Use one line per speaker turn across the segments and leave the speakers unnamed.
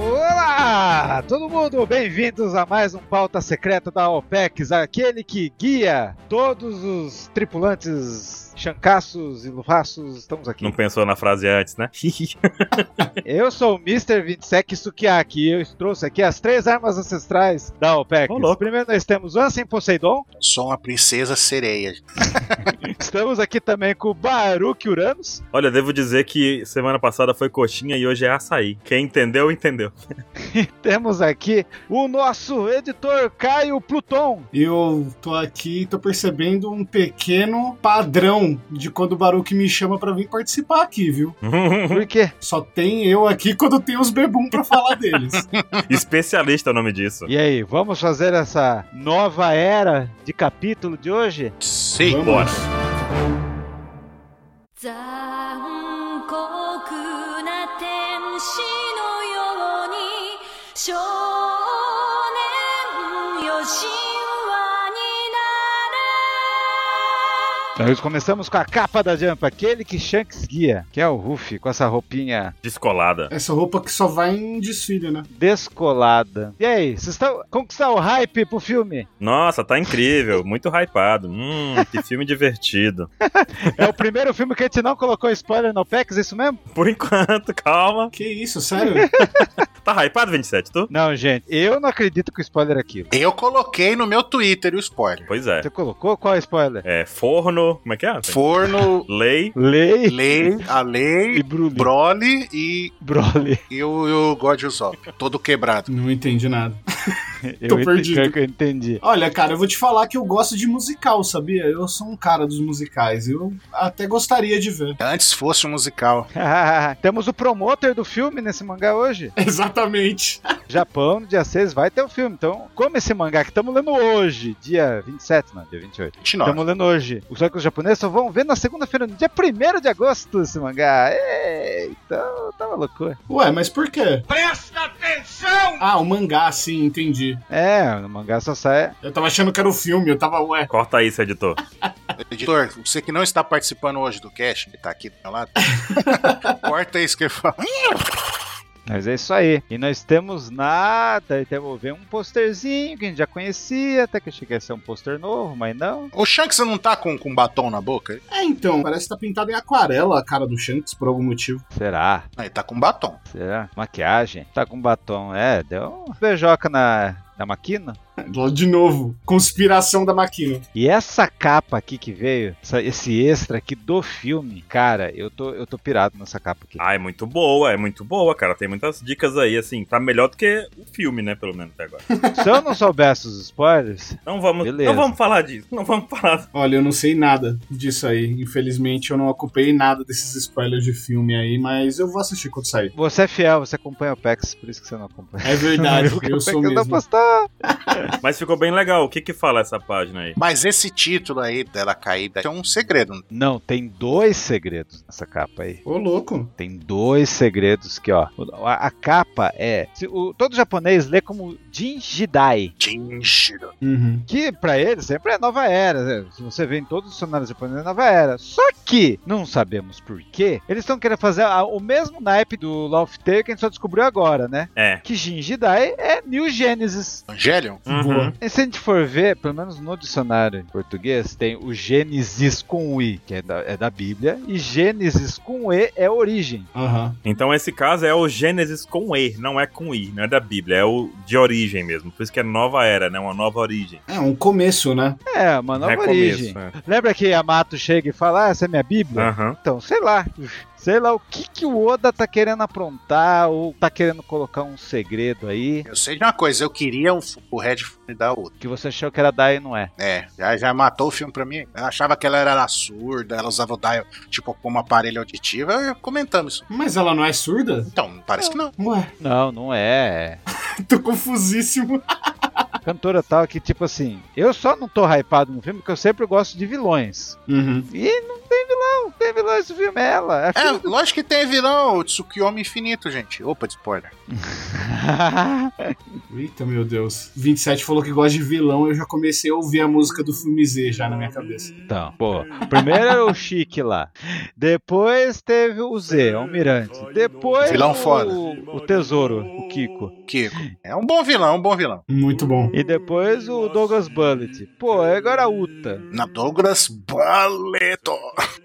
Olá, todo mundo, bem-vindos a mais um Pauta Secreta da OPEX, aquele que guia todos os tripulantes chancaços e lufaços, estamos aqui.
Não pensou na frase antes, né?
Eu sou o Mr. Vinsek Sukiaki e eu trouxe aqui as três armas ancestrais da OPEX.
Ô, louco.
Primeiro nós temos o Ansem Poseidon,
Sou uma princesa sereia.
estamos aqui também com o Baruch Uranus,
Olha, devo dizer que semana passada foi coxinha e hoje é açaí. Quem entendeu, entendeu.
temos aqui o nosso editor Caio Pluton,
Eu tô aqui e tô percebendo um pequeno padrão de quando o Baruque me chama pra vir participar aqui, viu?
porque...
Só tem eu aqui quando tem os bebum pra falar deles.
Especialista é o nome disso.
E aí, vamos fazer essa nova era de capítulo de hoje?
Sim.
Vamos.
Bora.
残酷な天使のように少年よ神話に
Então, Nós começamos com a capa da Jump, aquele que Shanks guia, que é o Ruffy, com essa roupinha
Descolada.
Essa roupa que só vai em desfile, né?
descolada. E aí, vocês estão. Como que está o hype pro filme?
Nossa, tá incrível. Muito hypado. Hum, que filme divertido.
É o primeiro filme que a gente não colocou spoiler no PEX, é isso mesmo?
Por enquanto, calma.
Que isso, sério?
Tá hypado, 27, tu?
Não, gente, eu não acredito que o spoiler é aquilo.
Eu coloquei no meu Twitter o spoiler.
Pois é.
Você colocou qual spoiler?
É forno. Como é que é?
Forno,
Lei.
Lei
Lei, a Lei,
e Brulli.
Broly e,
Broly.
e o, e o God Usopp. Todo quebrado.
Não entendi nada.
Eu
Tô
entendi-
perdido.
pior que Eu entendi.
Olha, cara, eu vou te falar que eu gosto de musical, sabia? Eu sou um cara dos musicais. Eu até gostaria de ver.
Antes fosse um musical.
Temos o promotor do filme nesse mangá hoje.
Exatamente.
Japão, no dia 6, vai ter o filme. Então, como esse mangá que estamos lendo hoje, dia 27, não, dia 28.
29.
Estamos lendo hoje. Só que os japoneses só vão ver na segunda-feira, no dia 1 de agosto, esse mangá. É, Então, tá uma loucura.
Ué, mas por quê? Presta atenção! Ah, o mangá, sim, entendi.
É, o mangá só sai.
Eu tava achando que era o filme, eu tava, ué.
Corta isso, editor.
Editor, você que não está participando hoje do cast, que tá aqui do meu lado, corta isso que eu falo.
Mas é isso aí. E nós temos nada. E temos ver um posterzinho que a gente já conhecia, até que achei que ia ser um pôster novo, mas não.
O Shanks não tá com, com batom na boca?
É, então, parece que tá pintado em aquarela a cara do Shanks por algum motivo.
Será?
Não, ele tá com batom.
Será? Maquiagem? Tá com batom. É, deu um beijoca na. Da Maquina.
De novo, conspiração da Maquina.
E essa capa aqui que veio, essa- esse extra aqui do filme, cara, eu tô, eu tô pirado nessa capa aqui.
Ah, é muito boa, é muito boa, cara. Tem muitas dicas aí, assim. Tá melhor do que o filme, né? Pelo menos até agora.
Se eu não soubesse os spoilers,
Não vamos,
Beleza.
não vamos falar disso. Não vamos falar.
Olha, eu não sei nada disso aí. Infelizmente, eu não ocupei nada desses spoilers de filme aí, mas eu vou assistir quando sair.
Você é fiel, você acompanha o PEX, por isso que você não acompanha.
É verdade,
Porque
eu
o
sou
PEX não
mesmo.
postou.
Mas ficou bem legal. O que que fala essa página aí?
Mas esse título aí dela caída é um segredo.
Não, tem dois segredos nessa capa aí.
Ô, louco.
Tem dois segredos que, ó. A, a capa é. se o- todo japonês lê como Jinjidai.
Jinjiro.
Uhum.
Que pra ele sempre é nova era. né? Se você vê em todos os dicionários japoneses, é nova era. Só que, não sabemos porquê, eles estão querendo fazer a- o mesmo naipe do Love Tale que a gente só descobriu agora, né?
É.
Que Jinjidai é New Genesis.
Evangelion?
Uhum.
Boa.
E se a gente for ver, pelo menos no dicionário em português, tem o Gênesis com I, que é da, é da Bíblia, e Gênesis com E é origem.
Aham.
Então esse caso é o Gênesis com E, não é com I, não é da Bíblia, é o de origem mesmo. Por isso que é nova era, né? Uma nova origem. é.
É um começo, né?
É, uma nova origem. Lembra que Yamato chega e fala, ah, essa é minha Bíblia?
Aham.
Então, sei lá. Sei lá o que, que o Oda tá querendo aprontar, ou tá querendo colocar um segredo aí,
Eu sei de uma coisa, eu queria um fu- o Red Fury da outra.
que você achou que era da e não é.
É, já, já matou o filme pra mim. Eu achava que ela era surda, ela usava o dial, tipo, como aparelho auditivo. Eu ia comentando isso.
Mas ela não é surda?
Então, parece que não.
Ué,
Não, não é.
tô confusíssimo.
cantora tal que, tipo assim, eu só não tô hypado no filme porque eu sempre gosto de vilões.
Uhum.
E não tem vilão, não tem vilão esse filme, é ela. É
É, lógico que tem vilão, o Tsukiyomi Infinito, gente. Opa, de spoiler.
Eita, meu Deus. 27 falou que gosta de vilão, eu já comecei a ouvir a música do filme Z já na minha cabeça.
Então, pô, primeiro era o Chique lá, depois teve o Z, o Almirante, depois
Vilão
o,
foda.
o Tesouro, o Kiko,
Kiko. É um bom vilão, é um bom vilão.
Muito bom.
e depois o Douglas Bullet. Pô, é agora a Uta.
Na Douglas Baleto.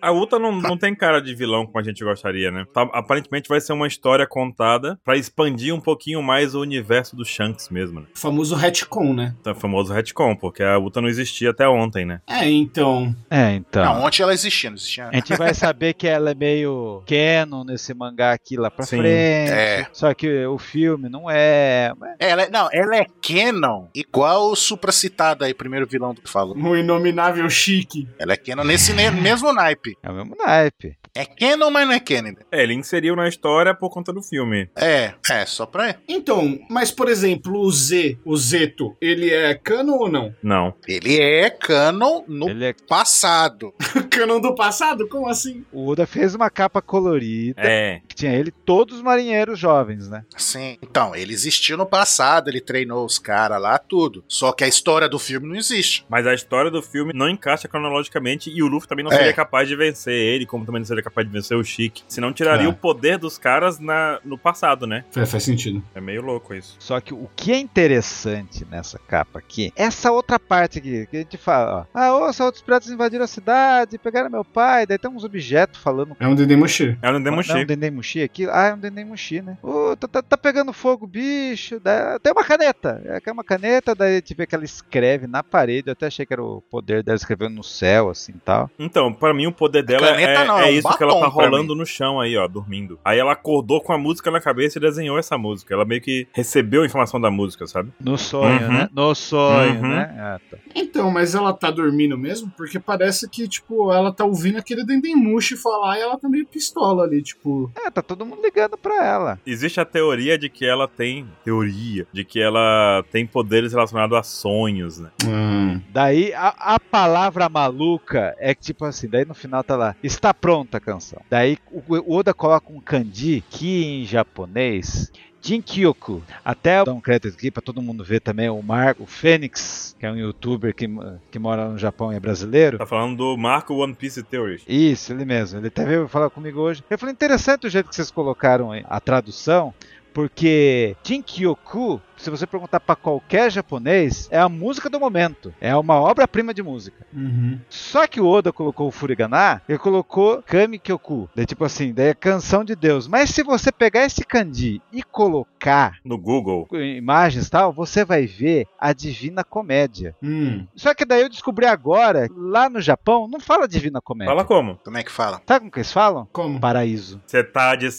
A Uta não, não tem cara de vilão como a gente gostaria, né? Tá- aparentemente vai ser uma história contada pra expandir um pouquinho mais o universo do Shanks mesmo, né?
O famoso retcon, né?
Então, o famoso retcon, porque a Uta não existia até ontem, né?
É, então.
É, então.
Não, ontem ela existia, não existia.
A gente vai saber que ela é meio canon nesse mangá aqui lá pra
Sim.
frente.
É.
Só que o filme não é. mas-
Ela é- não, ela é canon, igual o supracitado aí, primeiro vilão do que falou.
O um inominável chique.
Ela é canon nesse ne- mesmo naipe.
É o mesmo naipe.
É canon, mas não é canon.
É, ele inseriu na história por conta do filme.
É, é, só pra...
Então, mas por exemplo, o Z, o Zeto, ele é canon ou não?
Não.
Ele é canon no
Ele é...
passado.
canon do passado? Como assim?
O Oda fez uma capa colorida
É.
que tinha ele todos os marinheiros jovens, né?
Sim. Então, ele existiu no passado, ele treinou os caras lá, tudo. Só que a história do filme não existe.
Mas a história do filme não encaixa cronologicamente e o Luffy também não
É.
seria capaz de vencer ele, como também não seria capaz de vencer o Chique. Senão tiraria
É.
o poder dos caras na, no passado, né?
Faz, faz sentido.
É meio louco isso.
Só que o que é interessante nessa capa aqui, essa outra parte aqui, que a gente fala, ó, ah, ouça, outros piratas invadiram a cidade, pegaram meu pai, daí tem uns objetos falando "Ah,
É um Dedemoshi.
É o Nedemushi.
Não, Dendemushi aqui. Ah, é um Dendemushi, né? Ô, tá, tá- tá pegando fogo, o bicho. Dá- Tem uma caneta. É que é uma caneta, daí tipo que ela escreve na parede. Eu até achei que era o poder dela escrevendo no céu, assim e tal.
Então, pra mim o poder dela
caneta
é,
não,
é
é um
isso que ela
batom
tá
pra
rolando no chão aí, ó, dormindo. Aí ela acordou com a música na cabeça e desenhou essa música. Ela meio que recebeu a informação da música, sabe?
No sonho,
Uhum.
né? No sonho,
Uhum.
né? Ah, tá.
Então, mas ela tá dormindo mesmo? Porque parece que, tipo, ela tá ouvindo aquele Dendemushi falar e ela tá meio pistola ali, tipo.
É, tá todo mundo ligando pra ela.
Existe a teoria de que ela tem. Teoria. De que ela tem poderes relacionados a sonhos, né?
Hum.
Daí a, a palavra maluca é que, tipo assim, daí no final tá lá, está pronta a canção. Daí o, o Oda coloca um kanji que em japonês. Jinkyoku. Até eu dar um crédito aqui pra todo mundo ver também o Marco Fênix, que é um youtuber que, que mora no Japão e é brasileiro.
Tá falando do Marco One Piece Theory.
Isso, ele mesmo. Ele até veio falar comigo hoje. Eu falei, interessante o jeito que vocês colocaram aí a tradução, porque Jinkyoku, se você perguntar pra qualquer japonês, é a música do momento. É uma obra-prima de música.
Uhum.
Só que o Oda colocou o Furigana e colocou Kami Kyoku. Daí, tipo assim, daí é canção de Deus. Mas se você pegar esse kanji e colocar
No Google.
em imagens e tal, você vai ver a Divina Comédia.
Hum.
Só que daí eu descobri agora, lá no Japão, não fala Divina Comédia.
Fala como?
Como é que fala?
Sabe como que eles falam?
Como?
Paraíso.
Você tá de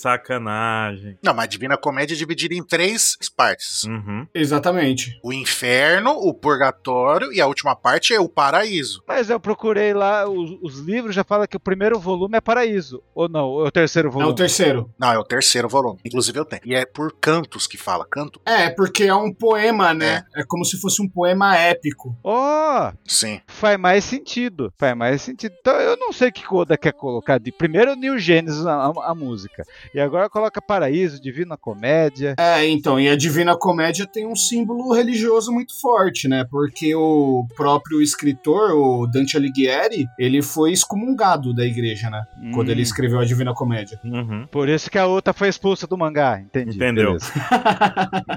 sacanagem.
Não, mas a Divina Comédia é dividida em três partes.
Uhum.
Exatamente.
O inferno, o purgatório e a última parte é o paraíso.
Mas eu procurei lá, os, os livros já falam que o primeiro volume é Paraíso. Ou não, ou é o terceiro
É
volume.
o terceiro.
Não, é o terceiro volume. Inclusive eu tenho. E é por cantos que fala, canto?
É, porque é um poema, né? É como se fosse um poema épico.
Oh,
Sim.
Faz mais sentido. Faz mais sentido. Então eu não sei o que que o Oda quer colocar. De, primeiro New Genesis a, a- a música. E agora coloca Paraíso, Divina Comédia.
É, então, e a Divina Comédia tem um símbolo religioso muito forte, né? Porque o próprio escritor, o Dante Alighieri, ele foi excomungado da igreja, né? Quando
Hum,
ele escreveu a Divina Comédia.
Uhum.
Por isso que a outra foi expulsa do mangá. Entendi.
Entendeu.
beleza.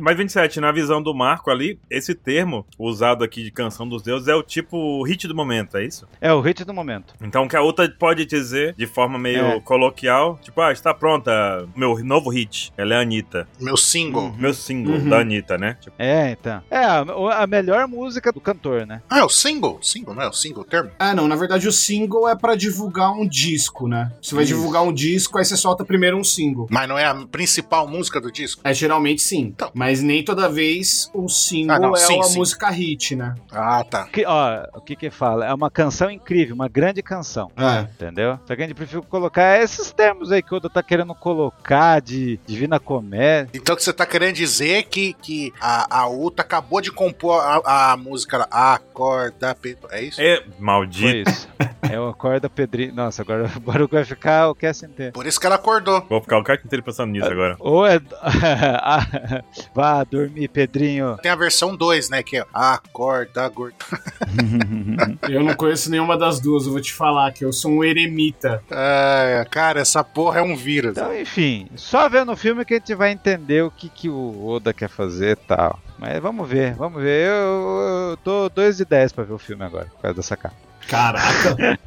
Mas 27, na visão do Marco ali, esse termo usado aqui de canção dos deuses é o tipo hit do momento, é isso?
É o hit do momento.
Então que a outra pode dizer de forma meio
É.
coloquial, tipo, ah, está pronta, meu novo hit. Ela é a Anitta.
Meu single.
Meu single
Uhum.
da Anitta, né? Tipo,
É, então. É a, a melhor música do cantor, né?
Ah, é o single? Single, não é o single termo?
Ah, não, na verdade o single é pra divulgar um disco, né? Você vai divulgar um disco, aí você solta primeiro um single.
Mas não é a principal música do disco?
É, geralmente sim.
Então.
Mas nem toda vez o single
Ah, não,
é
sim,
uma
sim.
música hit, né?
Ah, tá.
Que, ó, o que que fala? É uma canção incrível, uma grande canção.
É.
Entendeu? Só que a gente prefere colocar esses termos aí que o Oda tá querendo colocar de Divina Comédia.
Então que você tá querendo dizer que, que que a, a Uta acabou de compor a, a música lá. Acorda, Pedro. É isso?
É,
Foi
maldito.
isso. É o Acorda Pedrinho. Nossa, agora o barulho vai ficar o cast inteiro.
Por isso que ela acordou.
Vou ficar o cara inteiro pensando nisso agora.
Ou é. Ah, Vá dormir, Pedrinho.
Tem a versão 2, né? Que é Acorda, gordo.
É, Eu não conheço nenhuma das duas, eu vou te falar que eu sou um eremita.
Ah, cara, essa porra é um vírus.
Então, enfim, só vendo o filme que a gente vai entender o que, que o Oda quer fazer e tal. Mas vamos ver, vamos ver. Eu, eu tô 2 de 10 pra ver o filme agora, por causa dessa capa.
Caraca.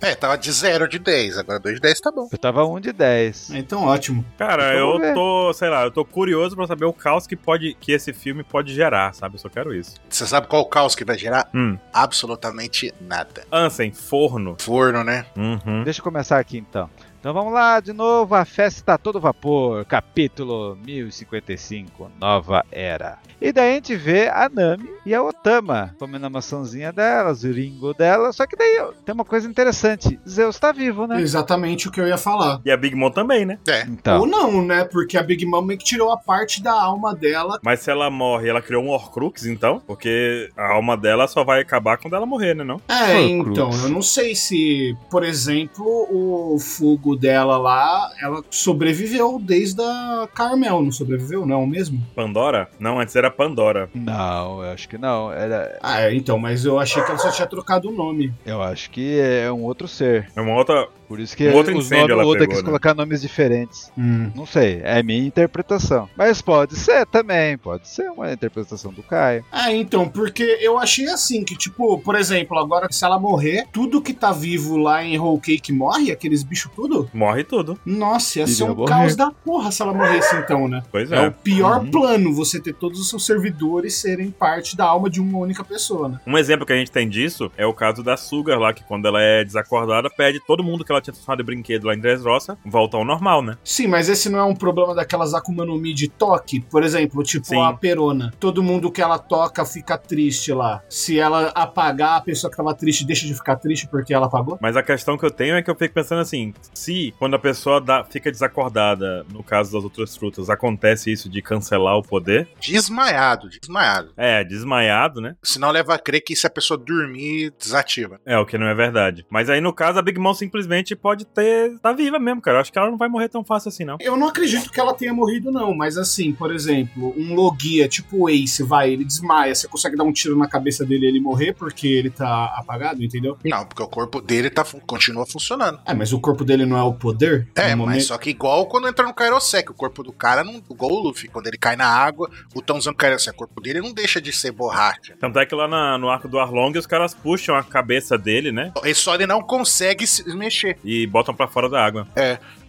É, tava de 0 de 10, agora 2 de 10 tá bom.
Eu tava 1 de 10.
Então, ótimo.
Cara, eu
Vamos ver.
tô, sei lá, eu tô curioso pra saber o caos que pode que esse filme pode gerar, sabe? Eu só quero isso.
Você sabe qual o caos que vai gerar?
Hum.
Absolutamente nada.
Ansem, forno.
Forno, né?
Uhum.
Deixa eu começar aqui então. Então vamos lá, de novo, a festa tá a todo vapor, capítulo 1055, Nova Era. E daí a gente vê a Nami e a Otama, comendo a maçãzinha delas, o ringo dela, só que daí ó, tem uma coisa interessante, Zeus tá vivo, né?
Exatamente o que eu ia falar.
E a Big Mom também, né?
É.
Então,
Ou não, né? Porque a Big Mom meio que tirou a parte da alma dela.
Mas se ela morre, ela criou um Horcrux, então? Porque a alma dela só vai acabar quando ela morrer, né, não?
É,
Foi,
então,
Cruz.
eu não sei se, por exemplo, o fogo dela lá, ela sobreviveu desde a Carmel, não sobreviveu, não mesmo?
Pandora? Não, antes era Pandora.
não, eu acho que não, era,
Ah, é, então, mas eu achei que ela só tinha trocado o nome.
eu acho que é um outro ser.
É uma outra...
Por isso que
Um outro
os
incêndio
nomes,
ela
o Oda
pegou,
quis
né?
colocar nomes diferentes.
Hum.
Não sei, é a minha interpretação. Mas pode ser também, pode ser uma interpretação do Caio.
É, então, porque eu achei assim, que tipo, por exemplo, agora se ela morrer, tudo que tá vivo lá em Whole Cake morre, aqueles bichos tudo?
Morre tudo.
Nossa, ia
Ele
ser
ia
um
morrer.
caos da porra se ela morresse então, né?
Pois
É
é.
o pior
Uhum.
plano, você ter todos os seus servidores serem parte da alma de uma única pessoa, né?
Um exemplo que a gente tem disso é o caso da Sugar lá, que quando ela é desacordada, perde todo mundo que ela tinha transformado em brinquedo lá em Dressrosa, volta ao normal, né?
Sim, mas esse não é um problema daquelas Akuma no Mi de toque? Por exemplo, tipo
Sim.
a Perona. Todo mundo que ela toca fica triste lá. Se ela apagar, a pessoa que tava triste deixa de ficar triste porque ela apagou?
Mas a questão que eu tenho é que eu fico pensando assim: se quando a pessoa dá- fica desacordada, no caso das outras frutas, acontece isso de cancelar o poder,
Desmaiado, desmaiado.
é desmaiado, né?
Senão leva a crer que se a pessoa dormir, desativa.
É, o que não é verdade. Mas aí no caso a Big Mom simplesmente pode ter. tá viva mesmo, cara. Eu acho que ela não vai morrer tão fácil assim, não.
Eu não acredito que ela tenha morrido, não, mas assim, por exemplo, um Logia, tipo o Ace, vai, ele desmaia, você consegue dar um tiro na cabeça dele e ele morrer porque ele tá apagado, entendeu?
Não, porque o corpo dele tá, fun- continua funcionando.
É, mas o corpo dele não é o poder?
É,
No
mas
momento-
só que igual quando entra no Kairosek, o corpo do cara não. Igual o Luffy, quando ele cai na água, o Tãozão Kairosek, o corpo dele não deixa de ser borracha.
Tanto é que lá na- no arco do Arlong os caras puxam a cabeça dele, né?
Ele só ele não consegue se mexer.
E botam pra fora da água.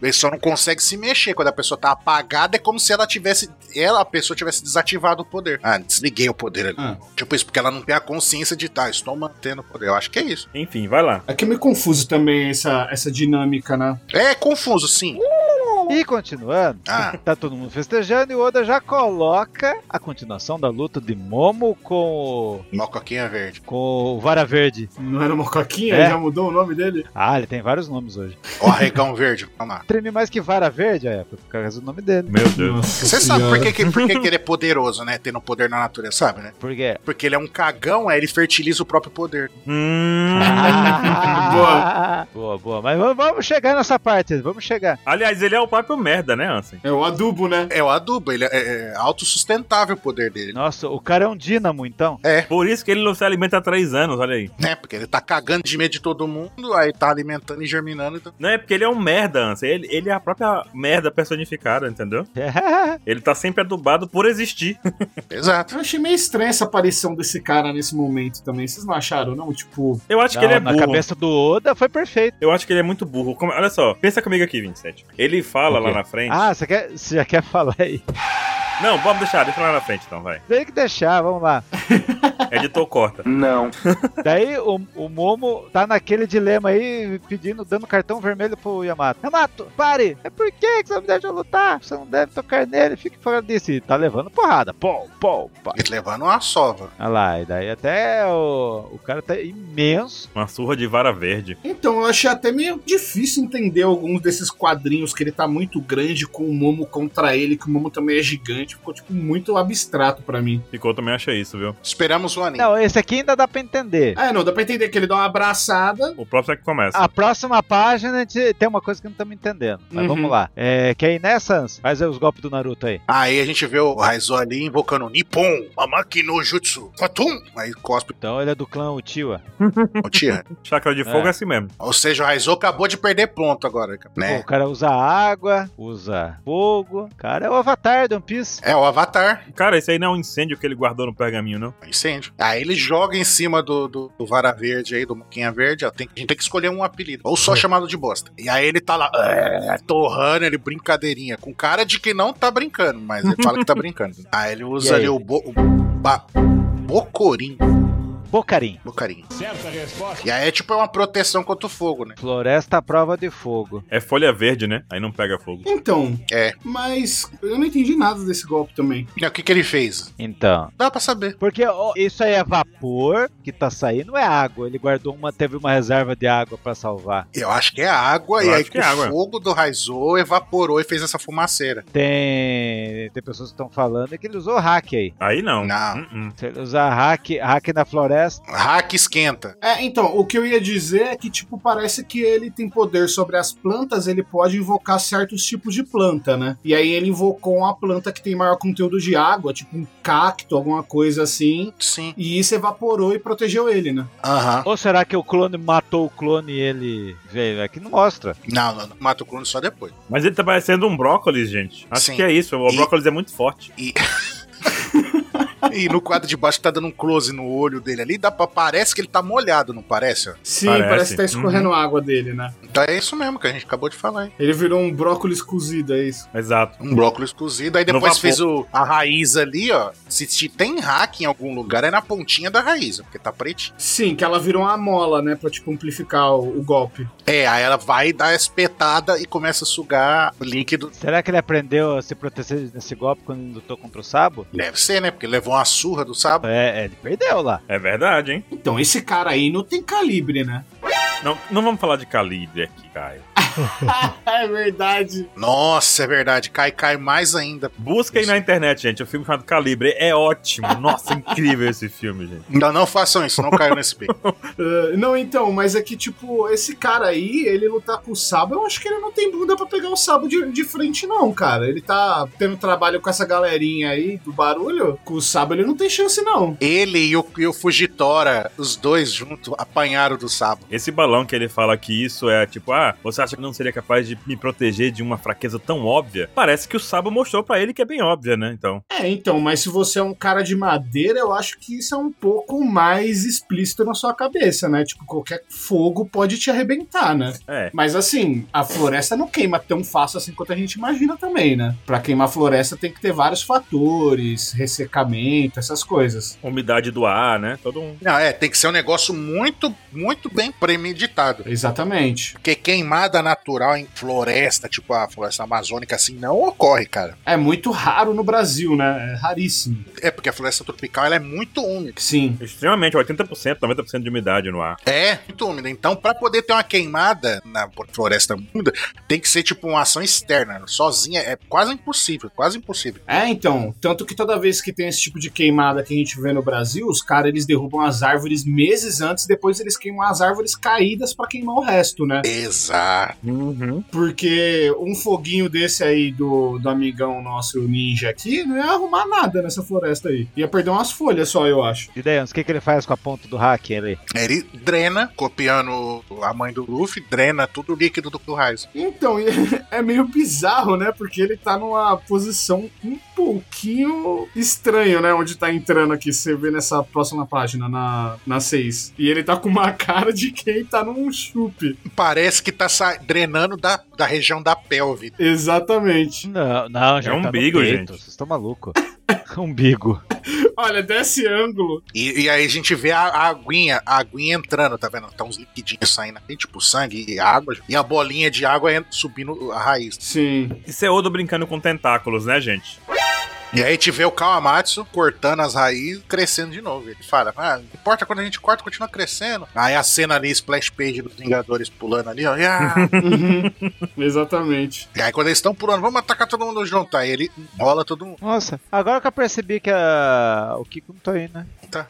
Ele só não consegue se mexer. Quando a pessoa tá apagada, é como se ela tivesse. Ela, a pessoa, tivesse desativado o poder. Ah, desliguei o poder ali.
Ah,
Tipo isso, porque ela não tem a consciência de tá, estou mantendo o poder. Eu acho que é isso.
Enfim, vai lá.
é que é meio confuso também essa, essa dinâmica, né?
É confuso, sim.
E continuando,
Ah.
tá todo mundo festejando e o Oda já coloca a continuação da luta de Momo com o,
Uma coquinha verde.
com o Vara Verde.
Não era uma coquinha?
É.
Já mudou o nome dele?
Ah, ele tem vários nomes hoje.
Ó, arregão verde. Vamos lá.
Treme mais que Vara Verde, é, por causa do nome dele.
Meu Deus.
Nossa
Você sabe por
senhora.
que, que- por que, que ele é poderoso, né? Tendo poder na natureza, sabe, né?
Porque.
Porque ele é um cagão, aí ele fertiliza o próprio poder.
Hum.
Ah, boa, boa. Mas vamos, vamos chegar nessa parte, vamos chegar.
Aliás, ele é o próprio merda, né, Ansem?
É o adubo, né?
É o adubo, ele é, é- é autossustentável o poder dele,
Nossa, o cara é um dínamo, então.
Por isso que ele não se alimenta há três anos, olha aí.
né? Porque ele tá cagando de medo de todo mundo, aí tá alimentando e germinando. Então...
Não é porque ele é um merda, Ansem. Ele, ele é a própria merda personificada, entendeu? Ele tá sempre adubado por existir.
Exato.
Eu achei meio estranha essa aparição desse cara nesse momento também. Vocês não acharam, não? Tipo,
Eu acho que
Não,
ele é
na
burro.
cabeça do Oda foi perfeito.
Eu acho que ele é muito burro. Como- Olha só, pensa comigo aqui, 27. Ele fala
O quê?
lá na frente.
Ah, você, quer, você já quer falar aí?
Não, vamos deixar, deixa lá na frente então, vai.
Tem que deixar, vamos lá.
Editor corta.
Não.
Daí o, o Momo tá naquele dilema aí, pedindo, dando cartão vermelho pro Yamato. Yamato, pare! É por que que você não me deixa lutar? Você não deve tocar nele, fique fora disso. E tá levando porrada. Pô, pô, pá.
E levando uma sova.
Olha lá, e daí até o, o cara tá imenso.
Uma surra de vara verde.
Então, eu achei até meio difícil entender alguns desses quadrinhos que ele tá muito grande com o Momo contra ele, que o Momo também é gigante. Ficou, tipo, muito abstrato pra mim.
Ficou também, achei isso, viu?
Esperamos um o anime.
Não, esse aqui ainda dá pra entender.
É, não, dá pra entender que ele dá uma abraçada.
O próximo é que começa.
Ah,
A próxima página a gente tem uma coisa que não estamos entendendo. Mas
Uhum.
vamos lá. É, que aí, né, Sans? Faz aí os golpes do Naruto aí.
Aí a gente vê o Raizo ali invocando o Nippon, Mamaki no Jutsu, Fatum. Aí cospe
Então ele é do clã Uchiwa.
o Tira.
Chakra de fogo é,
É.
assim mesmo.
Ou seja, o Raizo acabou de perder ponto agora,
Pô,
né?
o cara usa água, usa fogo. O cara é o avatar do One Piece.
É o Avatar,
Cara, esse aí não é um incêndio que ele guardou no pergaminho, não?
o incêndio. Aí ele joga em cima do, do, do Vara Verde aí, do Moquinha Verde. Ó, tem- a gente tem que escolher um apelido, ou
É.
só chamado de bosta. E aí ele tá lá, é, torrando ele, brincadeirinha, com cara de que não tá brincando, mas ele fala que tá brincando. Aí ele
E
usa
aí?
ali o, bo, o ba- Bocorim,
Bocarim.
Bocarim. E aí é tipo uma proteção contra o fogo, né?
Floresta à prova de fogo.
É folha verde, né? Aí não pega fogo.
Então,
É.
mas eu não entendi nada desse golpe também.
E o que, que ele fez?
Então.
Dá pra saber.
Porque ó, isso aí é vapor que tá saindo, não é água. Ele guardou uma, teve uma reserva de água pra salvar.
Eu acho que é água,
Eu
e aí
acho que
com
é
o
água.
fogo do Raizou evaporou e fez essa fumaceira.
Tem, tem pessoas que estão falando que ele usou hack aí.
Aí não.
Não.
Uh-uh.
Se ele usar hack, hack na floresta,
Hack esquenta.
É, então, o que eu ia dizer é que, tipo, parece que ele tem poder sobre as plantas, ele pode invocar certos tipos de planta, né? E aí ele invocou uma planta que tem maior conteúdo de água, tipo um cacto, alguma coisa assim.
Sim.
E isso evaporou e protegeu ele, né?
Aham.
ou será que o clone matou o clone e ele veio? Aqui não mostra.
Não, não, não. Mata o clone só depois.
Mas ele tá parecendo um brócolis, gente. Acho
Sim.
que é isso. O
E-
brócolis é muito forte.
E no quadro de baixo tá dando um close no olho dele ali. Dá pra, parece que ele tá molhado, não parece? ó?
Sim,
Parece.
parece, que tá escorrendo água dele, né?
Então é isso mesmo que a gente acabou de falar, hein?
Ele virou um brócolis cozido, é isso.
Exato.
Um brócolis cozido. Aí
No
depois
vapor.
fez o, a raiz ali, ó. Se, se tem hack em algum lugar, é na pontinha da raiz, ó, porque tá pretinho.
Sim, que ela virou uma mola, né? Pra, tipo, amplificar o, o golpe.
É, aí ela vai dar espetada e começa a sugar o líquido.
Será que ele aprendeu a se proteger nesse golpe quando ele lutou contra o Sabo?
Deve ser, né? Porque levou uma surra do sábado.
É, é, ele perdeu lá.
É verdade, hein?
Então, esse cara aí não tem calibre, né?
Não, não vamos falar de calibre aqui, Caio.
é verdade.
Nossa, é verdade. Cai, cai mais ainda.
Busca aí na internet, gente. O filme chamado Calibre é ótimo. Nossa, incrível esse filme, gente.
Não, não façam isso, não caiam nesse pico.
Ah, não, então, mas é que, tipo, esse cara aí, ele lutar com o Sabo, eu acho que ele não tem bunda pra pegar o Sabo de, de frente, não, cara. Ele tá tendo trabalho com essa galerinha aí do barulho, com o Sabo ele não tem chance, não.
Ele e o, e o Fugitora, os dois juntos, apanharam do sábado.
Esse balão que ele fala que isso é tipo, ah, você acha que não seria capaz de me proteger de uma fraqueza tão óbvia? Parece que o Sabo mostrou pra ele que é bem óbvia, né? Então,
É, então, mas se você é um cara de madeira, eu acho que isso é um pouco mais explícito na sua cabeça, né? Tipo, qualquer fogo pode te arrebentar, né?
é.
Mas assim, a floresta não queima tão fácil assim quanto a gente imagina também, né? Pra queimar a floresta tem que ter vários fatores, ressecamento, essas coisas.
Umidade do ar, né? Todo um.
Não, é, tem que ser um negócio muito, muito bem premeditado.
Exatamente.
Porque queimada natural em floresta, tipo a floresta amazônica, assim, não ocorre, cara.
É muito raro no Brasil, né? É raríssimo.
É porque a floresta tropical ela é muito úmida.
Sim.
Extremamente, 80%, 90% de umidade no ar.
É, muito úmida. Então, pra poder ter uma queimada na floresta úmida, tem que ser tipo uma ação externa. Sozinha é quase impossível, quase impossível.
É, então, tanto que toda vez que tem esse tipo de queimada que a gente vê no Brasil, os caras eles derrubam as árvores meses antes, depois eles queimam as árvores caídas pra queimar o resto, né?
Exato.
Uhum.
Porque um foguinho desse aí do, do amigão nosso ninja aqui não ia arrumar nada nessa floresta aí. Ia perder umas folhas só, eu acho.
E daí, o que, que ele faz com a ponta do hack ali?
Ele drena, copiando a mãe do Luffy, drena tudo o líquido do Raizo.
Então, e é meio bizarro, né? Porque ele tá numa posição um pouquinho estranho, né? Onde tá entrando aqui, você vê nessa próxima página, na, na 6. E ele tá com uma cara de quem tá num chupe.
Parece que tá sa- drenando da, da região da pelve.
Exatamente.
Não, não, já
É
tá no
umbigo,
peito,
gente.
Vocês estão malucos. umbigo.
Olha, desse ângulo.
E, e aí a gente vê a, a aguinha, a aguinha entrando, tá vendo? Tá uns liquidinhos saindo aqui, tipo sangue e água, e a bolinha de água en- subindo a raiz.
Sim.
Isso é Odo brincando com tentáculos, né, gente?
E aí a gente vê o Kawamatsu cortando as raízes, crescendo de novo. Ele fala, ah, não importa quando a gente corta, continua crescendo. Aí a cena ali, splash page dos Vingadores pulando ali, ó. e, ah.
Uhum. Exatamente.
e aí quando eles estão pulando, vamos atacar todo mundo junto. Aí ele enrola todo mundo.
Nossa, agora que eu percebi que a... o Kiko não tá aí, né?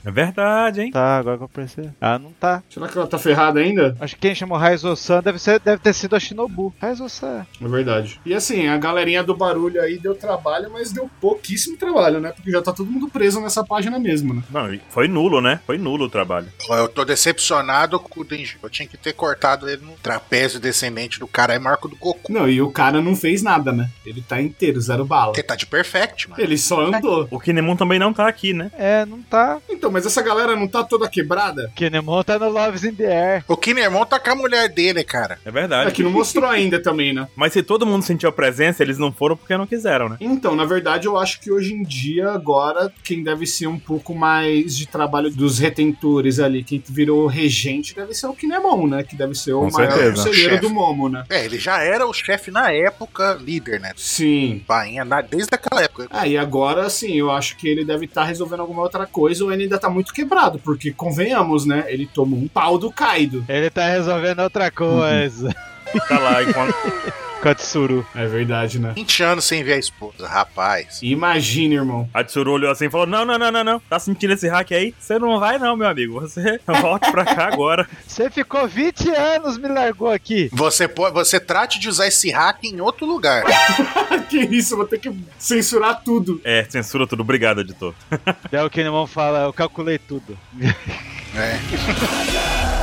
É verdade, hein?
Tá, agora que eu percebi. Ah, não tá.
Será que ela tá ferrada ainda?
Acho que quem chamou Raizo-san deve, ser- deve ter sido a Shinobu. Raizo-san.
É verdade. E assim, a galerinha do barulho aí deu trabalho, mas deu pouquíssimo trabalho, né? Porque já tá todo mundo preso nessa página mesmo, né?
Não, e foi nulo, né? Foi nulo o trabalho.
Eu tô decepcionado com o Denji. Eu tinha que ter cortado ele no trapézio descendente do cara. É marco do Goku.
Não, e o cara não fez nada, né? Ele tá inteiro, zero bala.
Você tá de perfect, mano.
Ele só andou.
O Kinemon também não tá aqui, né?
É, não tá.
Então, mas essa galera não tá toda quebrada?
Kinemon tá no Loves in the Air.
O Kinemon tá com a mulher dele, cara.
É
É
verdade.
que não mostrou ainda também, né?
Mas se todo mundo sentiu a presença, eles não foram porque não quiseram, né?
Então, na verdade, eu acho que hoje em dia, agora, quem deve ser um pouco mais de trabalho dos retentores ali, quem virou regente, deve ser o Kinemon, né? Que deve ser o
Com
maior
certeza.
conselheiro
Chefe.
do Momo, né?
É, ele já era o chefe na época, líder, né?
Sim.
Bainha, na- desde aquela época.
Ah, e agora sim, eu acho que ele deve estar resolvendo alguma outra coisa ou ele ainda tá muito quebrado, porque convenhamos, né? Ele tomou um pau do Kaido.
Ele tá resolvendo outra coisa.
Tá lá enquanto.
Uhum. Katsuru.
É verdade, né?
20 anos sem ver a esposa, rapaz.
Imagina, irmão.
A Tsuru olhou assim e falou: Não, não, não, não, não. Tá sentindo esse hack aí? Você não vai, não, meu amigo. Você volte pra cá agora.
Você ficou 20 anos, me largou aqui.
Você, po- você trate de usar esse hack em outro lugar.
que isso, eu vou ter que censurar tudo.
É, censura tudo. Obrigado, editor.
Daí É o Kinemon fala, eu calculei tudo.
É.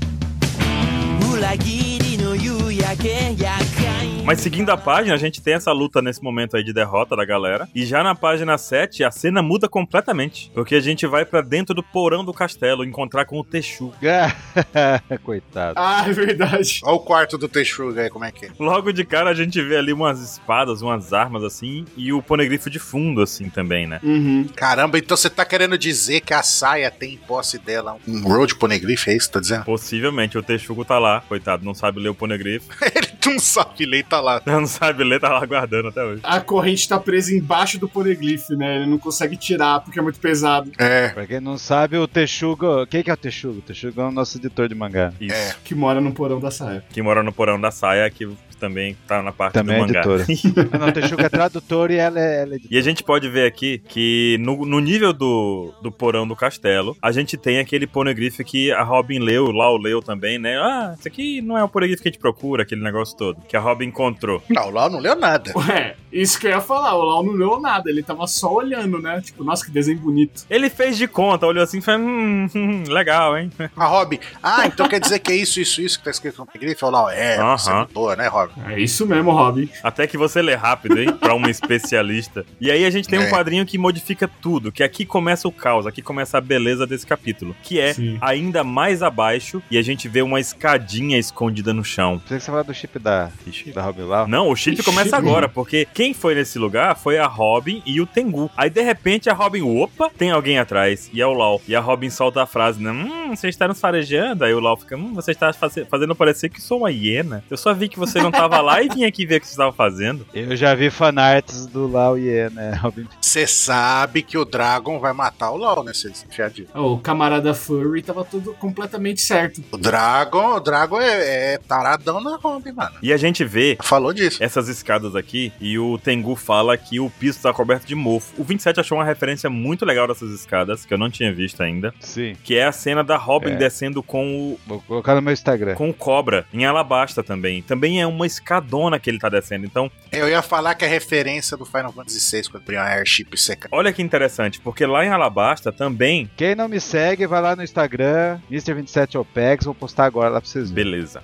「裏切りの夕焼けやかい」
Mas seguindo a página, a gente tem essa luta nesse momento aí de derrota da galera. E já na página 7, a cena muda completamente. Porque a gente vai pra dentro do porão do castelo encontrar com o Teixu.
Coitado.
Ah, é verdade.
Olha o quarto do Teixuga aí, como é que é.
Logo de cara a gente vê ali umas espadas, umas armas assim, e o ponegrifo de fundo assim também, né?
Uhum.
Caramba, então você tá querendo dizer que a saia tem em posse dela um road poneglyph, é isso que tá dizendo?
Possivelmente o Texugo tá lá, coitado, não sabe ler o ponegrifo.
Ele não sabe ler, tá lá.
Não sabe ler, tá lá guardando até hoje.
A corrente tá presa embaixo do poneglyph, né? Ele não consegue tirar porque é muito pesado.
É.
Pra quem não sabe, o Texugo... Quem que é o Texugo? O Texugo é o nosso editor de mangá.
Isso.
É.
Que mora no porão da saia.
Que mora no porão da saia, que também tá na parte
Também
do
é
mangá.
editora. Ah, não, o Texugo é tradutor e ela é, ela é editora.
E a gente pode ver aqui que no, no nível do, do porão do castelo, a gente tem aquele poneglyph que a Robin leu, o Lau leu também, né? Ah, isso aqui não é o poneglyph que a gente procura, aquele negócio todo. Que a Robin encontrou.
Não, lá tá, não leu nada.
Ué, isso que eu ia falar. O Lau não leu nada. Ele tava só olhando, né? Tipo, nossa, que desenho bonito.
Ele fez de conta, olhou assim e falou: hum, hum, legal, hein?
A Rob, ah, então quer dizer que é isso, isso, isso que tá escrito no poneglyph? Olha lá, é,
Aham.
você mudou, né, Rob?
É isso mesmo, Robin.
Até que você lê rápido, hein? Pra uma especialista. E aí a gente tem um
É.
quadrinho que modifica tudo, que aqui começa o caos, aqui começa a beleza desse capítulo, que é
Sim.
ainda mais abaixo e a gente vê uma escadinha escondida no chão.
Pensei que você falar do chip da,
Ixi.
da Robin Lau.
Não, o chip
Ixi.
começa agora, porque quem foi nesse lugar foi a Robin e o Tengu. Aí de repente a Robin, opa, tem alguém atrás, e é o Lau. E a Robin solta a frase, né? Hum, vocês estavam farejando. Aí o Lau fica, hum, você está faze- fazendo parecer que sou uma hiena. Eu só vi que você não tava lá e vim aqui ver o que você estava fazendo.
Eu já vi fanarts do Lau e é, né? Robin
Você sabe que o Dragon vai matar o LOL, né? Vocês enfiadinhos.
O camarada Furry tava tudo completamente certo.
O Dragon, o Dragon é, é taradão na Robin, mano.
E a gente vê
Falou disso.
essas escadas aqui e o Tengu fala que o piso está coberto de mofo. O 27 achou uma referência muito legal dessas escadas, que eu não tinha visto ainda,
Sim,
que é a cena da Robin
É.
descendo com o
vou colocar no meu Instagram.
com o cobra em Alabasta também. Também é uma escadona que ele tá descendo. Então,
Eu ia falar que é referência do Final Fantasy VI, quando abriu a Air chip secreto.
Olha que interessante, porque lá em Alabasta também.
Quem não me segue, vai lá no Instagram, Mr27OPEX, vou postar agora lá pra vocês verem.
Beleza.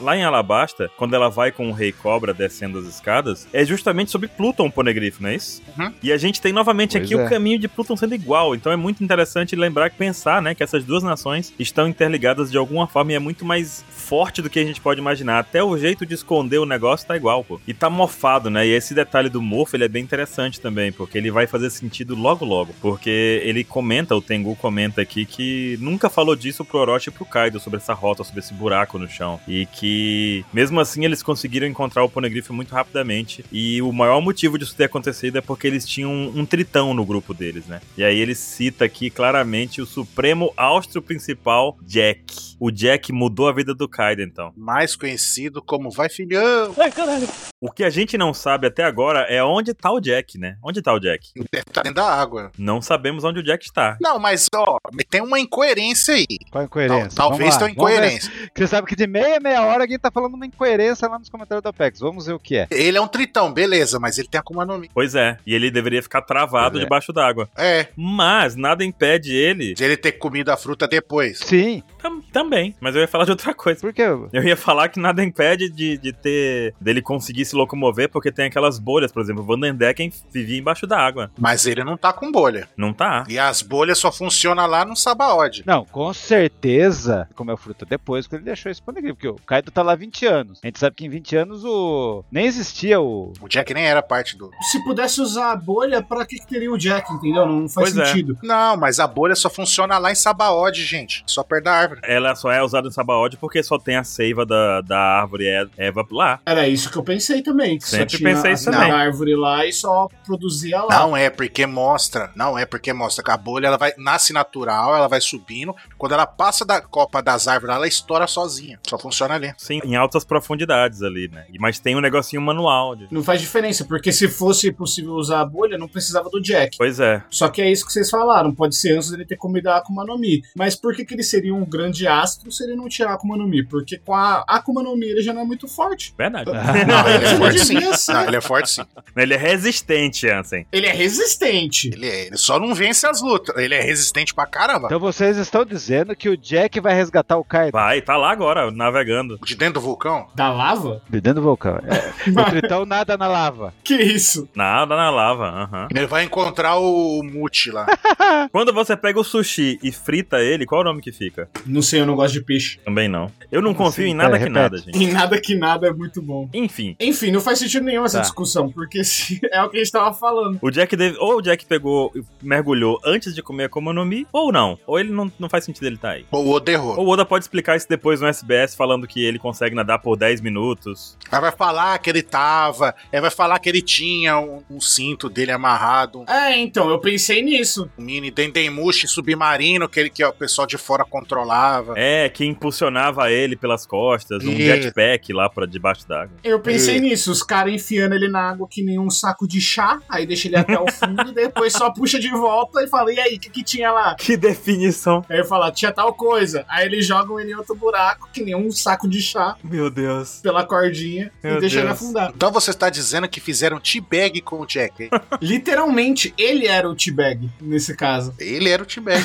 Lá em Alabasta, quando ela vai com o Rei Cobra descendo as escadas, é justamente sobre Pluton o Poneglyph, não é isso?
Uhum.
E a gente tem novamente
Pois
aqui
é.
o caminho de Pluton sendo igual. Então é muito interessante lembrar que pensar, né, que essas duas nações estão interligadas de alguma forma e é muito mais forte do que a gente pode imaginar. Até o jeito de esconder o negócio tá igual, pô. E tá mofado, né? E esse detalhe do mofo, ele é bem interessante também, porque ele vai fazer sentido logo logo, porque ele comenta, o Tengu comenta aqui que nunca falou disso pro Orochi e pro Kaido sobre essa rota, sobre esse buraco no chão, e que mesmo assim eles conseguiram encontrar o Poneglyph muito rapidamente. E o maior motivo disso ter acontecido é porque eles tinham um tritão no grupo deles, né? E aí ele cita aqui claramente o supremo austro principal Jack. O Jack mudou a vida do Kaido então.
Mais conhecido como Vai Filhão.
O que a gente não sabe até agora é onde tá o Jack, né? Onde tá o Jack?
Deve estar dentro da água.
Não sabemos onde o Jack está.
Não, mas ó, tem uma incoerência aí.
Qual a incoerência?
Tal-
Vamos
talvez
lá,
tenha
vamos ver.
incoerência.
Você sabe que de meia em meia hora alguém tá falando uma incoerência lá nos comentários do Apex. Vamos ver o que é.
Ele é um tritão, beleza, mas ele tem Akuma no Mi.
Pois é, e ele deveria ficar travado
Pois é.
debaixo d'água.
É,
Mas nada impede ele.
de ele ter comido a fruta depois.
Sim,
Tam- também. Mas eu ia falar de outra coisa.
por quê?
Eu ia falar que nada impede de, de ter. dele conseguir se locomover, porque tem aquelas bolhas, por exemplo. O Vandendecken vivia embaixo da água.
Mas ele não tá com bolha.
Não tá.
E as bolhas só funcionam lá no Sabaody.
Não, com certeza comeu fruta depois que ele deixou isso disponível, porque o Kaido tá lá 20 anos. A gente sabe que em 20 anos o nem existia o
O Jack nem era parte do.
Se pudesse usar a bolha, pra que, que teria o Jack, entendeu? Não faz
Pois é.
sentido.
Não, mas a bolha só funciona lá em Sabaody, gente. Só perto da árvore.
Ela só é usada em Sabaody porque só tem a seiva da, da árvore E- Eva lá.
Era isso que eu pensei também. Que
Sempre
só tinha
pensei isso
a
também.
árvore lá e só produzia lá.
Não é porque mostra, não é porque mostra que a bolha ela vai nasce natural, ela vai subindo. Quando ela passa da copa das árvores, ela estoura sozinha. Só funciona ali.
Sim, em altas profundidades ali, né? E- Mas tem um negocinho manual. de-
Não faz diferença, porque se fosse possível usar a bolha, não precisava do Jack.
Pois é.
Só que é isso que vocês falaram, pode ser antes dele ter comido a Akuma no Mi. Mas por que, que ele seria um grande astro se ele não tinha a Akuma no Mi? Porque com a Akuma no Mi ele já não é muito forte.
Verdade.
Não, ele é
Ele
forte sim.
devia ser.
Não, ele é forte sim.
Ele é resistente, assim. Ansem.
Ele é resistente.
Ele, é- ele só não vence as lutas. Ele é resistente pra caramba.
Então vocês estão dizendo que o Jack vai resgatar o Kaido
Vai, tá lá agora, navegando.
De dentro do vulcão?
Da lava?
dentro do vulcão. É, o Tritão nada na lava.
Que isso?
Nada na lava. aham.
Ele vai encontrar o Muti lá.
Quando você pega o sushi e frita ele, qual é o nome que fica?
Não sei, eu não gosto de peixe.
Também não. Eu não confio
assim?
em
Pera,
nada que
repete.
nada, gente.
Em nada que nada é muito bom.
Enfim.
Enfim, não faz sentido nenhum essa
Tá.
discussão, porque se- é o que a gente tava falando.
O Jack deve, ou o Jack pegou, mergulhou antes de comer a Akuma no Mi, ou não. Ou ele não, não faz sentido ele tá aí.
Ou o Oderro.
Ou o Oda pode explicar isso depois no SBS, falando que ele consegue nadar por 10 minutos.
Aí vai falar que ele tava. Aí vai falar que ele tinha um, um cinto dele amarrado,
É, então, eu pensei nisso.
um mini Dendemushi submarino que, ele, que o pessoal de fora controlava.
É, que impulsionava ele pelas costas, um
Ih.
jetpack lá pra debaixo d'água.
Eu pensei
É.
nisso, os caras enfiando ele na água que nem um saco de chá, aí deixa ele até o fundo, depois só puxa de volta e fala, e aí, o que, que tinha lá?
Que definição.
Aí eu falo, "Ah, tinha tal coisa. Aí eles jogam ele em outro buraco, que nem um saco de chá,
Meu Deus.
pela cordinha,
Meu
e deixa ele
Deus.
afundar.
Então você está dizendo que fizeram T-Bag com o Jack. hein?
Literalmente, ele era o T-Bag, nesse caso.
Ele era o T-Bag.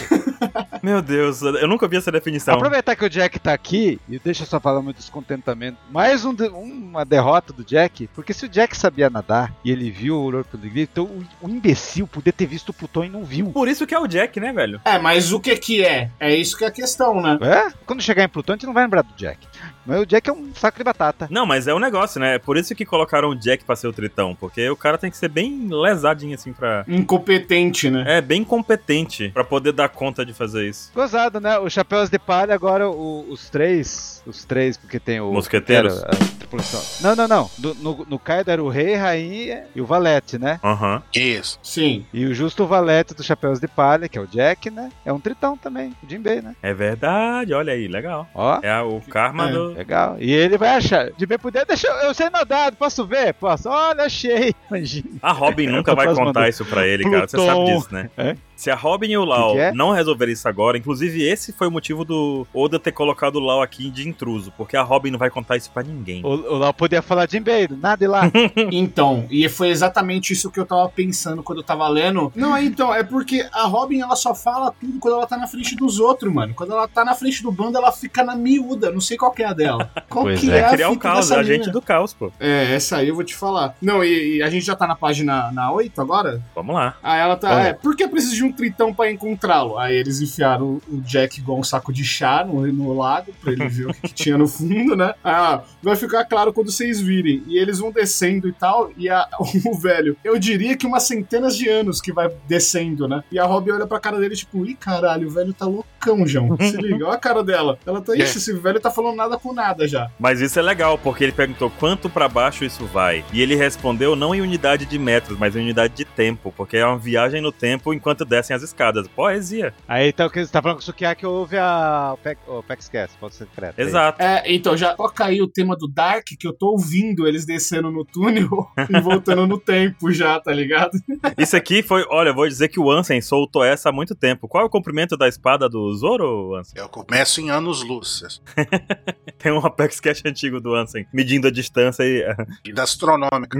Meu Deus, eu nunca vi essa definição.
Aproveitar que o Jack tá aqui, e deixa eu só falar meu descontentamento. Mais um de- uma derrota do Jack, porque se o Jack sabia nadar e ele viu o Ouro Poneglyph, então o, o imbecil podia ter visto o Plutão e não viu.
Por isso que é o Jack, né, velho?
É, mas o que que é? É isso que é a questão, né?
É? Quando chegar em Plutão, a gente não vai lembrar do Jack. Mas o Jack é um saco de batata.
Não, mas é um negócio, né? É Por isso que colocaram o Jack pra ser o tritão, porque o cara tem que ser bem lesadinho, assim, pra.
Incompetente, né?
É, bem competente pra poder dar conta de fazer isso.
Gozado, né? Os Chapéus de Palha agora, o- os três. Os três, porque tem o.
Mosqueteiros?
Era a tripulação. Não, não, não. Do- no, no Kaido era o Rei, Rainha e o Valete, né?
Aham.
Isso.
Sim.
E o Justo Valete dos Chapéus de Palha, que é o Jack, né? É um tritão também, o Jinbei, né?
É verdade, olha aí, legal.
Ó.
É a- o karma
É.
do.
Legal. E ele vai achar. Jinbei puder, deixa eu, eu sei nadar, posso ver? Posso. Olha, achei. Imagina.
A Robin nunca
Eu tô
vai
quase
contar
mandando.
isso pra ele, cara. Você sabe
Pluton.
disso, né?
É?
Se a Robin e o Lau
Que que é?
não resolverem isso agora, inclusive esse foi o motivo do Oda ter colocado o Lau aqui de intruso, porque a Robin não vai contar isso pra ninguém.
O, o Lau podia falar Jinbei, nada e lá.
Então, e foi exatamente isso que eu tava pensando quando eu tava lendo. Não, é então, é porque a Robin ela só fala tudo quando ela tá na frente dos outros, mano. Quando ela tá na frente do bando, ela fica na miúda. Não sei qual que é a dela. Qual
Pois
que
é.
é,
É
a
Criar o
fita
caos,
dessa
a gente
mina?
do caos, pô.
É, essa aí eu vou te falar. Não, e, e a gente já tá na página na 8 agora?
Vamos lá.
Ah, ela tá.
Olha.
É, por que precisa de um tritão pra encontrá-lo? Aí eles enfiaram o Jack igual um saco de chá no, no lago pra ele ver o que, que tinha no fundo, né? Aí ela, vai ficar claro quando vocês virem. E eles vão descendo e tal. E a- o velho, eu diria que umas centenas de anos que vai descendo, né? E a Robin olha pra cara dele, tipo, ih, caralho, o velho tá loucão, João. Se liga, olha a cara dela. Ela tá, ixi, esse velho tá falando nada com nada já.
Mas isso é legal, porque ele perguntou quanto pra baixo isso vai. E ele respondeu não em unidade de metros, mas em unidade de tempo, porque é uma viagem no tempo enquanto descem as escadas. Poesia.
Aí então que você tá falando com o Sukiyaki ouve a, o, Pe o PEXCast, pode ser secreto. é isso?
Exato.
É, então, já toca aí o tema do Dark, que eu tô ouvindo eles descendo no túnel e voltando no tempo já, tá ligado?
Isso aqui foi, olha, eu vou dizer que o Ansem soltou essa há muito tempo. Qual é o comprimento da espada do Zoro, Ansem?
Eu começo em anos luz.
Tem um Apex Cash antigo do Ansem, medindo a distância e, eh,
Medida astronômica.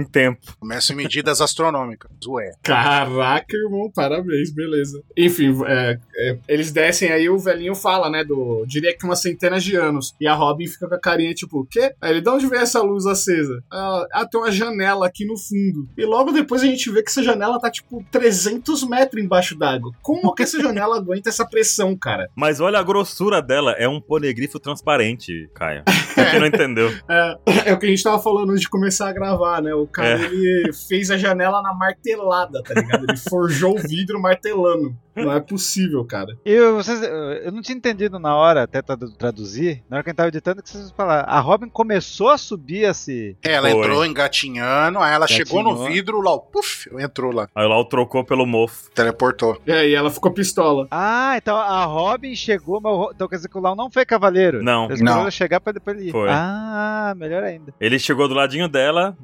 em tempo.
Começo em medidas astronômicas. Ué.
Caraca, irmão, parabéns, beleza. Enfim, é, é, eles descem aí, o velhinho fala, né, do... Diria que umas centenas de anos. E a Robin fica com a carinha, tipo, o quê? Aí ele, de onde vem essa luz acesa? Ah, ah, tem uma janela aqui no fundo. E logo depois a gente vê que essa janela tá, tipo, 300 metros embaixo d'água. Como que essa janela aguenta essa pressão, cara?
Mas olha a grossura dela, é um poligrifo transparente, Caio. Você não entendeu.
É, é o que a gente tava falando antes de começar a gravar, né? O cara,
É.
ele fez a janela na martelada, tá ligado? Ele forjou o vidro martelando. Não é possível, cara.
Eu, vocês, eu não tinha entendido na hora, até tra- traduzir, na hora que eu tava editando, que vocês falaram. A Robin começou a subir esse.
Ela
Foi.
entrou engatinhando, aí ela chegou no
Engatinhou.
vidro, lá, puf, entrou lá.
Aí lá o trocou pelo mofo.
Teleportou.
É, e ela ficou pistola.
Ah, então a Robin chegou, mas o Ro- então quer dizer que o Lau não foi cavaleiro.
Não.
Ele esperou
Não.
ela chegar pra depois ele ir.
Foi.
Ah, melhor ainda.
Ele chegou do ladinho dela.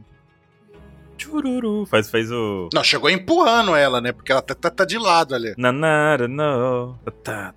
Chururu. Faz, fez o.
Não, chegou empurrando ela, né? Porque ela tá, tá- tá de lado ali.
Nanara, não. Tá.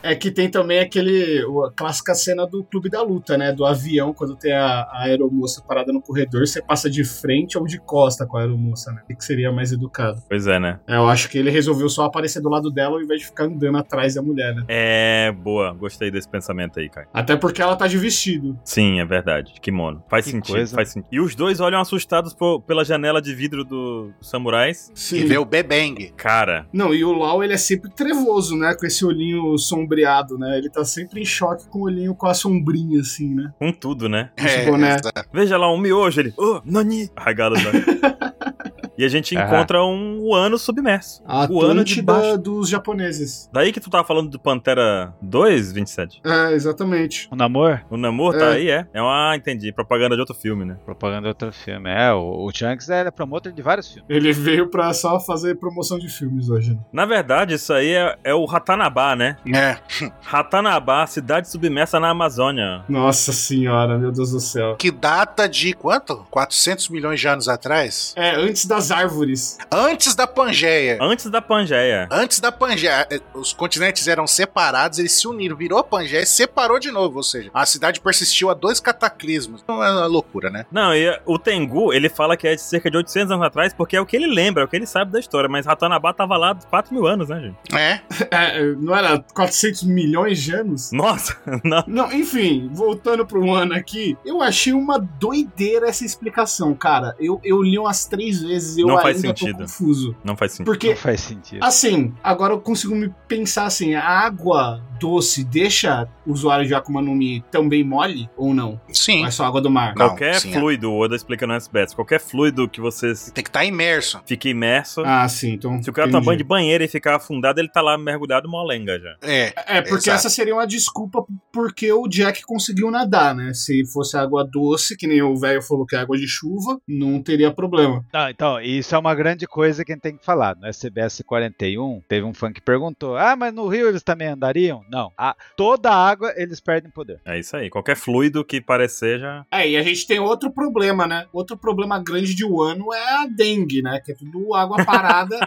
É que tem também aquele. o- A clássica cena do Clube da Luta, né? Do avião, quando tem a, a aeromoça parada no corredor, você passa de frente ou de costa com a aeromoça, né? O que seria mais educado?
Pois é, né?
É, eu acho que ele resolveu só aparecer do lado dela ao invés de ficar andando atrás da mulher, né?
É, boa. Gostei desse pensamento aí, Caio.
Até porque ela tá de vestido.
Sim, é verdade. Kimono. Faz
Que
sentido,
coisa.
faz sentido. E os dois olham assustados por- pela janela de vidro do- dos samurais.
E
Sim.
vê o Bebeng.
Cara,
Não, e o Lau, ele é sempre trevoso, né? Com esse olhinho sombreado, né? Ele tá sempre em choque com o olhinho com a sombrinha, assim, né?
com tudo, né?
É,
Esse boné.
exato.
Veja lá um miojo, ele. Oh, nani! Arragado E a gente
Ah.
encontra um Wano submerso.
A
o ano de baixo.
Atlântida dos japoneses.
Daí que tu tava falando do Pantera 2, 27.
É, exatamente.
O Namor?
O Namor
É.
tá aí, é? É uma, ah, entendi, propaganda de outro filme, né?
Propaganda de outro filme. É, o, o Chunks é, ele é promotor de vários filmes.
Ele veio pra só fazer promoção de filmes hoje.
Na verdade, isso aí é, é o Ratanabá, né?
É.
Ratanabá, cidade submersa na Amazônia.
Nossa senhora, meu Deus do céu.
Que data de quanto? 400 milhões de anos atrás?
É, antes das árvores.
Antes da Pangeia.
Antes da Pangeia.
Antes da Pangeia, eh, os continentes eram separados, eles se uniram, virou a Pangeia e separou de novo, ou seja, a cidade persistiu a dois cataclismos. Não é uma loucura, né?
Não, e o Tengu, ele fala que é de cerca de 800 anos atrás, porque é o que ele lembra, é o que ele sabe da história. Mas Ratanabá tava lá há 4 mil anos, né, gente?
É.
É, é, não era 400 milhões de anos?
Nossa, não.
Não, enfim, voltando pro ano aqui, eu achei uma doideira essa explicação, cara. Eu, eu li umas três vezes e eu
Não
ainda
faz
tô
sentido.
confuso.
Não faz sentido.
Porque
Não faz sentido.
Assim, agora eu consigo me pensar assim, a água doce deixa o usuário de Akuma no Mi também mole ou não?
Sim.
Ou é só água do mar?
Não,
Qualquer
sim, é.
fluido, o Oda explica no SBS, qualquer fluido que você
Tem que estar imerso.
fique imerso.
Ah, sim, então.
Se o cara tá
entendi.
tomar banho de banheira e ficar afundado, ele tá lá mergulhado molenga já.
É.
É, porque
Exato.
essa seria uma desculpa porque o Jack conseguiu nadar, né? Se fosse água doce, que nem o velho falou que é água de chuva, não teria problema.
Não, então, isso é uma grande coisa que a gente tem que falar. No SBS 41, teve um fã que perguntou: Ah, mas no Rio eles também andariam? Não. A- toda a água eles perdem poder.
É isso aí. Qualquer fluido que parecer já.
É, e a gente tem outro problema, né? Outro problema grande de Wano é a dengue, né? Que é tudo água parada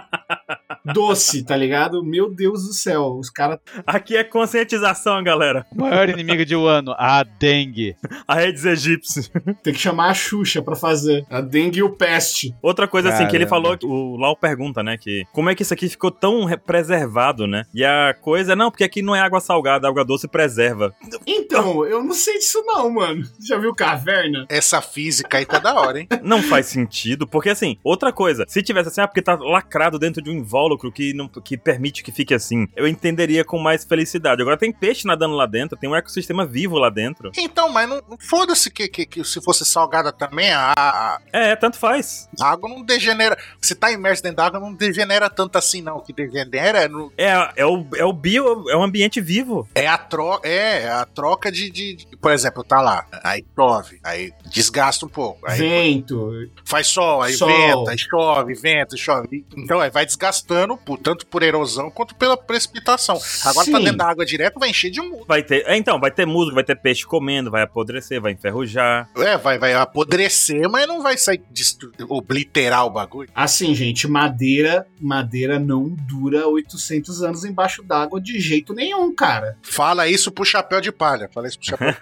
doce, tá ligado? Meu Deus do céu, os caras.
Aqui é conscientização, galera.
Maior inimigo de Wano, a dengue.
A redes egípcias.
Tem que chamar a Xuxa pra fazer. A dengue e o peste.
Outra coisa assim que ele falou,
Caramba.
o Lau pergunta, né, que como é que isso aqui ficou tão re- preservado, né? E a coisa, não, porque aqui não é água salgada, água doce preserva.
Então, eu não sei disso não, mano. Já viu caverna?
Essa física aí tá da hora, hein?
Não faz sentido, porque assim, outra coisa, se tivesse assim, ah, porque tá lacrado dentro de um invólucro que, não, que permite que fique assim, eu entenderia com mais felicidade. Agora tem peixe nadando lá dentro, tem um ecossistema vivo lá dentro.
Então, mas não, não foda-se que, que, que se fosse salgada também, a, a-
É, tanto faz.
a água não degenera. Se tá imerso dentro da água, não degenera tanto assim, não. O que degenera é, no-
É, é, o, é o bio, é um ambiente vivo.
é a troca. É, a troca de, de- de- Por exemplo, tá lá, aí chove, aí desgasta um pouco. Aí
Vento.
faz sol, aí
Sol.
venta, aí chove, venta, chove. Então aí vai desgastando, por- tanto por erosão quanto pela precipitação. Agora tá
Sim.
dentro da água direto, vai encher de mudo.
Vai ter, é, então, vai ter musgo, vai ter peixe comendo, vai apodrecer, vai enferrujar.
É, vai, vai apodrecer, mas não vai sair destru- obliterar o bagulho.
Assim, gente, madeira, madeira não dura 800 anos embaixo d'água de jeito nenhum, cara.
Fala isso pro chapéu de palha. Fala isso pro chapéu.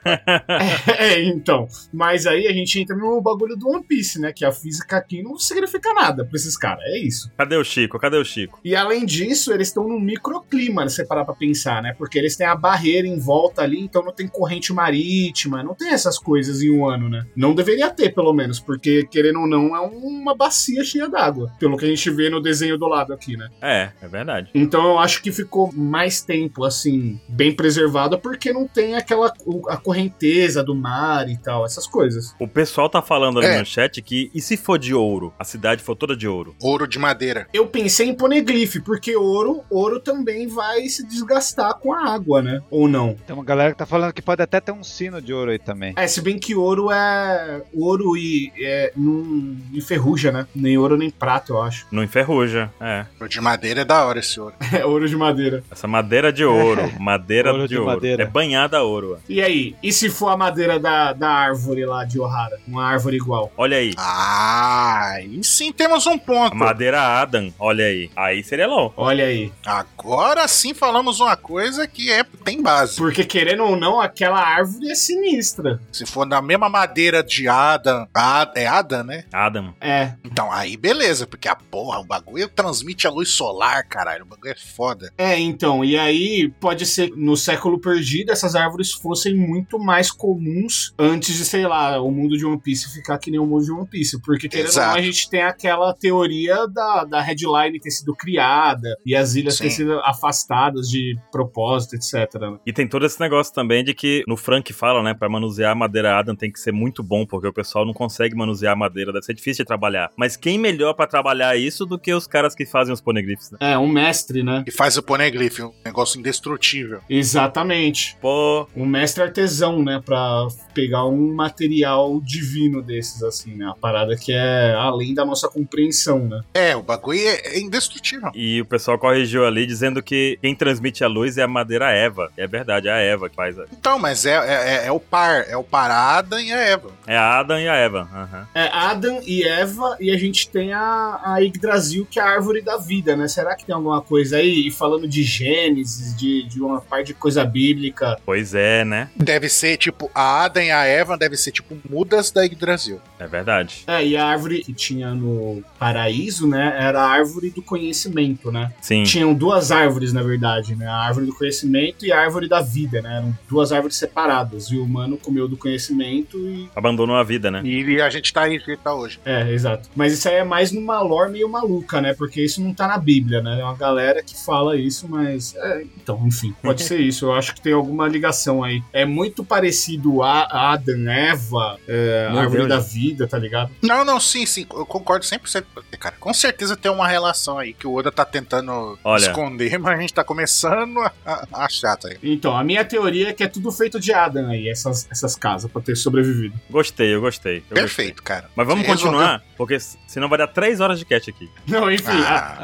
É, então. Mas aí a gente entra no bagulho do One Piece, né? Que a física aqui não significa nada pra esses caras, é isso.
Cadê o Chico? Cadê o Chico?
E além disso, eles estão num microclima, se você parar pra pensar, né? Porque eles têm a barreira em volta ali, então não tem corrente marítima, não tem essas coisas em um ano, né? Não deveria ter, pelo menos, porque, querendo ou não, é uma bacia cheia d'água. Pelo que a gente vê no desenho do lado aqui, né?
É, é verdade.
Então eu acho que ficou mais tempo, assim, bem preservada, porque não tem aquela o- a correnteza do mar e tal, essas coisas.
O pessoal tá falando ali
É.
no chat que, e se for de ouro? A cidade for toda de ouro.
Ouro de madeira.
Eu pensei em poneglyph, porque ouro, ouro também vai se desgastar com a água, né? Ou não?
Tem uma galera que tá falando que pode até ter um sino de ouro aí também.
É, se bem que ouro é. Ouro e. É, não enferruja, né? Nem ouro nem prata, eu acho.
Não enferruja, é.
Ouro de madeira é da hora esse ouro.
É ouro de madeira.
Essa madeira de ouro, madeira
Ouro
de,
de
ouro.
madeira.
É banhada a ouro.
E aí? E se for a madeira da, da árvore lá de Ohara? Uma árvore igual?
Olha aí.
Ah, aí sim temos um
A
ponto.
madeira Adam, olha aí. Aí seria LOL.
Olha aí.
Agora sim falamos uma coisa que é tem base.
Porque querendo ou não, aquela árvore é sinistra.
Se for na mesma madeira de Adam, A- é Adam, né?
Adam.
É,
Então aí beleza, porque a porra, o bagulho transmite a luz solar, caralho. O bagulho é foda.
É, então, e aí pode ser que no século perdido essas árvores fossem muito mais comuns antes de, sei lá, o mundo de One Piece ficar que nem o mundo de One Piece. Porque querendo ou não,
Exato.
a gente tem aquela teoria da, da headline ter sido criada e as ilhas
Sim.
ter sido afastadas de propósito, etc. né?
E tem todo esse negócio também de que no Frank fala, né, Pra manusear a madeira Adam tem que ser muito bom, porque o pessoal não consegue manusear a madeira, deve ser difícil de trabalhar. Mas quem melhor pra trabalhar isso do que os caras que fazem os poneglyphs, né?
É, um mestre, né?
E faz o poneglyph, um negócio indestrutível.
Exatamente.
Pô,
Um mestre artesão, né? Pra pegar um material divino desses, assim, né? A parada que é além da nossa compreensão, né?
É, o bagulho é, é indestrutível.
e o pessoal corrigiu ali dizendo que quem transmite a luz é a madeira Eva. E é verdade, é a Eva que faz. A...
Então, mas é, é, é- é o par, é o parada e a Eva.
É a Adam e a Eva. aham.
É Adam e Eva, e a gente tem a, a Yggdrasil, que é a árvore da vida, né? Será que tem alguma coisa aí? E falando de Gênesis, de, de uma parte de coisa bíblica.
Pois é, né?
Deve ser tipo a Adam e a Eva, deve ser tipo mudas da Yggdrasil.
É verdade.
É, e a árvore que tinha no paraíso, né? Era a árvore do conhecimento, né?
Sim.
Tinham duas árvores, na verdade, né? A árvore do conhecimento e a árvore da vida, né? Eram duas árvores separadas. E o humano comeu do conhecimento e.
Abandonou a vida, né?
E a gente tá aí que tá hoje.
É, exato. Mas isso aí é mais numa lore meio maluca, né? Porque isso não tá na Bíblia, né? É uma galera que fala isso, mas. é, então, enfim, pode ser isso. Eu acho que tem alguma ligação aí. É muito parecido a Adam, Eva, é,
Meu
Árvore
Deus.
da Vida, tá ligado?
Não, não, sim, sim, eu concordo 100%. com você, Cara, com certeza tem uma relação aí que o Oda tá tentando
Olha.
esconder, mas a gente tá começando a, a- a achar, tá aí.
Então, a minha teoria é que é tudo feito de Adam aí, essas, essas casas, pra ter sobrevivido.
Gostei, eu gostei. eu gostei.
Perfeito, cara.
Mas vamos
Você resolveu
continuar? Porque s- senão vai dar três horas de cast aqui.
Não, enfim.
Ah,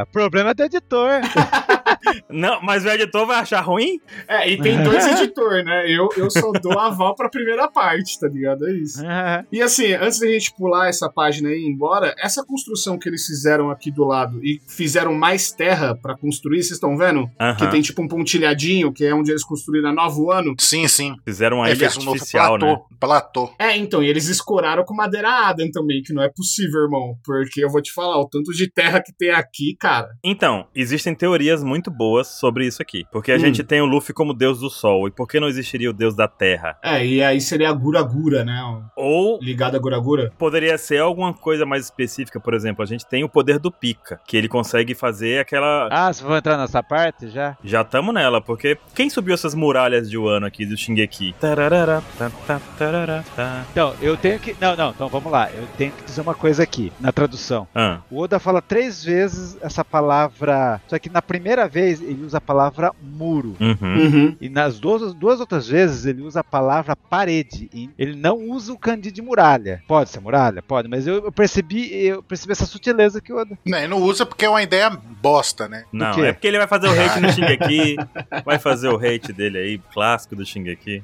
Ah, problema do editor.
Não, mas o editor vai achar ruim?
ah, É, e tem dois editores, né? Eu, eu só dou aval pra primeira parte, tá ligado? É isso. E assim, antes da gente pular essa página aí e ir embora, essa construção que eles fizeram aqui do lado e fizeram mais terra pra construir, vocês estão vendo? Que
Aham.
tem tipo um pontilhadinho, que é onde eles construíram há novo ano.
Sim, sim.
Fizeram uma
Aí
ilha
fez um novo
artificial, né?
platô. Platô.
É, então, e eles escoraram com madeira Adam também, que não é possível, irmão. Porque eu vou te falar, o tanto de terra que tem aqui, cara.
Então, existem teorias muito boas sobre isso aqui. Porque a
Hum.
gente tem o Luffy como deus do sol. E por que não existiria o deus da terra?
É, e aí seria a Guragura, né?
Ou
Ligado a Guragura.
poderia ser alguma coisa mais específica, por exemplo, a gente tem o poder do pica, que ele consegue fazer aquela.
Ah, vocês vão entrar nessa parte já?
Já tamo nela, porque quem subiu essas muralhas de Wano aqui do Shingeki? Tararara, tá, tá, tarará, tá.
Então, eu tenho que. Não, não, então vamos lá. Eu tenho que dizer uma coisa aqui, na tradução.
Ah,
O Oda fala três vezes essa palavra. Só que na primeira vez ele usa a palavra muro.
Hum,
uhum.
Uhum.
E nas duas, duas outras vezes ele usa a palavra parede. E ele não usa o kanji de muralha. Pode ser muralha? Pode, mas eu, eu percebi eu percebi essa sutileza que o Oda.
Não, ele não usa porque é uma ideia bosta, né?
Não,
quê?
é porque ele vai fazer o hate no Shingeki, vai fazer o hate dele aí, clássico do Shingeki.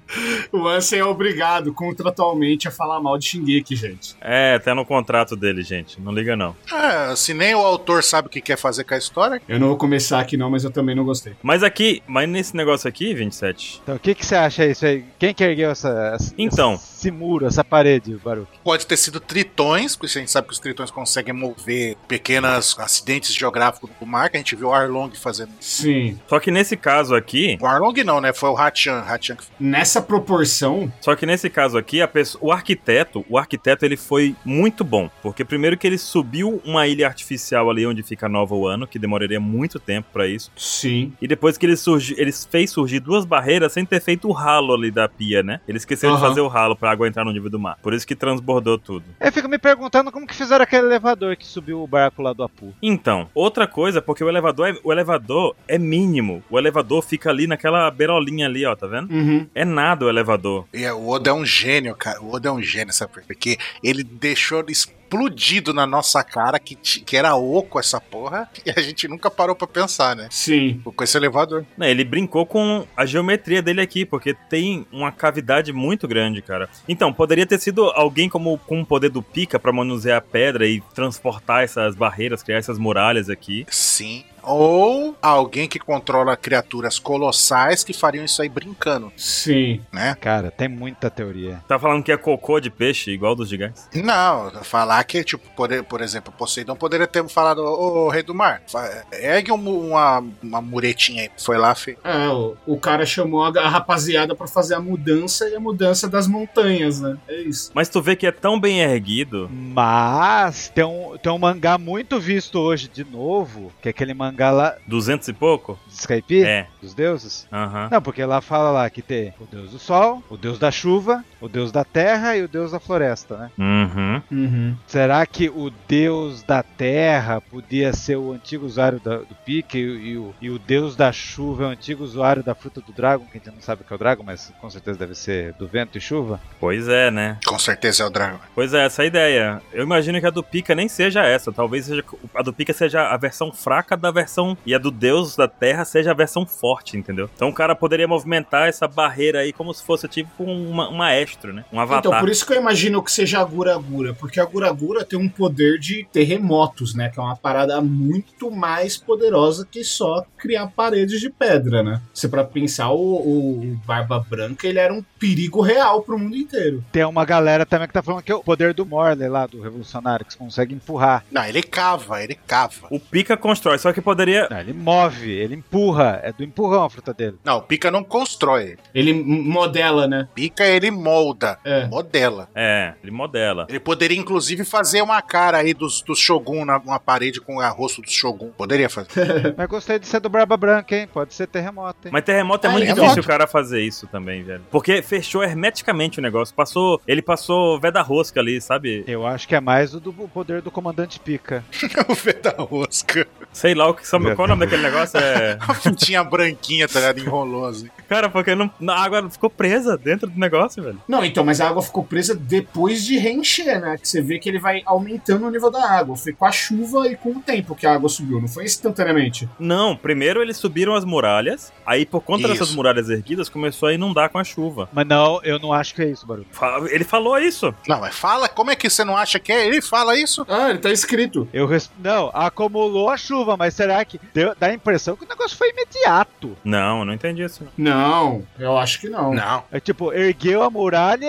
O Ansem é obrigado contratualmente a falar mal de Shingeki, gente.
É, tá no contrato dele, gente, não liga não.
É, se nem o autor sabe o que quer fazer com a história,
Eu não vou começar aqui não, mas eu também não gostei.
Mas aqui, mas nesse negócio aqui, 27,
Então, o que, que você acha isso aí? Quem que ergueu essa, essa-
Então.
esse muro, essa parede, Baruque?
pode ter sido tritões, porque a gente sabe que os tritões conseguem mover pequenos acidentes geográficos do mar, que a gente viu o Arlong fazendo.
Sim.
só que nesse caso aqui,
O Arlong não, né? Foi o Hachan. Hachan que fez.
Nessa proporção,
Só que nesse caso aqui, a pessoa- o arquiteto, o arquiteto ele foi muito bom, porque primeiro que ele subiu uma ilha artificial ali onde fica Nova Wano, que demoraria muito tempo pra isso,
sim.
e depois que ele surgi, ele fez surgir duas barreiras sem ter feito o ralo ali da pia, né? Ele esqueceu de
Aham.
fazer o ralo pra água entrar no nível do mar, por isso que transbordou tudo.
Eu fico me perguntando como que fizeram aquele elevador que subiu o barco lá do Apu.
Então, outra coisa, porque o elevador, é, o elevador é mínimo, o elevador fica ali naquela berolinha ali, ó, tá vendo?
Uhum.
É nada o elevador.
E é, o Oda é um gênio, cara. O Oda é um gênio, sabe? por quê? Porque ele deixou explodido na nossa cara que, ti- que era oco essa porra e a gente nunca parou pra pensar, né?
Sim.
Com esse elevador.
Né, ele brincou com a geometria dele aqui, porque tem uma cavidade muito grande, cara. Então, poderia ter sido alguém como com o poder do pica pra manusear a pedra e transportar essas barreiras, criar essas muralhas aqui.
Sim. Ou alguém que controla criaturas colossais que fariam isso aí brincando,
Sim.
né?
Cara, tem muita teoria.
Tá falando que é cocô de peixe, igual dos gigantes?
Não, falar que, tipo, por, por exemplo, Poseidon poderia ter falado, ô, ô, rei do mar, fa- ergue um mu- uma, uma muretinha aí. Foi lá, fez.
É, o, o cara chamou a, a rapaziada pra fazer a mudança e a mudança das montanhas, né? É isso.
Mas tu vê que é tão bem erguido.
Mas tem um, tem um mangá muito visto hoje de novo, que é aquele mangá lá
200 e pouco?
de Skype,
É,
dos deuses.
aham.
Não, porque lá fala lá que tem o deus do sol, o deus da chuva, o deus da terra e o deus da floresta, né?
Uhum.
Uhum.
Será que o deus da terra podia ser o antigo usuário da- do pique e, o, e o deus da chuva é o antigo usuário da fruta do dragão, que a gente não sabe o que é o dragão, mas com certeza deve ser do vento e chuva?
Pois é, né?
Com certeza é o dragão.
Pois é, essa é a ideia. Eu imagino que a do Pica nem seja essa. Talvez seja, a do Pica seja a versão fraca da versão. E a do Deus da Terra seja a versão forte, entendeu? Então o cara poderia movimentar essa barreira aí como se fosse tipo um, ma- um maestro, né? Um avatar.
Então, por isso que eu imagino que seja a Guragura, porque a Guragura tem um poder de terremotos, né? Que é uma parada muito mais poderosa que só criar paredes de pedra, né? Se pra pensar, o, o- o Barba Branca, ele era um perigo real pro mundo inteiro.
Tem uma galera também que tá falando que é o poder do Morley lá, do revolucionário, que consegue empurrar.
Não, ele cava, ele cava.
O Pica constrói, só que poderia.
Não, ele move, ele empurra, é do empurrão a fruta dele.
Não, o Pica não constrói.
Ele m- modela, né?
Pica ele molda,
É.
modela.
É, ele modela.
Ele poderia, inclusive, fazer uma cara aí dos, dos Shogun na uma parede com o rosto dos Shogun. Poderia fazer.
Mas gostei de ser do Barba Branca, hein? Pode ser terremoto, hein?
Mas terremoto é
Ah,
muito
terremoto.
difícil o cara fazer isso também, velho. Porque fechou hermeticamente o negócio. Passou. Ele passou veda rosca ali, sabe?
Eu acho que é mais o do o poder do comandante Pica.
o Veda Rosca.
Sei lá o que sabe- qual é o nome daquele negócio? É.
A fitinha branquinha, tá ligado? Enrolou assim.
Cara, porque não, a água ficou presa dentro do negócio, velho.
Não, então, mas a água ficou presa depois de reencher, né? Que você vê que ele vai aumentando o nível da água. Foi com a chuva e com o tempo que a água subiu, não foi instantaneamente.
Não, primeiro eles subiram as muralhas, aí por conta
Isso.
dessas muralhas erguidas começou a inundar com a chuva.
Mas não, eu não acho que é isso, Baruto.
Fa- Ele falou isso.
Não, mas fala, como é que você não acha que é? Ele fala isso?
Ah, ele tá escrito.
Eu res- Não, acumulou a chuva, mas será que deu- dá a impressão que o negócio foi imediato?
Não, eu não entendi isso. não.
Não, eu acho que não.
Não.
É tipo, ergueu a muralha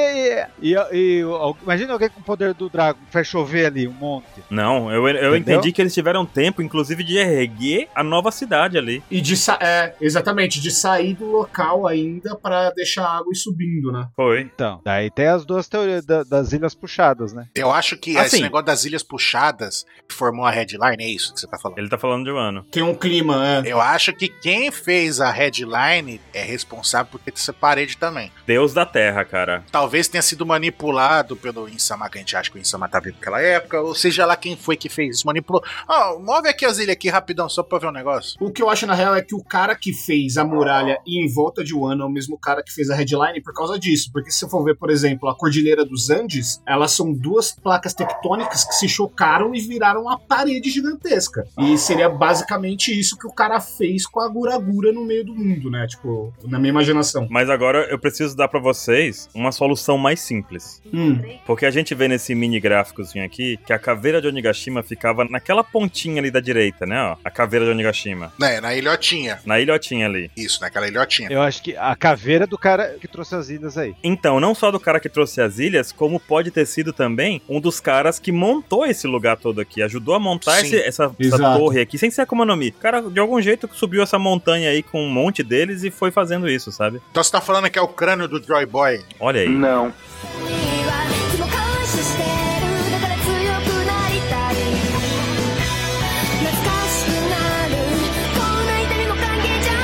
e. e, e- al- imagina alguém com o poder do dragão, faz chover ali um monte.
Não, eu,
Entendeu?
eu entendi que eles tiveram tempo, inclusive, de erguer a nova cidade ali.
E de sa é, exatamente, de sair do local ainda pra deixar a água ir subindo, né?
Foi.
Então, daí tem as duas teorias da- das ilhas puxadas, né?
Eu acho que
Assim.
esse negócio das ilhas puxadas que formou a headline, é isso que você tá falando.
Ele tá falando de um ano.
Tem um clima, é.
Eu acho que quem fez a headline é responsável por ter essa parede também.
Deus da Terra, cara.
Talvez tenha sido manipulado pelo Insama, que a gente acha que o Insama tá vivo naquela época, ou seja lá quem foi que fez isso, manipulou. Ah, move aqui as ilhas aqui rapidão, só pra ver um negócio.
O que eu acho, na real, é que o cara que fez a muralha e em volta de Wano é o mesmo cara que fez a headline por causa disso. Porque se você for ver, por exemplo, a Cordilheira dos Andes, elas são duas placas tectônicas que se chocaram e viraram uma parede gigantesca. E seria basicamente isso que o cara fez com a Guragura no meio do mundo, né? Tipo, na minha imaginação.
Mas agora eu preciso dar pra vocês uma solução mais simples.
Hum.
Porque a gente vê nesse mini gráficozinho aqui que a caveira de Onigashima ficava naquela pontinha ali da direita, né? Ó, a caveira de Onigashima.
Né, na ilhotinha.
Na ilhotinha ali.
Isso, naquela ilhotinha.
Eu acho que a caveira do cara que trouxe as ilhas aí.
Então, não só do cara que trouxe as ilhas, como pode ter sido também um dos caras que montou esse lugar todo aqui. Ajudou a montar
Sim,
esse- essa, essa
exato.
torre aqui, sem ser a Akuma no Mi. O cara, de algum jeito, subiu essa montanha aí com um monte deles e foi fazendo isso, sabe?
Então você tá falando que é o crânio do Joy Boy.
Olha aí.
君はいつも感謝してるだから強くなりたい懐かしくなるこんな痛みも歓迎じゃん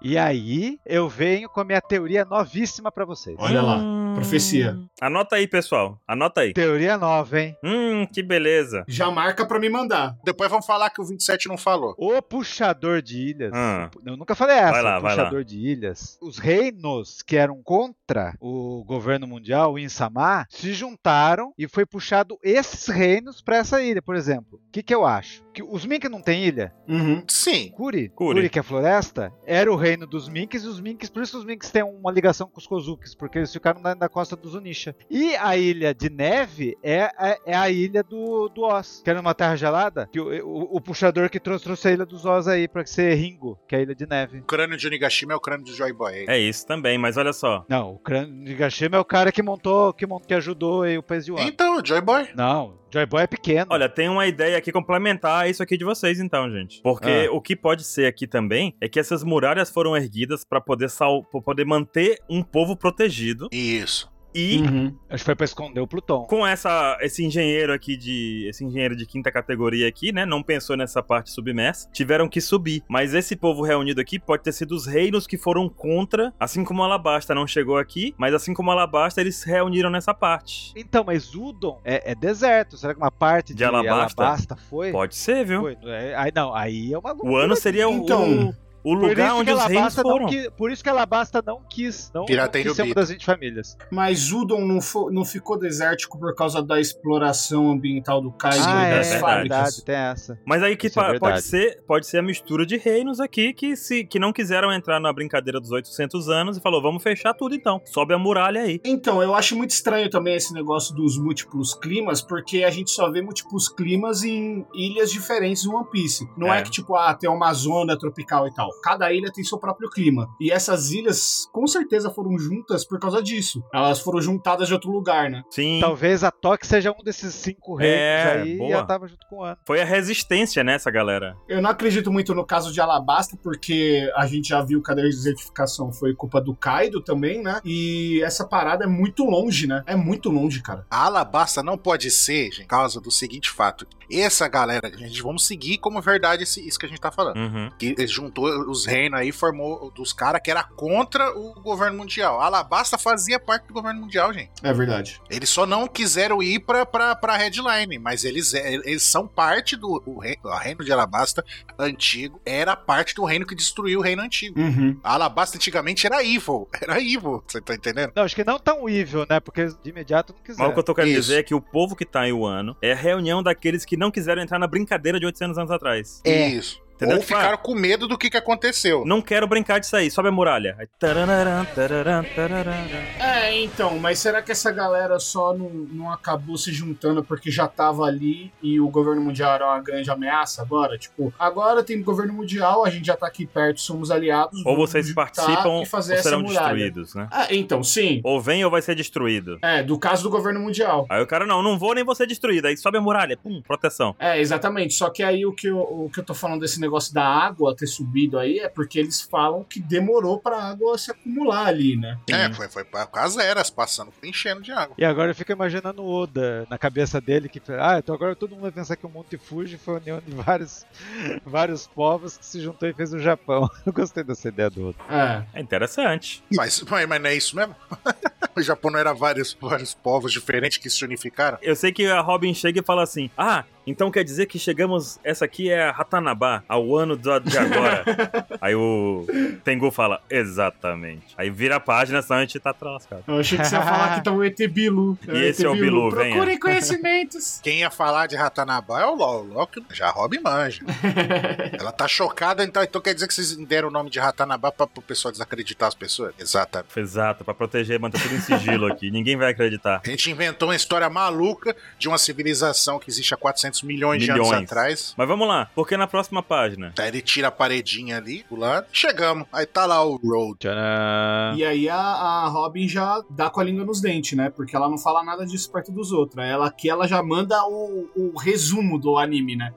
E aí eu venho com a minha teoria novíssima pra vocês.
Olha lá, profecia.
Anota aí, pessoal. Anota aí.
Teoria nova, hein?
Hum, que beleza.
Já marca pra me mandar.
Depois vão falar que o 27 não falou.
O puxador de ilhas.
Ah.
Eu nunca falei essa.
Vai lá,
o
vai
puxador de ilhas. Os reinos que eram contra o governo mundial, o Insama, se juntaram e foi puxado esses reinos pra essa ilha, por exemplo. O que, que eu acho? Que os Mink não tem ilha?
Uhum.
Sim.
Kuri,
Kuri.
Kuri, que é floresta, era o reino dos Minks, e os Minks, por isso os Minks têm uma ligação com os Kozukis, porque eles ficaram na, na costa dos Unisha. E a ilha de neve é, é, é a ilha do, do Oz, que era uma terra gelada, que o, o- o puxador que trouxe, trouxe a ilha dos Oz aí pra ser Ringo, que é a ilha de neve.
O crânio de Onigashima é o crânio do Joy Boy.
É isso também, mas olha só.
Não, o Kran- Nigashima é o cara que montou, que, mon- que ajudou aí o país de Wano.
Então, Joy Boy.
Não, Joy Boy é pequeno.
Olha, tem uma ideia aqui complementar a isso aqui de vocês, então, gente. Porque o que pode ser aqui também é que essas muralhas foram erguidas pra poder sal... pra poder manter um povo protegido
Isso.
e
Uhum.
Acho que foi pra esconder o Pluton.
com essa esse engenheiro aqui de esse engenheiro de quinta categoria aqui, né, não pensou nessa parte submersa, tiveram que subir. Mas esse povo reunido aqui pode ter sido os reinos que foram contra, assim como Alabasta não chegou aqui, mas assim como Alabasta eles se reuniram nessa parte.
Então, mas Udon é, é deserto. Será que uma parte
De
de,
Alabasta?
Alabasta foi?
Pode ser, viu?
Foi, não é- aí, não, aí é uma
O ano seria o-
Então,
o, o lugar onde os reinos
Alabasta
foram.
não qui- por isso que Alabasta não quis. Não, não
Pirateiro
quis ser uma
Bita.
das 20 famílias.
Mas Udon não, fo- não ficou desértico por causa da exploração ambiental do Kaido
ah,
e
é,
das
verdade.
fábricas.
verdade, tem essa.
Mas aí que
Isso é
pa- pode,
verdade.
ser, pode ser a mistura de reinos aqui que, se, que não quiseram entrar na brincadeira dos 800 anos e falou, vamos fechar tudo então. Sobe a muralha aí.
Então, eu acho muito estranho também esse negócio dos múltiplos climas, porque a gente só vê múltiplos climas em ilhas diferentes no One Piece. Não é,
É.
que, tipo, ah, tem uma zona tropical e tal. Cada ilha tem seu próprio clima. E essas ilhas, com certeza, foram juntas por causa disso. Elas foram juntadas de outro lugar, né?
Sim.
Talvez a Toque seja um desses cinco
É,
reinos aí
boa.
e ela tava junto com o ano.
Foi a resistência, né, essa galera?
Eu não acredito muito no caso de Alabasta, porque a gente já viu que a desertificação foi culpa do Kaido também, né? E essa parada é muito longe, né? É muito longe, cara.
A Alabasta não pode ser, gente, por causa do seguinte fato. Essa galera, gente, vamos seguir como verdade esse- isso que a gente tá falando.
Uhum.
Que juntou os reinos aí formou dos caras que era contra o governo mundial. A Alabasta fazia parte do governo mundial, gente.
É verdade.
Eles só não quiseram ir pra, pra, pra headline, mas eles, é- eles são parte do o reino, o reino de Alabasta antigo, era parte do reino que destruiu o reino antigo.
Uhum.
A Alabasta antigamente era evil, era evil, você tá entendendo?
Não, acho que não tão evil, né? Porque de imediato não
Mas o
quiseram.
que eu tô querendo
Isso.
dizer é que o povo que tá em Wano é a reunião daqueles que não quiseram entrar na brincadeira de 800 anos atrás.
É. Isso.
Entendeu?
Ou ficaram com medo do que, que aconteceu.
Não quero brincar disso aí, sobe a muralha. Aí, tararã, tararã, tararã.
É, então, mas será que essa galera só não, não acabou se juntando porque já tava ali e o governo mundial era uma grande ameaça agora? Tipo, agora tem governo mundial, a gente já tá aqui perto, somos aliados.
Ou
vamos
vocês
juntar
participam
e
ou
fazer essa é
serão
muralha.
destruídos, né?
Ah, então, sim.
Ou vem ou vai ser destruído.
É, do caso do governo mundial.
Aí o cara, não, não vou nem vou ser destruído. Aí sobe a muralha, pum, proteção.
É, exatamente. Só que aí o que, eu, o que eu tô falando desse negócio da água ter subido aí é porque eles falam que demorou pra água se acumular ali, né?
É, foi, foi pra casa eras, passando, enchendo de água.
E agora eu fico imaginando o Oda na cabeça dele que ah, então agora todo mundo vai pensar que o Monte Fuji foi a união de vários, vários povos que se juntou e fez o Japão. Eu gostei dessa ideia do Oda.
É.
É interessante.
Mas, mas, mas não é isso mesmo? o Japão não era vários, vários povos diferentes que se unificaram?
Eu sei que a Robin chega e fala assim: Ah, então quer dizer que chegamos. Essa aqui é a Ratanabá, ao ano do- de agora. Aí o Tengu fala: Exatamente. Aí vira a página, senão a gente tá atrasado.
Eu achei que você ia falar que tá o ET Bilu.
E esse é o Bilu, venha.
Procurem conhecimentos.
Quem ia falar de Ratanabá é o LOL. O LOL que já Robin manja. Ela tá chocada, então, então quer dizer que vocês deram o nome de Ratanabá pra, pro pessoal desacreditar as pessoas? Exatamente.
Exato, pra proteger, manter tudo em sigilo aqui. Ninguém vai acreditar.
A gente inventou uma história maluca de uma civilização que existe há 400 milhões, de
Milhões.
anos atrás.
Mas vamos lá, porque na próxima página.
Aí ele tira a paredinha ali, do lado. Chegamos. Aí tá lá o Road.
Tcharam!
E aí a, a Robin já dá com a língua nos dentes, né? Porque ela não fala nada disso perto dos outros. Ela aqui, ela já manda o, o resumo do anime, né?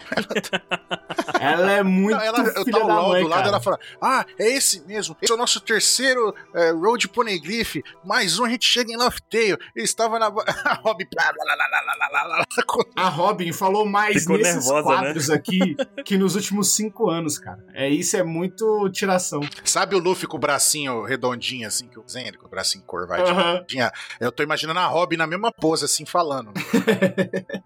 ela é muito
Não, ela,
filha
tá o
da
LOL
mãe,
do lado,
cara.
ela fala: Ah, é esse mesmo. Esse é o nosso terceiro eh, Road Poneglyph. Mais um, a gente chega em Love Tale. Ele estava na. ba- A Robin. blá, blá, blá, blá, blá, blá, blá, blá, blá.
A Robin falou mais
Ficou
nesses
nervosa, né?
quadros aqui que nos últimos cinco anos, cara. É isso, é muito tiração.
Sabe o Luffy com o bracinho redondinho, assim, que o Zen, com o bracinho curvadinho?
Aham.
Eu tô imaginando a Robin na mesma pose, assim, falando.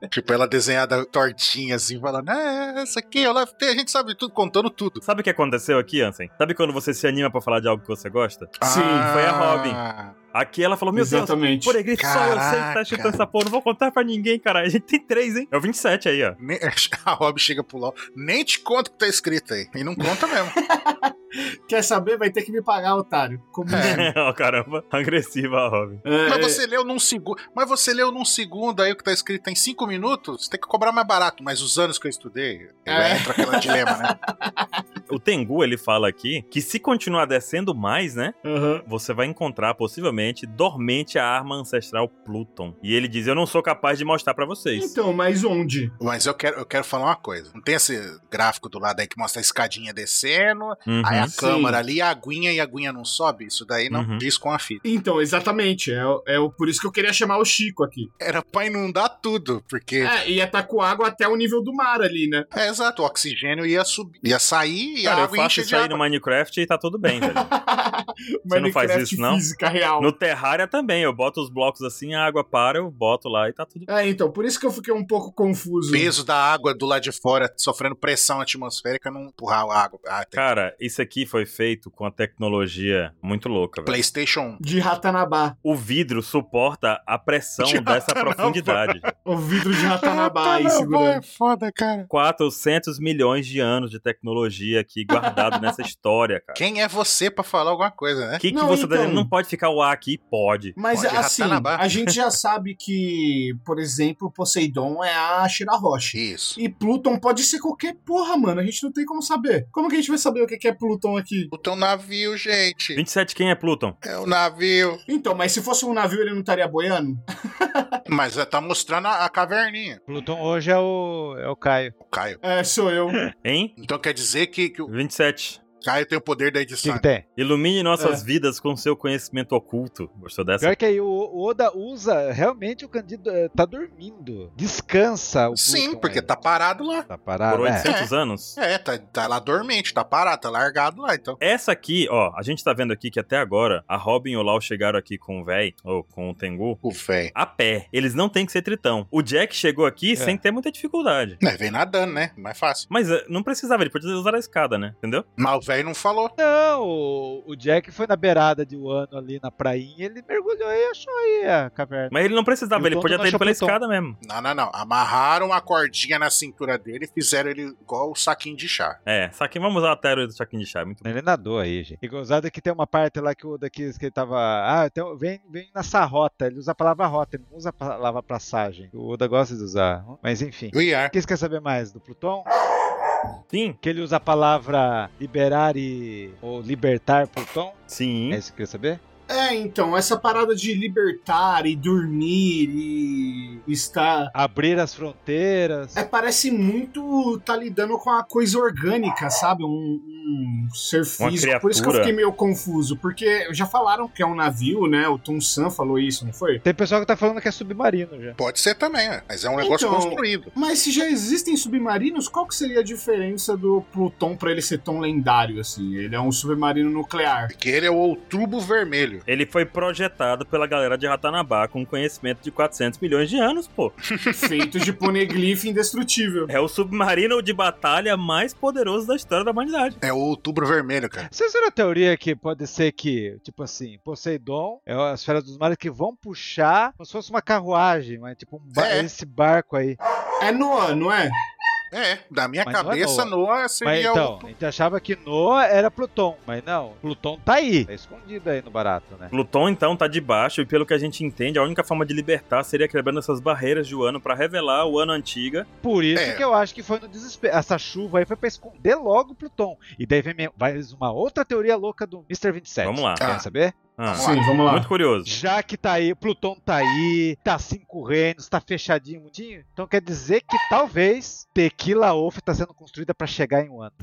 tipo, ela desenhada tortinha, assim, falando: É, essa aqui é o Love Tale. A gente sabe de tudo, contando tudo.
Sabe o que aconteceu aqui, Ansem? Sabe quando você se anima pra falar de algo que você gosta?
Sim,
foi a
Ah.
Aqui ela falou: Meu Deus.
Exatamente.
Por grito, só eu sei que tá
Caraca.
chutando essa porra, não vou contar pra ninguém, cara. A gente tem três, hein? É o 27 aí, ó.
Ne- A Robin chega pro LOL. Nem te conta o que tá escrito aí. E não conta mesmo.
Quer saber? Vai ter que me pagar, otário. Como é.
Ó, caramba, agressiva a Robin.
Mas você leu num segundo. Mas você leu num segundo aí o que tá escrito em cinco minutos, tem que cobrar mais barato. Mas os anos que eu estudei,
É.
entra aquele dilema, né?
O Tengu, ele fala aqui que se continuar descendo mais, né,
É, Aham.
você vai encontrar possivelmente dormente a arma ancestral Pluton. E ele diz: Eu não sou capaz de mostrar pra vocês.
Então, mas onde?
Mas eu quero, eu quero falar uma coisa. Não tem esse gráfico do lado aí que mostra a escadinha descendo,
Uhum.
aí a
Sim.
câmera ali, a aguinha e a aguinha não sobe. Isso daí não
Uhum.
diz com a fita.
Então, exatamente. É, o- é o- por isso que eu queria chamar o Chico aqui.
Era pra inundar tudo, porque. É.
É, ia tá com água até o nível do mar ali, né?
exato, o oxigênio ia subir, ia sair e
Cara,
a
eu
água ia
faço
encher de
isso aí
água.
no Minecraft e tá tudo bem, velho.
Mas
não faz isso, não?
física real.
No Terraria também, eu boto os blocos assim, a água para, eu boto lá e tá tudo
É, então, por isso que eu fiquei um pouco confuso.
O peso da água do lado de fora, sofrendo pressão atmosférica, não empurrar a água. Ah, tem
Cara, isso aqui foi feito com a tecnologia muito louca, velho.
PlayStation 1.
De Ratanabá.
O vidro suporta a pressão dessa profundidade.
O vidro de Ratanabá aí segurando.
foda, cara.
400 milhões de anos de tecnologia aqui guardado nessa história, cara.
Quem é você pra falar alguma coisa, né?
O que, que
Não,
você tá
então.
dizendo? Não pode ficar o A aqui? Pode.
Mas
Pode,
assim,
Ratanabá.
a gente já sabe que, por exemplo, Poseidon é a Shirahoshi.
Isso.
E Pluton pode ser qualquer porra, mano. A gente não tem como saber. Como que a gente vai saber o que que é Pluton aqui?
O teu navio, gente.
27 quem é Pluton?
É o navio.
Então, mas se fosse um navio, ele não estaria boiando?
Mas é, tá mostrando a, a caverninha.
Pluton hoje é o, é o Caio.
O Caio.
É, sou eu.
Hein?
Então quer dizer que, que o-
27.
Caio tem o poder da
O que,
edição.
que tem?
Ilumine
É.
nossas vidas com seu conhecimento oculto. Gostou dessa?
Pior que aí o o Oda usa, realmente o Candido eh, tá dormindo. Descansa o
Sim,
Pluton
porque
aí.
tá parado lá.
Tá
Por
parado, né?
800 anos?
É, tá, tá lá dormente, tá parado, tá largado lá, então.
Essa aqui, ó, a gente tá vendo aqui que até agora a Robin e o Lau chegaram aqui com o véi, ou com o Tengu,
O velho.
a pé. Eles não têm que ser tritão. O Jack chegou aqui
É.
sem ter muita dificuldade.
É, vem nadando, né? Mais fácil.
Mas eh, não precisava, ele podia usar a escada, né? Entendeu?
Mas o velho não falou.
Não, o- o Jack foi na beirada de Wano ali na prainha, ele mergulhou e achou aí a caverna.
Mas ele não
E
precisava,
o
ele
Tom
podia
não
ter ido
achou
pela
Pluton. tá
escada mesmo.
Não, não, não. Amarraram uma cordinha na cintura dele e fizeram ele igual o saquinho de chá.
É, só que vamos usar a teoria do Chaquinho de Chá. Muito bom.
Ele nadou aí, gente. E gozado que tem uma parte lá que o Oda quis que ele tava. Ah, então vem, vem nessa rota. Ele usa a palavra rota, ele não usa a palavra passagem. O Oda gosta de usar. Mas enfim.
O Iar.
Quem quer saber mais do Pluton?
Sim,
Que ele usa a palavra liberar e. ou libertar Pluton?
Hum?
sim.
É isso que eu queria saber?
É, então, essa parada de libertar e dormir e estar.
Abrir as fronteiras.
É, parece muito tá lidando com a coisa orgânica, sabe? Um, um ser
Uma
físico. Por isso que eu
criatura.
fiquei meio confuso. Porque já falaram que é um navio, né? O Tom San falou isso, não foi?
Tem pessoal que tá falando que é submarino já.
Pode ser também, né? mas é um negócio
Então-
construído.
Mas se já existem submarinos, qual que seria a diferença do Pluton pra ele ser tão lendário assim? Ele é um submarino nuclear.
Porque ele é o outrubo vermelho.
Ele foi projetado pela galera de Ratanabá com conhecimento de 400 milhões de anos, pô.
feito de poneglyph indestrutível.
É o submarino de batalha mais poderoso da história da humanidade.
É o outubro vermelho, cara.
Vocês viram a teoria que pode ser que, tipo assim, Poseidon é as feras dos mares que vão puxar como se fosse uma carruagem, mas tipo um ba-
É.
esse barco aí.
É Noah, não é?
É, da minha
Mas não é
cabeça, Noah
Mas
seria
então,
é o.
a gente achava que Noah era Pluton, mas não, Pluton tá aí, tá escondido aí no barato, né?
Pluton, então, tá debaixo, e pelo que a gente entende, a única forma de libertar seria quebrando essas barreiras de Wano pra revelar o ano antiga.
Por isso
É.
que eu acho que foi no desespero. Essa chuva aí foi pra esconder logo Pluton. E daí vem minha- mais uma outra teoria louca do Mr. 27.
Vamos lá.
Quer
Ah.
saber?
Ah,
Sim, vamos lá.
muito curioso.
Já que tá aí, Plutão tá aí, tá cinco reinos, tá fechadinho, mundinho. Então quer dizer que talvez Tequila Wolf tá sendo construída pra chegar em um ano.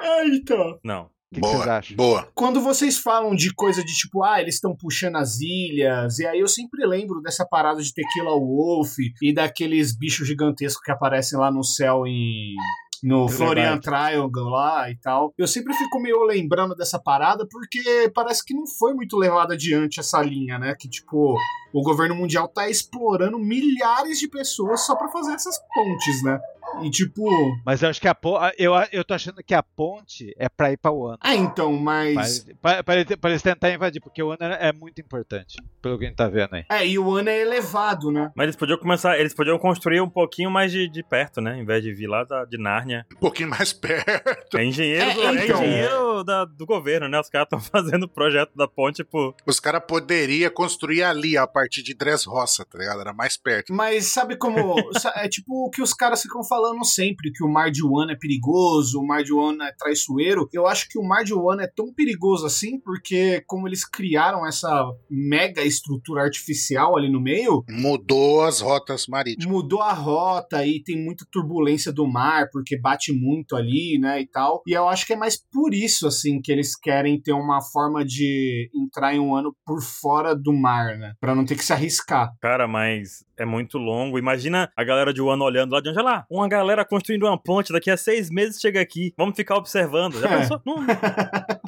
É, então.
Não.
O que, que vocês
Boa,
acham?
boa.
Quando vocês falam de coisa de tipo, ah, eles estão puxando as ilhas, e aí eu sempre lembro dessa parada de Tequila Wolf e daqueles bichos gigantescos que aparecem lá no céu em. No Florian Triangle lá e tal. Eu sempre fico meio lembrando dessa parada porque parece que não foi muito levada adiante essa linha, né? Que tipo, o governo mundial tá explorando milhares de pessoas só pra fazer essas pontes, né? E tipo,
Mas eu acho que a ponte. Eu, eu tô achando que a ponte é pra ir pra Wano.
ah, então,
É
mas.
Pra- Pra, pra ele- pra eles tentarem invadir, porque o Wano é é muito importante, pelo que a gente tá vendo aí.
É, e o ano é elevado, né?
Mas eles podiam começar, eles podiam construir um pouquinho mais de, de perto, né? Em vez de vir lá da, de Nárnia.
Um pouquinho mais perto.
É engenheiro,
É,
do- é
então.
engenheiro da- do governo, né? Os caras estão fazendo o projeto da ponte por.
Os caras poderiam construir ali a partir de Dres Roça, tá ligado? Era mais perto.
Mas sabe como. sa- é tipo o que os caras ficam falando sempre: que o Mar de Wano é perigoso, o Mar de Wano é traiçoeiro. Eu acho que o Mar de Wano é tão perigoso assim, porque como eles criaram essa mega estrutura artificial ali no meio.
Mudou as rotas marítimas.
Mudou a rota e tem muita turbulência do mar, porque bate muito ali, né, e tal. E eu acho que é mais por isso, assim, que eles querem ter uma forma de entrar em um ano por fora do mar, né? Pra não ter que se arriscar.
Cara, mas é muito longo. Imagina a galera de Wano olhando lá de onde olha lá. Uma galera construindo uma ponte, daqui a seis meses chega aqui. Vamos ficar observando. Já
É.
pensou? Não,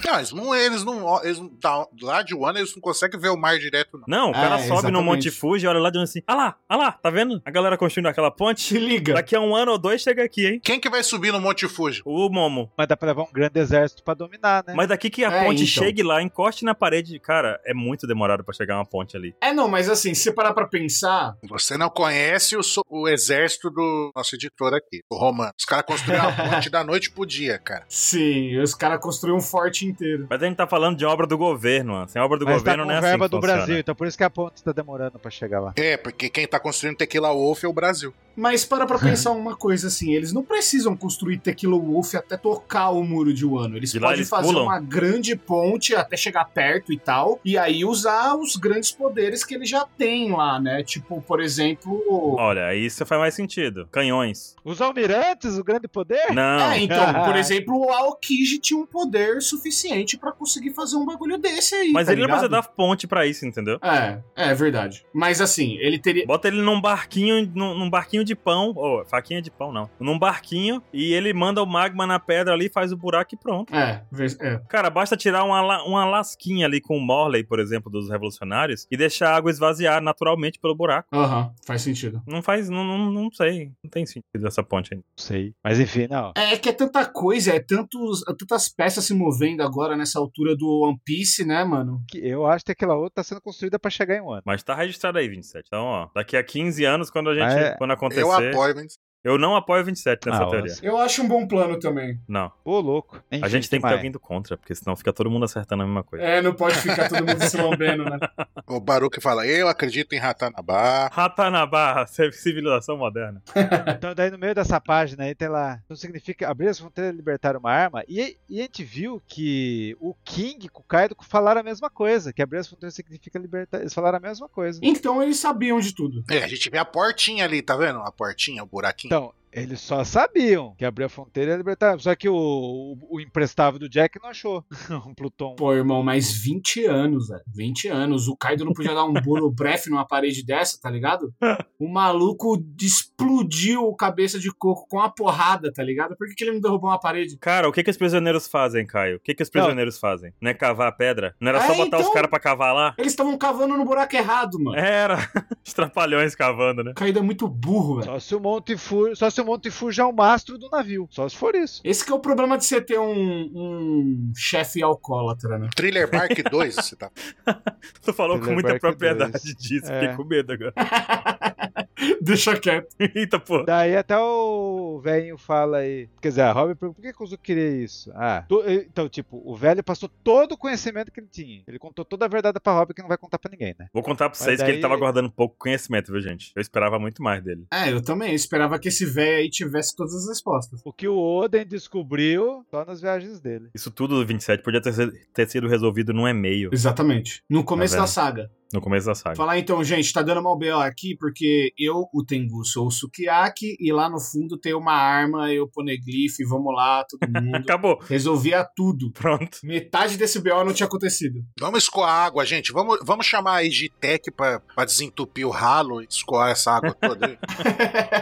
Não, eles não, eles não, eles não tá- lá de Wano eles não conseguem ver o mar direto, não.
Não, o cara
É,
sobe no
exatamente.
Monte Fuji, olha lá de onde assim. Ah lá, ah lá, tá vendo? A galera construindo aquela
Se
ponte.
liga.
Daqui a um ano ou dois chega aqui, hein?
Quem que vai subir no Monte Fuji?
O Momo.
Mas dá pra levar um grande exército pra dominar, né?
Mas daqui que a
É,
ponte
então.
chegue lá, encoste na parede. Cara, é muito demorado pra chegar uma ponte ali.
É, não, mas assim, se você parar pra pensar,
Você não conhece o, so- o exército do nosso editor aqui, o Romano. Os caras construíram a ponte da noite pro dia, cara.
sim, os caras construíram um forte inteiro.
Mas a gente tá falando de obra do governo, mano. Sem obra do
Mas tá
governo
com
não é assim.
verba
que
do
funciona.
Brasil, então por isso que a ponte tá demorando pra chegar lá.
É, porque quem tá construindo Tequila Wolf é o Brasil.
Mas para pra pensar uma coisa assim, eles não precisam construir Tequila Wolf até tocar o muro de Wano. Eles
De lá
podem
eles
fazer
pulam.
uma grande ponte até chegar perto e tal, e aí usar os grandes poderes que eles já têm lá, né? Tipo, por exemplo...
Olha, aí isso faz mais sentido. Canhões.
Os almirantes, o grande poder?
Não.
É, então, por exemplo, o Aokiji tinha um poder suficiente pra conseguir fazer um bagulho desse aí,
Mas
tá
ele não precisa
ligado?
dar ponte pra isso, entendeu?
É, é verdade. Mas assim, ele teria...
Bota ele num barquinho, num, num barquinho de pão, ou faquinha de pão não, num barquinho e ele manda o magma na pedra ali, faz o buraco e pronto.
É, ver- é,
Cara, basta tirar uma, la- uma lasquinha ali com o Morley, por exemplo, dos revolucionários e deixar a água esvaziar naturalmente pelo buraco.
aham, faz sentido.
Não faz, não, não, não sei, não tem sentido essa ponte ainda.
Não sei. Mas enfim, não.
É que é tanta coisa, é tantos, tantas peças se movendo agora nessa altura do One Piece, né, mano?
Que Eu acho que aquela outra tá sendo construída pra chegar em um ano.
Mas tá registrado aí 27. Então, ó, daqui a 15 anos quando a gente,
Mas é-
quando acontecer,
Eu apoio, hein?
eu não apoio 27 nessa
Ah,
teoria.
nossa.
Eu acho um bom plano também.
Não.
Pô, louco. Enfim,
A gente tem que ter
mais?
alguém do contra, porque senão fica todo mundo acertando a mesma coisa.
É, não pode ficar todo mundo se lambendo, né?
O Baruque fala, eu acredito em Ratanabá.
Ratanabá, civilização moderna.
Então, daí no meio dessa página aí tem lá. Não significa abrir as fronteiras e libertar uma arma. E, e a gente viu que o King com o Kaido falaram a mesma coisa. Que abrir as fronteiras significa libertar. Eles falaram a mesma coisa.
Então eles sabiam de tudo.
É, a gente vê a portinha ali, tá vendo? A portinha, o buraquinho.
Então, eles só sabiam que abrir a fronteira é libertar. Só que o, o, o emprestável do Jack não achou. o Pluton.
Pô, irmão, mais 20 anos, velho. 20 anos. O Kaido não podia dar um bolo breve numa parede dessa, tá ligado? O maluco explodiu o cabeça de coco com a porrada, tá ligado? Por que, que ele não derrubou uma parede?
Cara, o que que os prisioneiros fazem, Caio? O que que os prisioneiros fazem? Não é cavar a pedra? Não era só
É,
botar os
então-
caras pra cavar lá?
Eles estavam cavando no buraco errado, mano.
Era. Os trapalhões cavando, né?
O Kaido é muito burro, velho.
Só se o Monte Fu, só se o Monte Fu já é o mastro do navio. Só se for isso.
Esse que é o problema de você ter um, um chefe alcoólatra, né?
Thriller Park 2, você tá.
Tu falou com
Thriller
muita
Bark
propriedade
2.
disso,
É.
fiquei com medo agora.
Deixa quieto.
Eita, pô.
Daí até o velho fala aí. Quer dizer, a Robin pergunta: por que que o Zuko queria isso? Ah, to- então, tipo, o velho passou todo o conhecimento que ele tinha. Ele contou toda a verdade pra Robin que não vai contar pra ninguém, né?
Vou contar pra
Mas
vocês que ele
daí-
tava guardando pouco conhecimento, viu, gente? Eu esperava muito mais dele.
É, eu também. Eu esperava que esse velho aí tivesse todas as respostas.
O que o Oden descobriu só nas viagens dele.
Isso tudo do 27 podia ter, se- ter sido resolvido num e-mail
Exatamente. No começo
Tá vendo?
da saga.
no começo da saga.
Falar então, gente, tá dando mal BO aqui porque eu, o Tengu, sou o Sukiyaki e lá no fundo tem uma arma, eu, Poneglyph, vamos lá, todo mundo.
Acabou.
Resolvia tudo.
Pronto.
Metade desse BO não tinha acontecido.
Vamos escoar água, gente. Vamos, vamos chamar a Egitec pra, pra desentupir o ralo e escoar essa água toda. aí.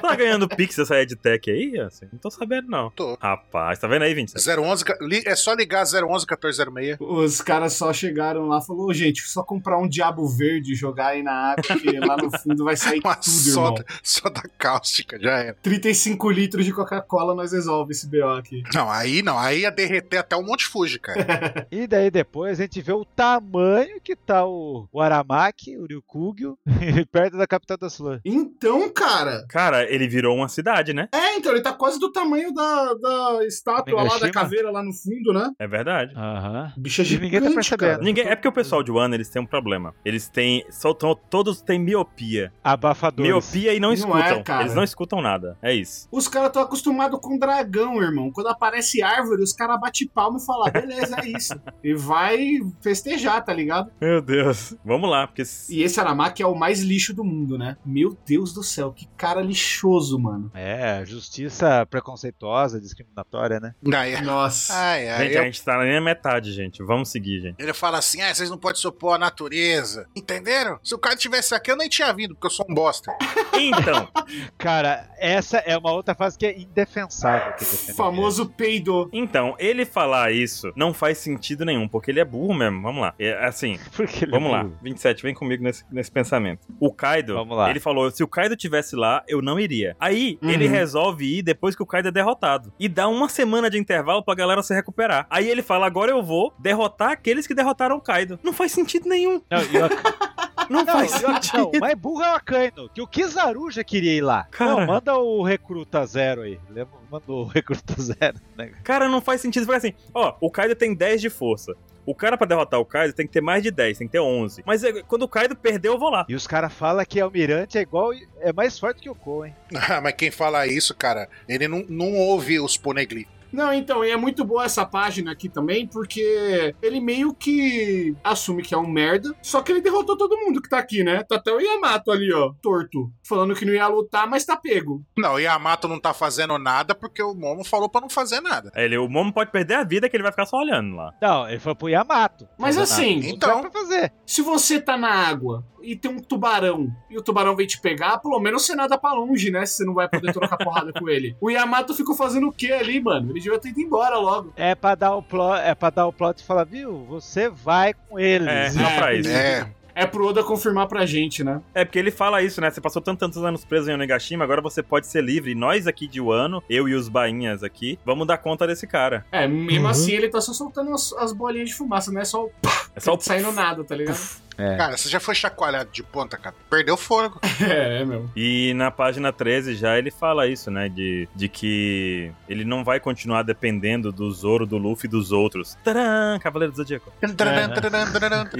Tá ganhando pix essa EdTech aí? Assim, não tô sabendo, não.
Tô.
Rapaz, tá vendo aí, 27?
011, ca- li- é só ligar 011 1406.
Os caras só chegaram lá e falaram: "Ô, gente, só comprar um diabo verde e jogar aí na água, porque lá no fundo vai sair
Uma
tudo, irmão.
soda, soda cáustica, já era.
35 litros de Coca-Cola nós resolve esse BO aqui.
Não, aí não, aí ia derreter até o Monte Fuji, cara.
E daí depois a gente vê o tamanho que tá o, o Aramaki, o Ryukugyu, perto da capital da Sula.
Então, cara.
Cara, ele virou uma cidade, né?
É, então, ele tá quase do tamanho da, da estátua lá, da
Megashima?
caveira lá no fundo, né?
É verdade.
Aham.
Bicha
E
é gigante,
ninguém tá percebendo.
cara.
Ninguém, é porque o pessoal de Wano, eles têm um problema. Eles têm. Só, tão- todos têm miopia.
Abafador.
Miopia e não,
Não
escutam.
é, cara.
eles não escutam nada. É isso.
Os caras estão acostumados com dragão, irmão. Quando aparece árvore, os caras batem palma e falam, beleza, é isso. e vai festejar, tá ligado?
Meu Deus. Vamos lá, porque.
E esse Aramaki é o mais lixo do mundo, né? Meu Deus do céu, que cara lixoso, mano.
É, justiça preconceituosa, discriminatória, né?
Daí,
Nossa.
ai, ai,
Gente,
eu-
a gente tá na minha metade, gente. Vamos seguir, gente.
Ele fala assim: ah, vocês não podem supor a natureza. Entenderam? Se o cara tivesse aqui, eu nem tinha vindo, porque eu sou um bosta.
Então,
Cara, essa é uma outra fase que é indefensável. Que é defende.
Famoso peido.
então, ele falar isso não faz sentido nenhum, porque ele é burro mesmo. Vamos lá. É, assim,
Porque ele é
vamos lá.
burro.
27, vem comigo nesse, nesse pensamento. O Kaido,
Vamos lá.
ele falou: se o Kaido tivesse lá, eu não iria. Aí,
Uhum.
ele resolve ir depois que o Kaido é derrotado. E dá uma semana de intervalo pra galera se recuperar. Aí ele fala: agora eu vou derrotar aqueles que derrotaram o Kaido. Não faz sentido nenhum.
Não, e eu ac-
Não
Não,
faz
pior que não,
sentido.
mas burro é o Akainu, que o Kizaru já queria ir lá.
Cara.
Não, manda o Recruta Zero aí. Lembra? Manda o Recruta Zero. né?
Cara, não faz sentido. Foi assim, ó, o Kaido tem 10 de força. O cara pra derrotar o Kaido tem que ter mais de 10, tem que ter 11. Mas é, quando o Kaido perdeu, eu vou lá.
E os caras falam que Almirante é igual. É mais forte que o Ko, hein?
Ah, mas quem fala isso, cara, ele não, não ouve os poneglyphs.
Não, então, e é muito boa essa página aqui também, porque ele meio que assume que é um merda, só que ele derrotou todo mundo que tá aqui, né? Tá até o Yamato ali, ó, torto, falando que não ia lutar, mas tá pego.
Não, Yamato não tá fazendo nada porque o Momo falou pra não fazer nada.
Aí ele, o Momo pode perder a vida que ele vai ficar só olhando lá.
Não, ele foi pro Yamato.
Mas
Não,
assim,
não, não
então-
dá pra fazer.
Se você tá na água e tem um tubarão e o tubarão vem te pegar, pelo menos você nada pra longe, né? Se Você não vai poder trocar porrada com ele. O Yamato ficou fazendo o quê ali, mano? Ele devia ter ido embora logo.
É pra dar o plot, é pra dar o plot e falar, viu? Você vai com eles.
É, só
É.
pra isso.
É,
É pro Oda confirmar pra gente, né?
É porque ele fala isso, né? Você passou tantos, tantos anos preso em Onegashima, agora você pode ser livre. E Nós aqui de Wano, eu e os bainhas aqui, vamos dar conta desse cara.
É, mesmo
Uhum.
assim ele tá só soltando as, as bolinhas de fumaça, não é só o
É só o
saindo nada, tá ligado?
cara, você já foi chacoalhado de ponta, cara. Perdeu fôlego.
É, é mesmo.
E na página 13 já ele fala isso, né? De, de que ele não vai continuar dependendo do Zoro, do Luffy e dos outros. Tcharam! Cavaleiro do Zodíaco.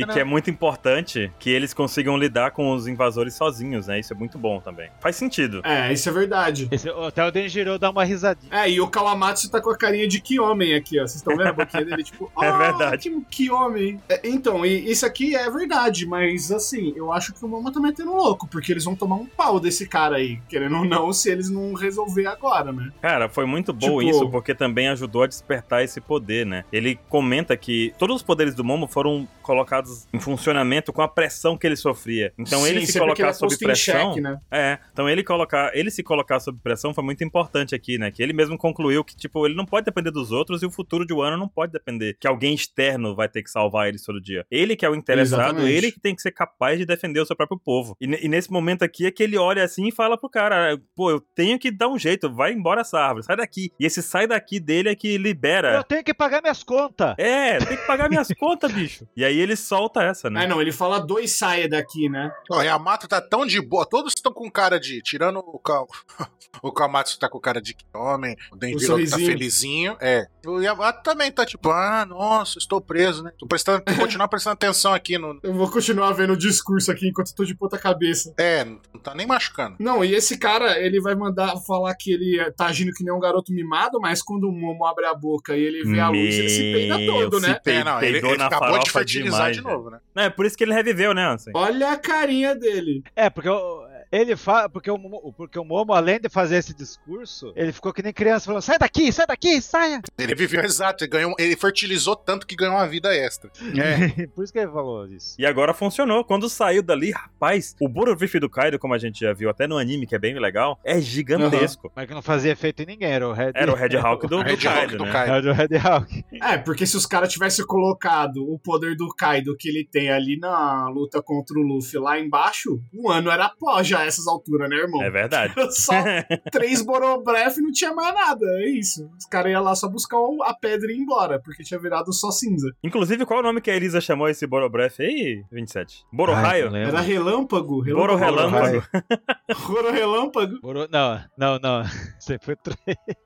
E que é muito importante que eles consigam lidar com os invasores sozinhos, né? Isso é muito bom também. Faz sentido.
É, isso é verdade.
Esse- até o Denjiro dá uma risadinha.
É, e o Kawamatsu tá com a carinha de que homem aqui, ó. Vocês estão vendo a boquinha dele? Tipo,
É
"Ah,
verdade.
Que, que homem. É, então, e isso aqui é verdade, mas assim, eu acho que o Momo tá metendo louco, porque eles vão tomar um pau desse cara aí, querendo ou não, se eles não resolver agora, né?
Cara, foi muito bom
Tipo-
isso, porque também ajudou a despertar esse poder, né? Ele comenta que todos os poderes do Momo foram colocados em funcionamento com a pressão que ele sofria. Então ele
Sim,
se
sempre que ele
colocar
é
sob
posto em
pressão.
xeque, né?
É, então ele colocar, ele se colocar sob pressão foi muito importante aqui, né? Que ele mesmo concluiu que tipo, ele não pode depender dos outros e o futuro de Wano não pode depender que alguém externo vai ter que salvar ele todo dia. Ele que é o interessado,
Exatamente.
ele que tem que ser capaz de defender o seu próprio povo. E, ne- e nesse momento aqui é que ele olha assim e fala pro cara, pô, eu tenho que dar um jeito, vai embora essa árvore, sai daqui. E esse sai daqui dele é que
Eu
libera.
tenho que pagar minhas contas.
É, tem que pagar minhas contas, bicho. E aí ele solta essa, né?
É, não, ele fala dois saia daqui, né?
O Yamato tá tão de boa, todos estão com cara de. Tirando o Cal. O Kamatsu tá com cara de que homem, o
Um
Denjiro tá
sorrisinho.
felizinho. É. O Yamato também tá tipo, ah, nossa, estou preso, né? Tô prestando, tô continuando prestando atenção aqui no.
Eu vou continuar vendo o discurso aqui enquanto eu tô de ponta cabeça.
É, não tá nem machucando.
Não, e esse cara, ele vai mandar falar que ele tá agindo que nem um garoto mimado, mas quando o Momo abre a boca e ele vê a luz, ele se peida
Meu,
todo, né?
se pe-
é, não, ele,
peidou
ele
na
acabou de
farofa
fertilizar
demais,
de novo, né?
É por isso que ele reviveu, né, Ansem?
Olha a carinha dele.
É, porque o- ele fala. Porque o, Momo- porque o Momo, além de fazer esse discurso, ele ficou que nem criança falando: sai daqui, sai daqui, saia!
Ele viveu exato, ele, ganhou, ele fertilizou tanto que ganhou uma vida extra.
É.
Por isso que ele falou isso.
E agora funcionou. Quando saiu dali, rapaz, o Bororif do Kaido, como a gente já viu até no anime, que é bem legal, é gigantesco.
Mas que não fazia efeito em ninguém, era o Red
Era o Red Hawk do, do
Red Hawk
Kaido,
do
né?
Kaido.
Era o Red Hawk.
É, porque se os caras tivessem colocado o poder do Kaido que ele tem ali na luta contra o Luffy lá embaixo, o ano era pó já a essas alturas, né, irmão?
É verdade.
Era Só três Borobref e não tinha mais nada, é isso. Os caras iam lá só buscar o- a pedra e ir embora, porque tinha virado só cinza.
Inclusive, qual é o nome que a Elisa chamou esse Borobreath aí, 27? Bororaio?
Era relâmpago?
É, Boro
Relâmpago.
Relâmpago.
Boro relâmpago?
Boro- Não, não, não. Você foi, tra-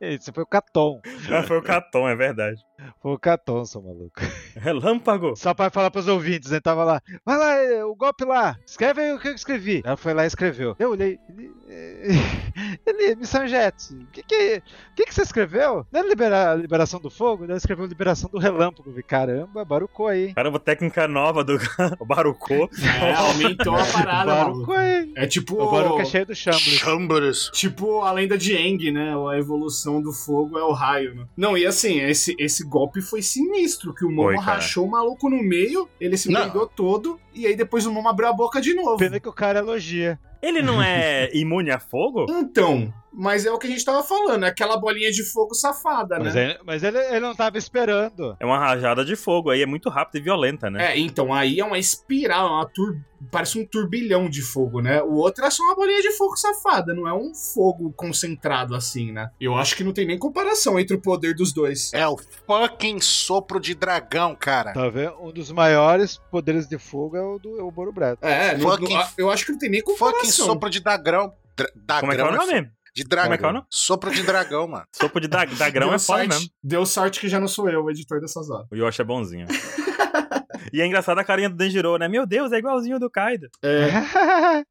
Você foi o Caton.
Ah, foi o Caton, é verdade.
Foi o Caton, seu maluco.
Relâmpago.
Só pra falar pros ouvintes, ele tava lá. Vai lá, eh, o golpe lá. Escreve aí o que eu escrevi. Ela foi lá e escreveu. Eu olhei. Ele, eh, ele Missão Jet, o que que, o que que você escreveu? Não é libera- liberação do fogo? Ela escreveu liberação do relâmpago. Eu vi, Caramba, barucou aí.
Caramba, técnica nova do Barucô.
É, aumentou
tipo,
a parada,
barucou
maluco.
aí.
É tipo.
O baruco é cheio do chambles.
Chambres.
Tipo a lenda de Eng, né? A evolução do fogo é o raio, né? Não, e assim, esse, esse golpe foi sinistro, que o Momo
Foi, cara.
rachou o maluco no meio, ele se
Não.
perdeu todo, e aí depois o Momo abriu a boca de novo.
Pena que o cara elogia.
Ele não é imune a fogo?
Então, Mas é o que a gente tava falando, é aquela bolinha de fogo safada,
Mas, é
né?
ele, mas ele- ele não tava esperando.
É uma rajada de fogo aí, é muito rápida e violenta, né?
É, então aí é uma espiral, é uma tur... parece um turbilhão de fogo, né? O outro é só uma bolinha de fogo safada, não é um fogo concentrado assim, né? Eu acho que não tem nem comparação entre o poder dos dois.
É o fucking sopro de dragão, cara.
Tá vendo? Um dos maiores poderes de fogo é o do é o Boro Breto.
É, não-
Fucking-
não- eu acho que não tem nem
Fucking
comparação.
sopro de dragão. Dra dragão
Como é que é o
né?
nome?
De dragão.
Como é que é o nome?
Sopro de dragão, mano.
Sopo de da- dagrão é foda
sorte,
mesmo.
deu sorte que já não sou eu o editor dessas horas.
O Yoshi é bonzinho. e é engraçado a carinha do Denjiro, né? Meu Deus, é igualzinho do Kaido.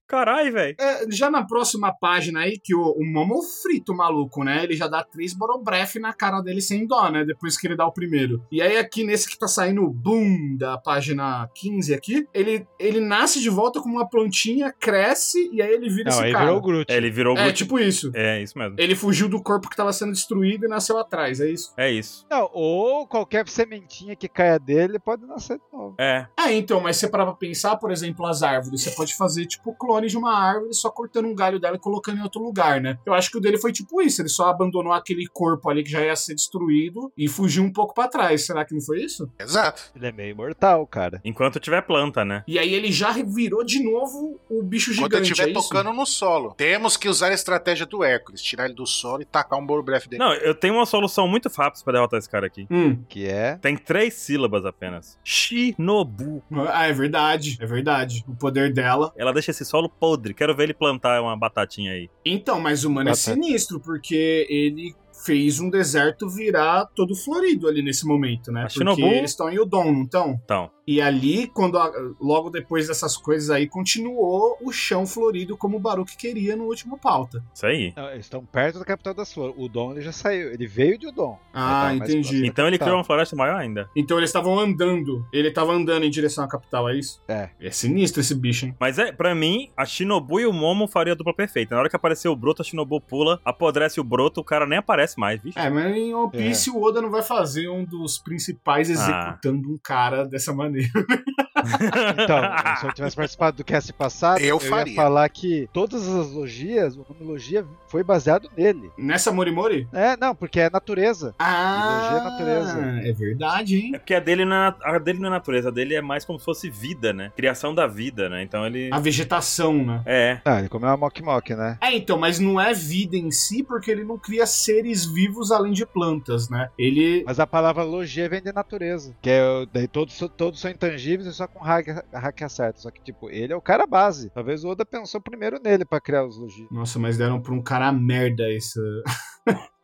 Caralho, velho.
É, já na próxima página aí, que o, o Momo frito maluco, né? Ele já dá três borobref na cara dele sem dó, né? Depois que ele dá o primeiro. E aí, aqui nesse que tá saindo o boom da página 15 aqui, ele, ele nasce de volta com uma plantinha, cresce e aí ele vira
não,
esse
aí
cara.
virou o Groot.
É, ele virou
É
Groot.
tipo isso.
É, isso mesmo.
Ele fugiu do corpo que tava sendo destruído e nasceu atrás, é isso?
É isso.
Não, ou qualquer sementinha que caia dele pode nascer de novo.
É.
É, então, mas você parar pra pensar, por exemplo, as árvores. Você pode fazer, tipo, clone de uma árvore só cortando um galho dela e colocando em outro lugar, né? Eu acho que o dele foi tipo isso. Ele só abandonou aquele corpo ali que já ia ser destruído e fugiu um pouco pra trás. Será que não foi isso?
Exato.
Ele é meio imortal, cara.
Enquanto tiver planta, né?
E aí ele já virou de novo o bicho gigante.
Quando ele estiver
é isso?
tocando no solo. Temos que usar a estratégia do Hércules. Tirar ele do solo e tacar um Borobref dele.
Não, eu tenho uma solução muito rápida pra derrotar esse cara aqui.
Hum.
Que é.
Tem três sílabas apenas. Shinobu.
Ah, é verdade. É verdade. O poder dela.
Ela deixa esse solo podre. Quero ver ele plantar uma batatinha aí.
Então, mas o
Tá
mano é
Batata.
sinistro, porque ele fez um deserto virar todo florido ali nesse momento, né?
A
Porque
Shinobu-
eles estão em Udon, não estão?
Então,
E ali, quando a- logo depois dessas coisas aí, continuou o chão florido como o Baruch queria no último pauta.
isso aí.
Não, eles estão perto da capital das flores. O Dom ele já saiu. Ele veio de Udon.
Ah,
Ele tava mais
entendi.
próximo.
Então ele
Tá.
criou uma floresta maior ainda.
Então eles estavam andando. Ele tava andando em direção à capital, é isso?
É.
É sinistro esse bicho, hein?
Mas é, pra mim, a Shinobu e o Momo faria a dupla perfeita. Na hora que apareceu o Broto, a Shinobu pula, apodrece o Broto, o cara nem aparece mais, bicho.
É, mas em One Piece o Oda não vai fazer um dos principais executando um cara dessa maneira.
um-
Então, se eu tivesse participado do cast passado,
Eu faria.
ia falar que todas as logias, a cronologia foi baseado nele.
Nessa Morimori?
É, não, porque é natureza.
Ah,
Biologia natureza.
é verdade, hein?
É porque a dele, não é, na- a dele não é natureza, a dele é mais como se fosse vida, né? Criação da vida, né? Então ele.
A vegetação, né?
É.
Ah, ele comeu uma mock mock, né?
É, então, mas não é vida em si, porque ele não cria seres vivos além de plantas, né? Ele
Mas a palavra logia vem de natureza. Que é, o- daí todos, são- todos são intangíveis e só com hack, hack acerta. Só que, tipo, ele é o cara base. Talvez o Oda pensou primeiro nele pra criar os logias.
Nossa, mas deram pra um cara merda É esse.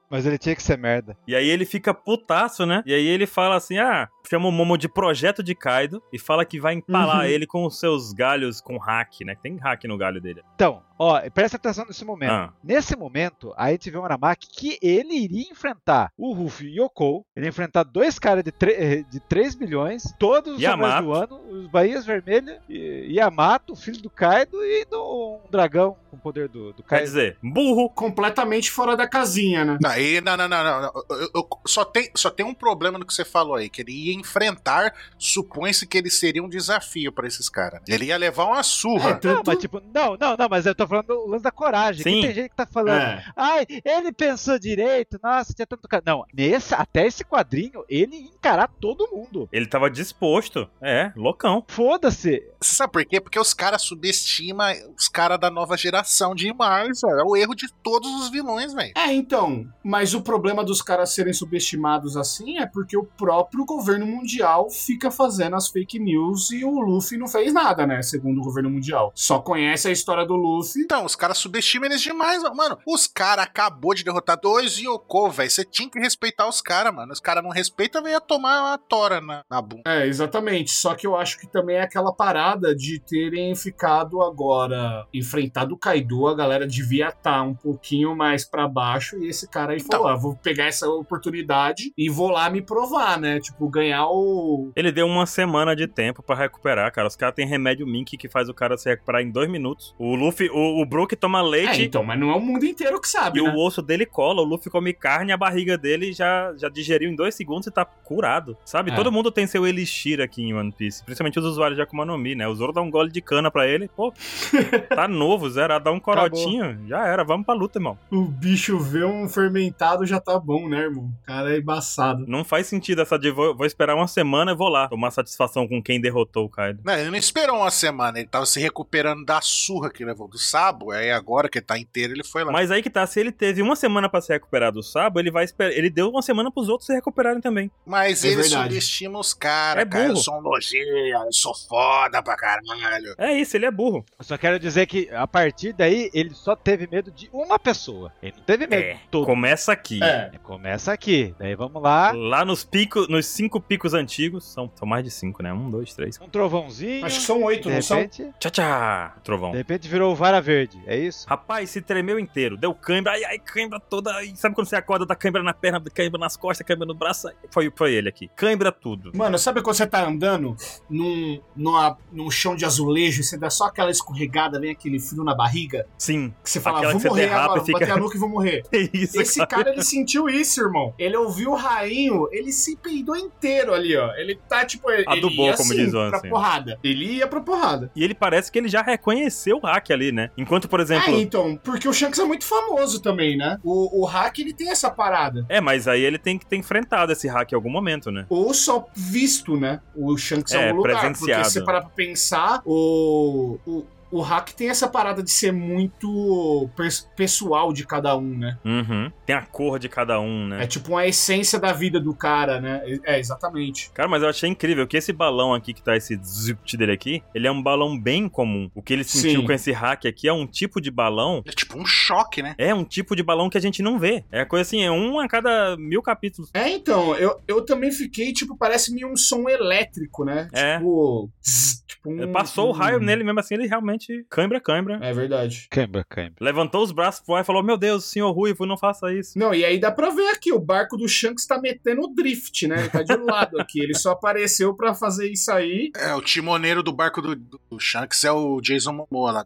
Mas ele tinha que ser merda.
E aí ele fica putaço, né? E aí ele fala assim: ah, chama o Momo de projeto de Kaido e fala que vai empalar
Uhum.
ele com os seus galhos com hack, né? Tem hack no galho dele.
Então, ó, presta atenção nesse
É.
momento.
Ah,
Nesse momento, a gente vê um Aramaki que ele iria enfrentar o Ruffy e o Yoko. Ele ia enfrentar dois caras de, tre- eh, de 3 bilhões, todos os
Yamato.
sobrões do ano, os Bahias Vermelhas, e- Yamato, o filho do Kaido, e do- um dragão com o poder do, do
quer
Kaido.
dizer, burro.
Completamente fora da casinha, né?
Não, e- não, não, não, não, não. Eu- eu- só, tem, só tem um problema no que você falou aí, que ele ia enfrentar, supõe-se que ele seria um desafio pra esses caras. Ele ia levar uma
É,
surra.
Não,
tanto...
mas tipo, não, não, não, mas eu tô falando o lance da coragem.
Sim.
Que tem gente que tá falando,
é.
ai, ele pensou direito, nossa, tinha tanto cara. Não, nesse, até esse quadrinho, ele ia encarar todo mundo.
Ele tava disposto. É, loucão.
Foda-se,
Você Sabe por quê? Porque os caras subestimam os caras da nova geração demais, velho. É o erro de todos os vilões, velho.
é, então. Mas o problema dos caras serem subestimados assim é porque o próprio governo mundial fica fazendo as fake news e o Luffy não fez nada, né? Segundo o governo mundial. Só conhece a história do Luffy.
Então, os caras subestimam eles demais, mano. Mano, Os caras acabou de derrotar dois Yoko, velho. Você tinha que respeitar os caras, mano. Os caras não respeitam, veio tomar uma tora na, na bunda.
É, exatamente. Só que eu acho que também é aquela parada de terem ficado agora enfrentado o Kaido, a galera devia estar um pouquinho mais pra Então. baixo e esse cara aí falou: "Ah, vou pegar essa oportunidade e vou lá me provar, né? Tipo, ganhar ganhar o.
Ele deu uma semana de tempo pra recuperar, cara. Os caras têm remédio Mink que faz o cara se recuperar em dois minutos. O Luffy, o, o Brook toma
É,
leite
então, mas não é o mundo inteiro que sabe.
e
né?
o osso dele cola. O Luffy come carne, a barriga dele já, já digeriu em dois segundos e tá curado. Sabe?
É.
Todo mundo tem seu elixir aqui em One Piece. Principalmente os usuários de Akuma no Mi, né? O Zoro dá um gole de cana pra ele. Pô, tá novo, zerado. Dá um corotinho. Já era. Vamos pra luta, irmão.
O bicho vê um fermentado já tá bom, né, irmão? O cara é embaçado.
Não faz sentido essa de vou, vou esperar uma semana e vou lá tomar satisfação com quem derrotou o Kaido.
Não, ele não esperou uma semana, ele tava se recuperando da surra que levou do Sabo, aí agora que ele tá inteiro, ele foi lá.
Mas aí que tá, se ele teve uma semana pra se recuperar do Sabo, ele vai esperar. Ele deu uma semana pros outros se recuperarem também.
Mas
É
ele
verdade.
subestima os caras,
É
cara. Eu
burro.
sou um nojento, eu sou foda pra caralho.
É isso, ele é burro.
Eu só quero dizer que a partir daí ele só teve medo de uma pessoa. Ele não teve medo de todo.
Começa aqui.
É.
Começa aqui. Daí vamos lá.
Lá nos picos, nos cinco picos antigos, são, são mais de cinco, né? Um, dois, três.
Um trovãozinho.
Acho que são oito,
de
não são?
repente,
Tchá, tchá! Trovão.
de repente virou o vara verde. É isso?
Rapaz, se tremeu inteiro, deu cãibra, ai, ai, cãibra toda. ai, Sabe quando você acorda da cãibra na perna, cãibra nas costas, cãibra no braço? Ai, Foi, foi ele aqui. Cãibra tudo.
Mano, sabe quando você tá andando num, numa- num chão de azulejo e você dá só aquela escorregada, vem aquele frio na barriga?
Sim.
Que você fala,
Aquela
vou
que você
morrer
derrapa
agora,
e
vou bater
fica-
a nuca e vou morrer.
É isso.
Esse cara, ele sentiu isso, irmão. Ele ouviu o rainho, ele se peidou inteiro ali, ó. Ele tá, tipo, ele,
Adubou,
ia,
como
assim,
diz o
pra
Ansem.
porrada. Ele ia pra porrada.
E ele parece que ele já reconheceu o hack ali, né? Enquanto, por exemplo.
É, então, porque o Shanks é muito famoso também, né? O, o hack, ele tem essa parada.
É, mas aí ele tem que ter enfrentado esse hack em algum momento, né?
Ou só visto, né? O Shanks é,
É,
um lugar.
presenciado.
Porque se você parar pra pensar, o, o, o hack tem essa parada de ser muito pers- pessoal de cada um, né?
Uhum. Tem a cor de cada um, né?
É tipo uma essência da vida do cara, né? É, exatamente.
Cara, mas eu achei incrível que esse balão aqui que tá esse zip dele aqui, ele é um balão bem comum. O que ele sentiu
Sim.
com esse hack aqui é um tipo de balão.
É tipo um choque, né?
É um tipo de balão que a gente não vê. É coisa assim, é um a cada mil capítulos.
É, então, eu, eu também fiquei, tipo, parece-me um som elétrico, né?
É.
Tipo, zzz, tipo um-
Passou o raio
um-
nele mesmo assim, ele realmente cãibra, cãibra.
É verdade.
Cãibra, cãibra.
Levantou os braços pro ar e falou: Meu Deus, senhor Ruivo, não faça isso.
Não, e aí dá pra ver aqui, o barco do Shanks tá metendo o drift, né? Ele tá de lado aqui. Ele só apareceu pra fazer isso aí.
É, o timoneiro do barco do, do Shanks é o Jason Momoa lá,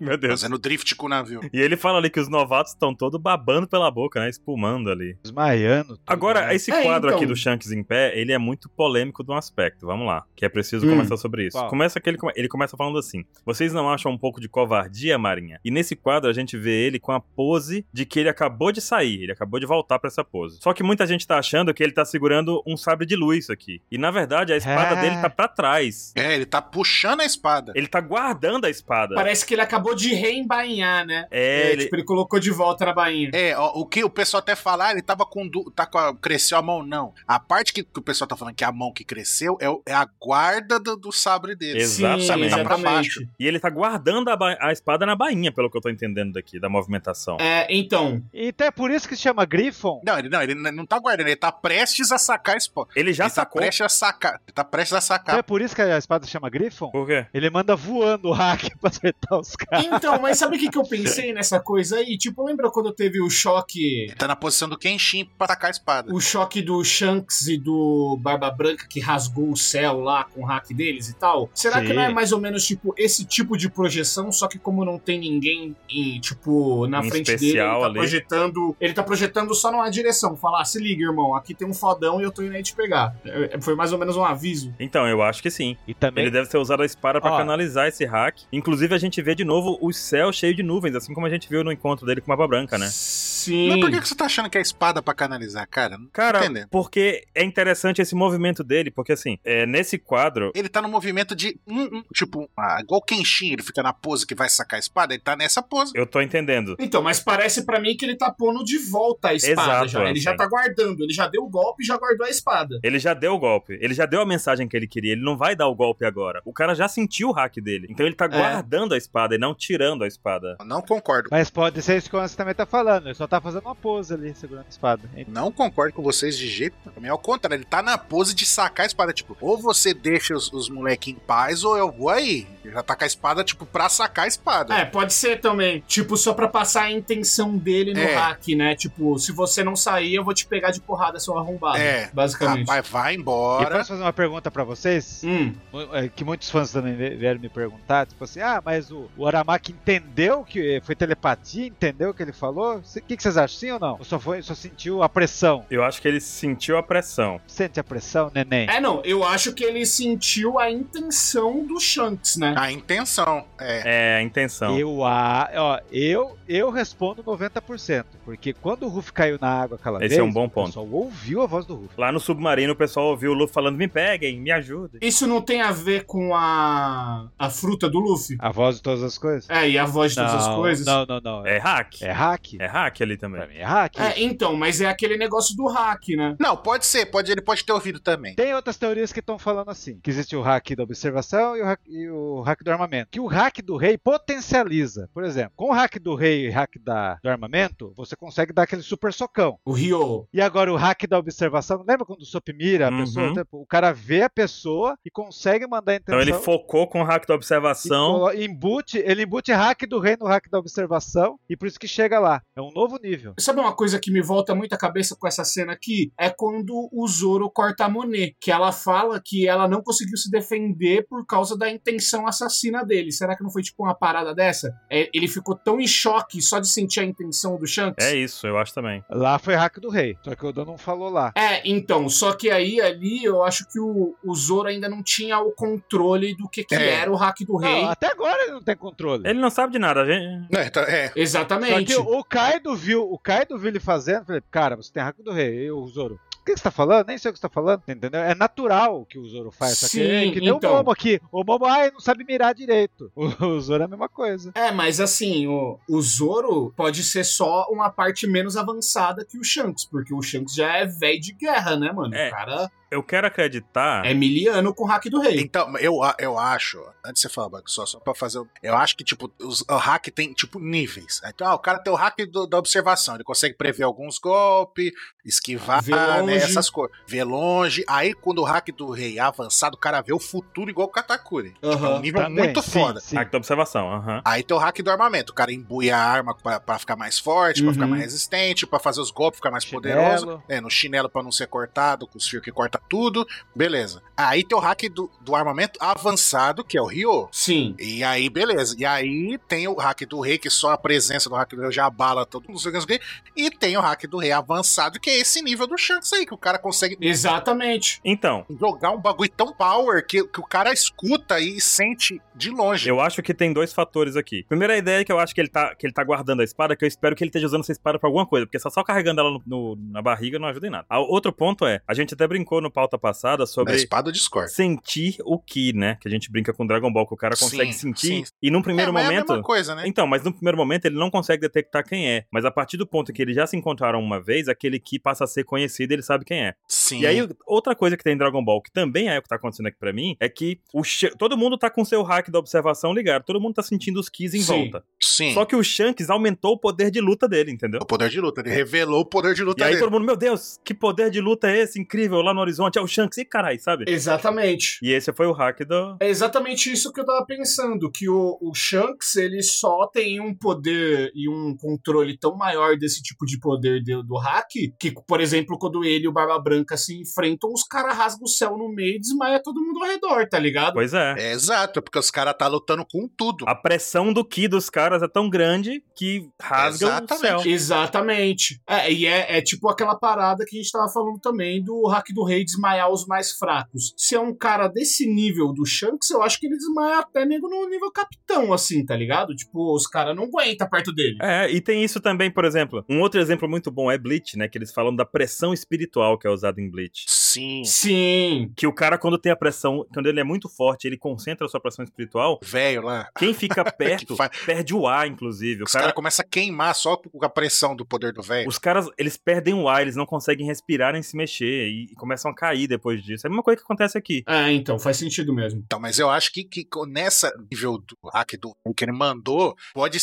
Meu Deus.
é-
fazendo drift com o navio.
E ele fala ali que os novatos estão todo babando pela boca, né? Espumando ali.
Desmaiando. tudo,
Agora,
né?
esse
É,
quadro
então.
aqui do Shanks em pé, ele é muito polêmico de um aspecto. Vamos lá, que é preciso
Hum.
conversar sobre isso.
Qual?
Começa que ele, come- ele começa falando assim: "Vocês não acham um pouco de covardia, Marinha?" E nesse quadro a gente vê ele com a pose de que ele acabou de sair, ele acabou de voltar pra essa pose. Só que muita gente tá achando que ele tá segurando um sabre de luz aqui. E na verdade, a espada
Ah.
dele tá pra trás.
É, ele tá puxando a espada.
Ele tá guardando a espada.
Parece que ele acabou de reembainhar, né?
É, ele,
tipo, ele colocou de volta na bainha.
É, ó, o que o pessoal até falar, ele tava com. Du... Tá com a- Cresceu a mão, não. A parte que, que o pessoal tá falando que é a mão que cresceu é, o- é a guarda do, do sabre dele.
Ex- exatamente.
Tá pra baixo.
e ele tá guardando a, ba- a espada na bainha, pelo que eu tô entendendo daqui da movimentação.
É, então,
Então é por isso que se chama Griffon?
Não, ele não, ele n- não tá guardando, ele tá prestes a sacar a espada.
Ele já
ele
sacou.
Tá prestes a sacar. Ele tá prestes a
Então
sacar.
é por isso que a espada se chama Griffon?
Por quê?
Ele manda voando o hack pra acertar os caras.
então, mas sabe o que, que eu pensei nessa coisa aí? Tipo, lembra quando teve o choque
Ele tá na posição do Kenshin pra sacar a espada.
o choque do Shanks e do Barba Branca que rasgou o céu lá com o hack deles e tal? Será que
Sim.
não é mais ou menos tipo esse tipo de projeção, só que como não tem ninguém em, tipo na
Em
frente dele,
especial
ele tá
ali.
projetando, ele tá projetando só numa direção, falar, "Ah, se liga, irmão, aqui tem um fodão e eu tô indo aí te pegar. É, Foi mais ou menos um aviso.
Então, eu acho que sim.
E também
Ele deve ter usado a espada pra
Ó.
canalizar esse hack. Inclusive, a gente vê de novo o céu cheio de nuvens, assim como a gente viu no encontro dele com a Barba Branca, né?
Sim.
Mas por que, que você tá achando que é a espada pra canalizar, cara? Não tô
Cara,
entendendo.
porque é interessante esse movimento dele, porque assim, é, nesse quadro.
Ele tá no movimento de. um, um, tipo, ah, igual o Kenshin, ele fica na pose que vai sacar a espada, ele tá nessa pose.
Eu tô entendendo.
Então, mas parece pra mim que ele tá pondo de volta a espada
Exato,
já. Ele já
Anselmo.
tá guardando, ele já deu o golpe e já guardou a espada.
Ele já deu o golpe, ele já deu a mensagem que ele queria, ele não vai dar o golpe agora. O cara já sentiu o hack dele, então
É.
ele tá guardando a espada e não tirando a espada.
Eu Não concordo.
Mas pode ser isso que o Anson também tá falando. Ele só tá fazendo uma pose ali, segurando a espada. É
Não concordo com vocês de jeito nenhum. É ao contrário, ele tá na pose de sacar a espada. Tipo, ou você deixa os, os moleques em paz, ou eu vou aí. Ele já tá com a espada, tipo, pra sacar a espada.
É, pode ser também. Tipo, só pra passar a intenção dele no
É.
hack, né? Tipo, se você não sair, eu vou te pegar de porrada, seu arrombado.
É.
Basicamente.
Rapaz, vai
E
embora.
posso fazer uma pergunta pra vocês?
Hum.
Mu- é, Que muitos fãs também vie- vieram me perguntar, tipo assim, ah, mas o, o Aramaki entendeu que eh, foi telepatia, entendeu o que ele falou? O que, que vocês acham, sim ou não? Ou só, foi, só sentiu a pressão?
Eu acho que ele sentiu a pressão.
Sente a pressão, neném?
É, não, eu acho que ele sentiu a intenção do Shanks, né?
A intenção. É.
É, a intenção.
Eu, a, ó, eu, eu respondo 90%, porque quando o Ruff caiu na água aquela
Esse
vez,
é um bom
o pessoal ouviu a voz do Ruff.
Lá no submarino, o pessoal ouviu o Luffy falando: me peguem, me ajudem.
Isso não tem a ver com a, a fruta do Luffy?
A voz de todas as coisas?
É, e a voz de todas as coisas?
Não, não, não.
É
É,
hack.
é hack?
É hack ali
Pra
também.
mim é hack.
É, então, mas é aquele negócio do hack, né?
Não, pode ser, pode, ele pode ter ouvido também.
Tem outras teorias que estão falando assim: que existe o hack da observação e o hack, e o hack do armamento. Que o hack do rei potencializa. Por exemplo, com o hack do rei e hack da, do armamento, você consegue dar aquele super socão.
O Ryo.
E agora o hack da observação, lembra quando o Sop mira a
Uhum.
pessoa? Tipo, O cara vê a pessoa e consegue mandar a intenção.
Então ele focou com o hack da
e
observação.
colo- embute, ele embute hack do rei no hack da observação e por isso que chega lá. É um novo nível.
Sabe uma coisa que me volta muito a cabeça com essa cena aqui? É quando o Zoro corta a Monet, que ela fala que ela não conseguiu se defender por causa da intenção assassina dele. Será que não foi tipo uma parada dessa? É, ele ficou tão em choque só de sentir a intenção do Shanks?
É isso, eu acho também.
Lá foi hack do rei. Só que o Oda não falou lá.
É, então, só que aí ali eu acho que o, o Zoro ainda não tinha o controle do que, que
É.
era o hack do rei.
Não, até agora ele não tem controle.
Ele não sabe de nada, a gente.
É, tá- é.
Só
Exatamente.
que o Kaido viu, o Kaido viu ele fazendo, falei, cara, você tem hack do rei, e o Zoro. O que que você tá falando? Nem sei o que você tá falando, entendeu? É natural o que o Zoro faz, só que, é
Sim,
que nem
então.
o Momo aqui. O Momo, ah, ele não sabe mirar direito. O, o Zoro é a mesma coisa.
É, mas assim, o, o Zoro pode ser só uma parte menos avançada que o Shanks, porque o Shanks já é velho de guerra, né, mano?
É.
O cara
Eu quero acreditar.
é miliano com o hack do rei.
Então, eu, a- eu acho, antes de você falar, Baco, só, só pra fazer. o- Eu acho que, tipo, os, o hack tem, tipo, níveis. Então, ah, o cara tem o hack do- da observação. Ele consegue prever alguns golpes, esquivar,
Ver longe.
né, essas coisas. Ver longe. Aí, quando o hack do rei é avançado, o cara vê o futuro igual o Katakuri. Tipo, é um
Aham.
nível
Também,
muito
sim,
foda.
Tá sim.
Hack da observação, aham.
Aí tem o hack do armamento. O cara embuia a arma pra, pra ficar mais forte, pra
Uhum.
ficar mais resistente, pra fazer os golpes ficar mais
Chinelo.
poderoso. É, no chinelo pra não ser cortado, com os fios que corta tudo. Beleza. Aí tem o hack do, do armamento avançado, que é o Ryo.
Sim.
E aí, beleza. E aí tem o hack do rei, que só a presença do hack do rei já abala todo mundo. não sei o que, não sei o que. E tem o hack do rei avançado, que é esse nível do Shanks aí, que o cara consegue
Exatamente.
Então,
jogar um bagulho tão power que, que o cara escuta e sente de longe.
eu acho que tem dois fatores aqui. Primeira ideia é que eu acho que ele tá, que ele tá guardando a espada, que eu espero que ele esteja usando essa espada pra alguma coisa, porque só, só carregando ela no- no- na barriga não ajuda em nada. A- outro ponto é, a gente até brincou no pauta passada
Da
sobre
É espada de Scorpion.
sentir o ki, né? Que a gente brinca com Dragon Ball, que o cara consegue
Sim,
sentir.
sim.
E num primeiro
é, mas é a
momento.
mesma coisa, né?
Então, mas no primeiro momento ele não consegue detectar quem é. Mas a partir do ponto que eles já se encontraram uma vez, aquele Ki passa a ser conhecido e ele sabe quem é.
Sim.
E aí, outra coisa que tem em Dragon Ball, que também é o que tá acontecendo aqui pra mim, é que o Shan- todo mundo tá com seu hack da observação ligado, todo mundo tá sentindo os Kis em
Sim.
volta.
Sim.
Só que o Shanks aumentou o poder de luta dele, entendeu?
O poder de luta. Ele revelou o poder de
É.
luta
E aí
dele.
todo mundo, meu Deus, que poder de luta é esse incrível lá no horizonte? É o Shanks, e caralho, sabe?
Exatamente.
E esse foi o hack do.
É exatamente isso que eu tava pensando, que o, o Shanks, ele só tem um poder e um controle tão maior desse tipo de poder de- do hack, que, por exemplo, quando ele e o Barba Branca se enfrentam, os caras rasgam o céu no meio e desmaia todo mundo ao redor, tá ligado?
Pois é.
É, exato, porque os caras tá lutando com tudo.
A pressão do Ki dos caras é tão grande que rasga o
Exatamente.
céu.
Exatamente. É, e é, é tipo aquela parada que a gente tava falando também do hack do rei desmaiar os mais fracos. Se é um cara desse nível do Shanks, eu acho que ele desmaia até nego no nível capitão, assim, tá ligado? Tipo, os caras não aguentam perto dele.
É, e tem isso também, por exemplo. Um outro exemplo muito bom é Bleach, né? Que eles falam da pressão espiritual que é usada em Bleach.
Sim.
Sim.
Que o cara, quando tem a pressão, quando ele é muito forte, ele concentra a sua pressão espiritual.
Velho lá.
Quem fica perto
fa-
perde o ar, inclusive. O
Os caras
cara,
começam a queimar só com a pressão do poder do velho.
os caras, eles perdem o ar, eles não conseguem respirar nem se mexer e, e começam a cair depois disso. É a mesma coisa que acontece aqui.
É, então, faz sentido mesmo.
Então, mas eu acho que, que nessa nível do hack do que ele mandou, pode,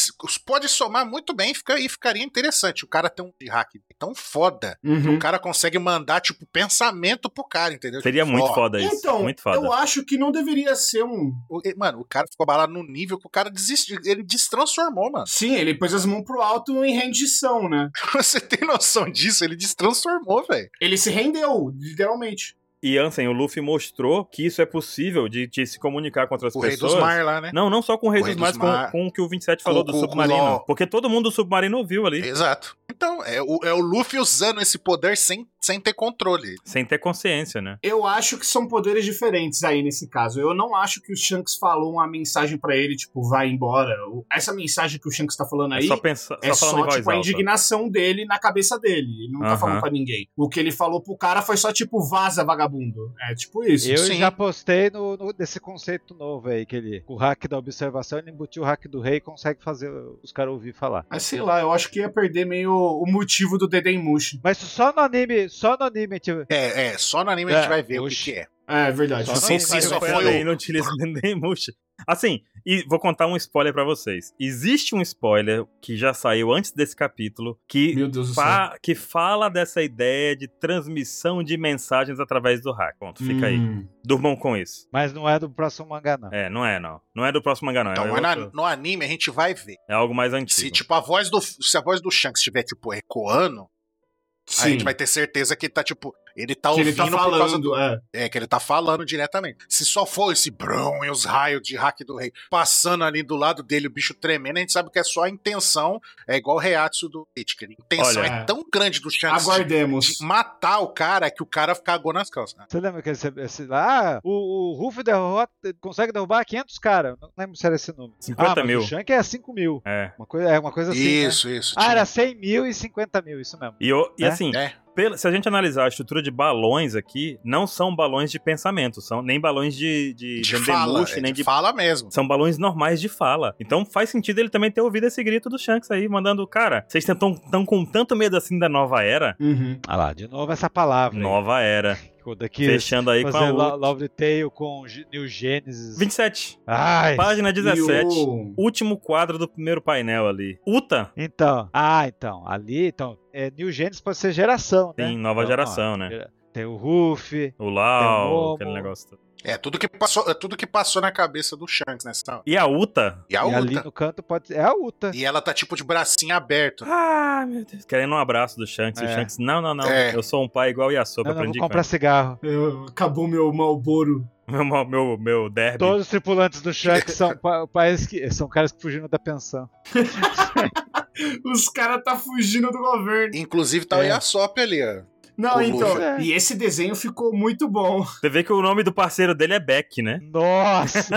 pode somar muito bem e fica- e ficaria interessante. O cara tem um hack tão foda. O
Uhum.
um cara consegue mandar, tipo, pensamento pro cara, entendeu?
Seria
Tipo,
muito
ó,
foda isso.
Então,
muito foda.
eu acho que não deveria ser um.
o- e- Mano, o cara ficou abalado no nível que o cara desistiu. Ele destransformou, mano.
Sim, ele pôs as mãos pro alto em rendição, né?
Você tem noção disso? Ele destransformou, velho.
Ele se rendeu, literalmente.
E Ansem, o Luffy mostrou que isso é possível de, de se comunicar com outras
O rei
pessoas.
dos mar lá, né?
Não, não só com o Rei
O Rei
dos
dos
Mares, com,
Mar.
com o que o 27
Com-
falou do
com- com
submarino.
Law.
porque todo mundo do submarino ouviu ali,
Exato. Então, é o, é o Luffy usando esse poder sem, sem ter controle.
sem ter consciência, né?
Eu acho que são poderes diferentes aí nesse caso. Eu não acho que o Shanks falou uma mensagem pra ele, tipo, vai embora. O- Essa mensagem que o Shanks tá falando aí
é só pensar,
é
só
só,
falando em voz
tipo, a
alta.
indignação dele na cabeça dele. Ele não tá
Aham.
falando pra ninguém. O que ele falou pro cara foi só, tipo, vaza, vagabundo. É tipo isso.
Eu
Sim.
já postei no, no- desse conceito novo aí, que ele, o hack da observação, ele embutiu o hack do rei e consegue fazer os caras ouvir falar.
Mas sei lá, eu acho que ia perder meio o motivo do Dedenmushi.
Mas só no anime, só no anime, tipo,
É, é, só no anime a
É,
gente vai ver o que
oxe.
que é.
É, é verdade.
Só
Você-
não-
Sim, sim, só
foi
foi
além,
o-
não utiliza nem murcha. Assim, e vou contar um spoiler pra vocês. Existe um spoiler que já saiu antes desse capítulo que,
Meu Deus do céu.
fa- que fala dessa ideia de transmissão de mensagens através do hack. Ponto, fica aí.
Hum.
Durmam com isso.
mas não é do próximo mangá, não.
É, não é, não. Não é do próximo mangá, não.
Então,
é,
mas na-
outro-
no anime a gente vai ver.
é algo mais
Se,
antigo.
tipo, a voz do. Se a voz do Shanks estiver, tipo, ecoando,
Sim.
aí a gente vai ter certeza que ele tá, tipo, ele tá
que
ouvindo
ele tá
por causa
falando,
do.
é.
É, que ele tá falando diretamente. Se só for esse brum e os raios de hack do rei passando ali do lado dele, o bicho tremendo, a gente sabe que é só a intenção. É igual o reatsu do It, que a intenção
Olha,
é tão grande do Shanks de,
Aguardemos.
de matar o cara que o cara cagou nas calças. né?
Você lembra que esse, esse lá, ah, o, o Ruff derrota, consegue derrubar 500 caras, não lembro se era esse número.
50
ah, mas
mil.
o Shank é 5 mil,
É.
uma coisa, é uma coisa assim, né?
isso, isso.
Ah, era
tinha-
100 mil e 50 mil, isso mesmo.
E, eu- e
É?
assim,
É.
pela- se a gente analisar a estrutura de balões aqui, não são balões de pensamento, são nem balões de, de,
De,
Dendemushi,
fala, é,
nem
de
de
fala mesmo.
São balões normais de fala. Então faz sentido ele também ter ouvido esse grito do Shanks aí, mandando, cara, vocês estão tão com tanto medo assim da nova era?
Uhum.
Ah lá, de novo essa palavra. aí.
Nova era.
Quando aqui
Fechando aí com a
fazendo
outra.
Lo- Love Tale com G- New Genesis.
27.
Ai,
Página 17.
E o-
Último quadro do primeiro painel ali. Uta
Então, ah, então, ali, então, é, New Genesis pode ser geração, né?
tem nova
Então,
geração,
ó,
né?
gera- Tem o Ruff,
O
é. tem um o
Lau,
Momo.
aquele negócio. todo.
É, tudo que passou, é tudo que passou na cabeça do Shanks nessa hora.
E a Uta?
E É a
e ali
Uta.
no canto pode ser, é a Uta.
E ela tá tipo de bracinho aberto.
Ah, meu Deus. Querendo um abraço do Shanks. E O
É.
Shanks, não, não, não.
É.
Eu sou um pai igual Yasuba.
não, não, vou
aprendi
comprar cigarro.
Eu- Acabou meu Malboro.
com ele. meu, meu, meu
É
derby.
Todos os tripulantes do Shanks são pa- pais que são caras que fugiram da pensão.
Os caras tá fugindo do governo.
Inclusive tá o
É.
Yasop ali, ó.
Não,
O
então.
Luffy, é.
E esse desenho ficou muito bom.
Você vê que o nome do parceiro dele é Beck, né?
Nossa!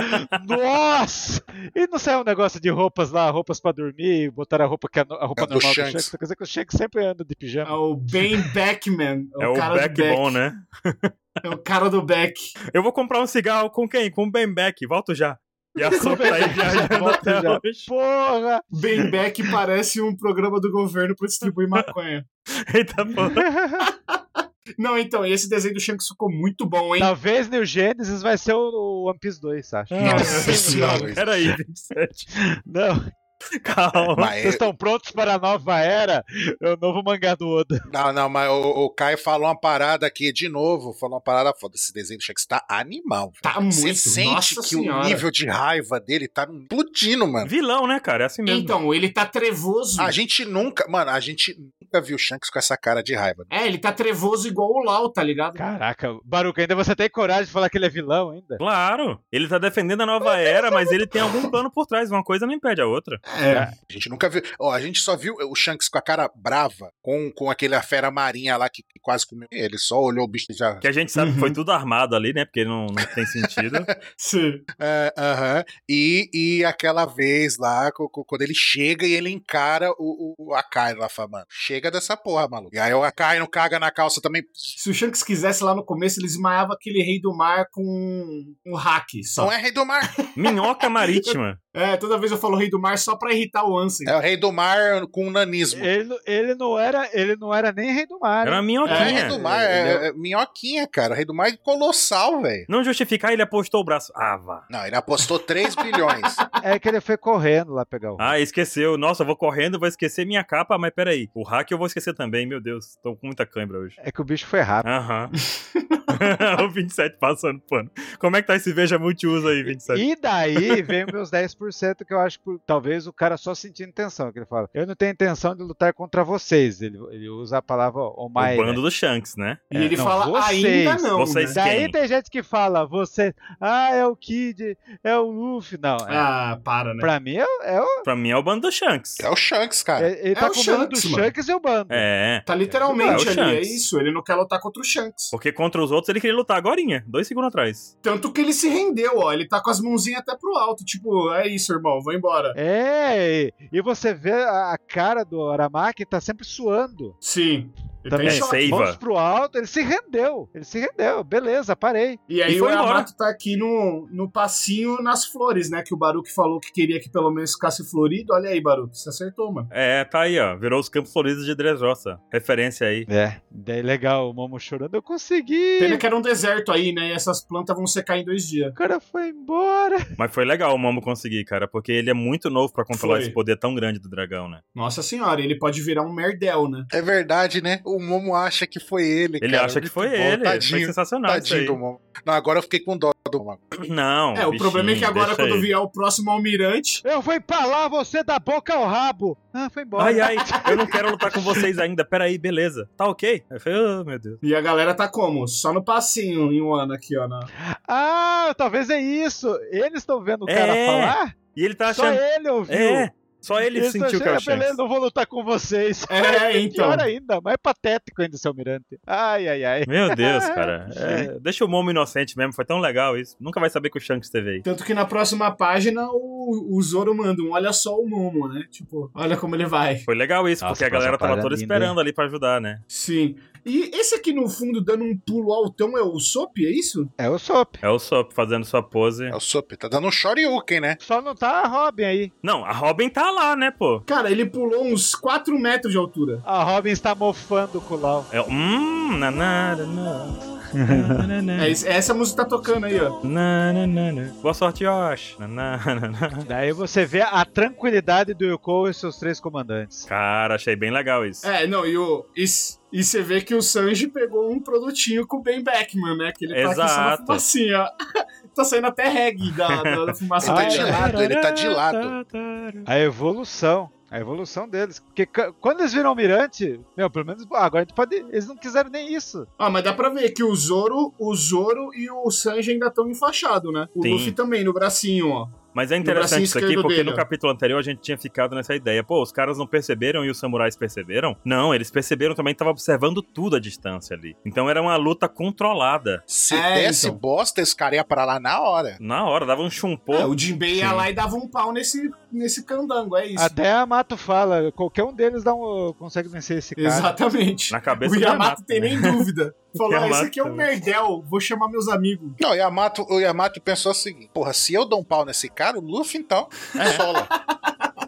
nossa! E não saiu um negócio de roupas lá, roupas pra dormir, botaram a roupa que é no- a roupa
É do
normal do
Shanks.
Shanks. Quer dizer que o Shanks sempre anda de
É
pijama.
o Ben Beckman. É o,
É o,
cara
Beck
do Beck.
bom, né?
É o cara do Beck.
Eu vou comprar um cigarro com quem? Com o Ben Beck. Volto já. E a sopa tá aí viajando
Volto
até
já.
hoje.
Porra!
Ben Beck parece um programa do governo pra distribuir maconha.
Eita porra.
Não, então, e esse desenho do Shanks ficou muito bom, hein?
Talvez New Genesis vai ser o o One Piece 2, acho.
Nossa senhora.
Peraí, 27.
Não,
Calma.
vocês
Mas,
estão prontos para a nova era? É o novo mangá do Oda.
não, não, mas o, o Caio falou uma parada aqui de novo. Falou uma parada foda. Esse desenho do Shanks tá animal.
Tá muito.
Você sente
Nossa
que
senhora.
o nível de raiva dele tá explodindo, mano.
Vilão, né, cara? É assim mesmo.
Então, ele tá trevoso.
A gente nunca, mano, a gente nunca viu o Shanks com essa cara de raiva.
É, ele tá trevoso igual o Lau, tá ligado?
Caraca, Baruca, ainda você tem coragem de falar que ele é vilão ainda?
Claro. Ele tá defendendo a nova era, mas ele tem algum plano por trás. Uma coisa não impede a outra.
É,
A gente nunca viu. Ó, a gente só viu o Shanks com a cara brava, com, com aquele a fera marinha lá que, que quase comeu. Ele só olhou o bicho e já.
Que a gente sabe que foi
Uhum.
tudo armado ali, né? Porque não, não tem sentido.
sim.
É, Aham. e, e aquela vez lá, co- co- quando ele chega e ele encara o, o, o Akai lá, falando: chega dessa porra, maluco. E aí o Akai não caga na calça também.
Se o Shanks quisesse lá no começo, ele esmaiava aquele rei do mar com um hack só.
Não é rei do mar.
Minhoca marítima.
É, toda vez eu falo rei do mar só pra irritar o Ansem.
É o rei do mar com nanismo.
Ele, não- ele não era, ele não era nem rei do mar.
Era uma
hein?
É,
minhoquinha.
rei do mar,
ele
é, é minhoquinha, cara. O rei do mar é colossal, velho.
Não justificar, ele apostou o braço. Ah, vá.
Não, ele apostou 3 bilhões.
É que ele foi correndo lá pegar o.
Ah, esqueceu. Nossa, eu vou correndo, vou esquecer minha capa, mas peraí. O hack eu vou esquecer também, meu Deus. Tô com muita câimbra hoje.
É que o bicho foi rápido.
Aham. o 27 passando pano. Como é que tá esse veja multiuso aí, 27?
E daí vem meus 10% que eu acho que talvez o cara só sentindo intenção. Que ele fala, eu não tenho intenção de lutar contra vocês. Ele, ele usa a palavra
o
Omai.
bando do Shanks, né?
E
É,
ele
não,
fala,
vocês,
ainda não.
vocês-
né?
Daí
Quem?
tem gente que fala, você, ah, é o Kid, é o Luffy. Não, é-
Ah, para, né?
pra mim é, é o.
Pra mim é o bando do Shanks.
É o Shanks, cara.
ele ele tá
o
com medo do
Shanks, mano.
Shanks e o bando.
É.
Tá literalmente
É o
ali, é
Shanks.
isso. Ele não quer lutar contra o Shanks.
Porque contra os outros ele queria lutar agorinha, dois segundos atrás.
Tanto que ele se rendeu, ó. Ele tá com as mãozinhas até pro alto. Tipo, é isso, irmão, vou embora.
É, e- e você vê a, a cara do Aramaki tá sempre suando.
Sim. Ele
Também
tá em choque.
sei. Iva.
Mãos pro alto, ele se rendeu. Ele se rendeu, beleza, parei.
E aí
E
o
foi embora.
Yamato tá aqui no, no passinho nas flores, né? Que o Baruque falou que queria que pelo menos ficasse florido. Olha aí, Baruque, você acertou, mano.
É, tá aí, ó. Virou os Campos Floridos de Dressrosa. Referência aí.
É, daí legal, o Momo chorando, eu
Pena
consegui.
que era um deserto aí, né? E essas plantas vão secar em dois dias.
O cara foi embora.
Mas foi legal o Momo conseguir, cara, porque ele é muito novo pra controlar
Foi.
esse poder tão grande do dragão, né?
Nossa senhora, ele pode virar um merdel, né?
É verdade, né? O Momo acha que foi ele,
Ele
cara.
acha que
Muito
foi
bom,
ele. foi
Tadinho,
sensacional isso aí.
tadinho do Momo. Não, agora eu fiquei com dó do Momo.
Não,
é, o
bichinho,
problema é que agora,
deixa
quando
aí.
vier o próximo almirante.
Eu vou empalar você da boca ao rabo. Ah, foi embora.
Ai, ai, eu não quero lutar com vocês ainda. Peraí, beleza. Tá ok? Aí Eu falei, oh, meu Deus.
E a galera tá como? Só no passinho em um ano aqui, ó. na-
Ah, talvez é isso. Eles estão vendo o cara
É,
falar?
E ele tá
Só
achando.
ele ouviu.
É, só ele
Eles tão
sentiu que é o
achando, "Ah, Beleza,
Shanks.
não vou lutar com vocês.
É, então.
Pior ainda, mais patético ainda, seu Mirante. Ai, ai, ai.
Meu Deus, cara. É, deixa o Momo inocente mesmo, foi tão legal isso. Nunca vai saber que o Shanks teve aí.
Tanto que na próxima página o, o Zoro manda um olha só o Momo, né? Tipo, olha como ele vai.
Foi legal isso,
Nossa,
porque a
próxima
galera tava
página
toda
linda,
esperando ali pra ajudar, né?
Sim. E esse aqui no fundo dando um pulo altão é o Sop, é isso?
É o Sop.
É o Sop fazendo sua pose.
É o Sup, tá dando um shoryuken, né?
Só não tá a Robin aí.
Não, a Robin tá lá, né, pô?
Cara, ele pulou uns 4 metros de altura.
A Robin está mofando o Kulau.
É, o- hum, na, na, na, na, na, na,
É, isso- é essa música que tá tocando aí, ó.
na, na, na, na. Boa sorte, Yosh. Na, na, na, na.
Daí você vê a tranquilidade do Yoko e seus três comandantes.
Cara, achei bem legal isso.
É, não, e o. E s- e você vê que o Sanji pegou um produtinho com o Ben Beckman, né? Que ele tá aqui só na
Exato.
fumacinha, ó. tá saindo até reggae da, da, da fumaça
Ele tá
dele, né?
de
ó.
lado, ele tá
É.
de lado.
A evolução. A evolução deles. Porque ca- quando eles viram o Mirante, meu, pelo menos agora a gente pode. Eles não quiseram nem isso.
Ah, mas dá pra ver que o Zoro, o Zoro e o Sanji ainda estão enfaixados, né? O
Sim.
Luffy também, no bracinho, ó.
Mas é
bracinho
interessante isso aqui,
esquerdo
porque
dele,
no
ó.
capítulo anterior a gente tinha ficado nessa ideia. Pô, os caras não perceberam e os samurais perceberam? Não, eles perceberam também, tava observando tudo à distância ali. Então era uma luta controlada.
Se
É,
desse
então.
bosta, esse cara ia pra lá na hora.
Na hora, dava um chumpô.
É, o Jinbei
Sim.
ia
Ah,
lá e dava um pau nesse, nesse candango, é isso.
Até a Mato fala, qualquer um deles dá um, consegue vencer esse cara.
Exatamente.
Na cabeça
o
do
Yamato
Yamato, né?
tem nem dúvida. Falou, ah, esse
Yamato
aqui é um
também.
merdel, vou chamar meus amigos.
Não, o Yamato, o Yamato pensou o seguinte: porra, se eu dou um pau nesse cara, o Luffy então sola.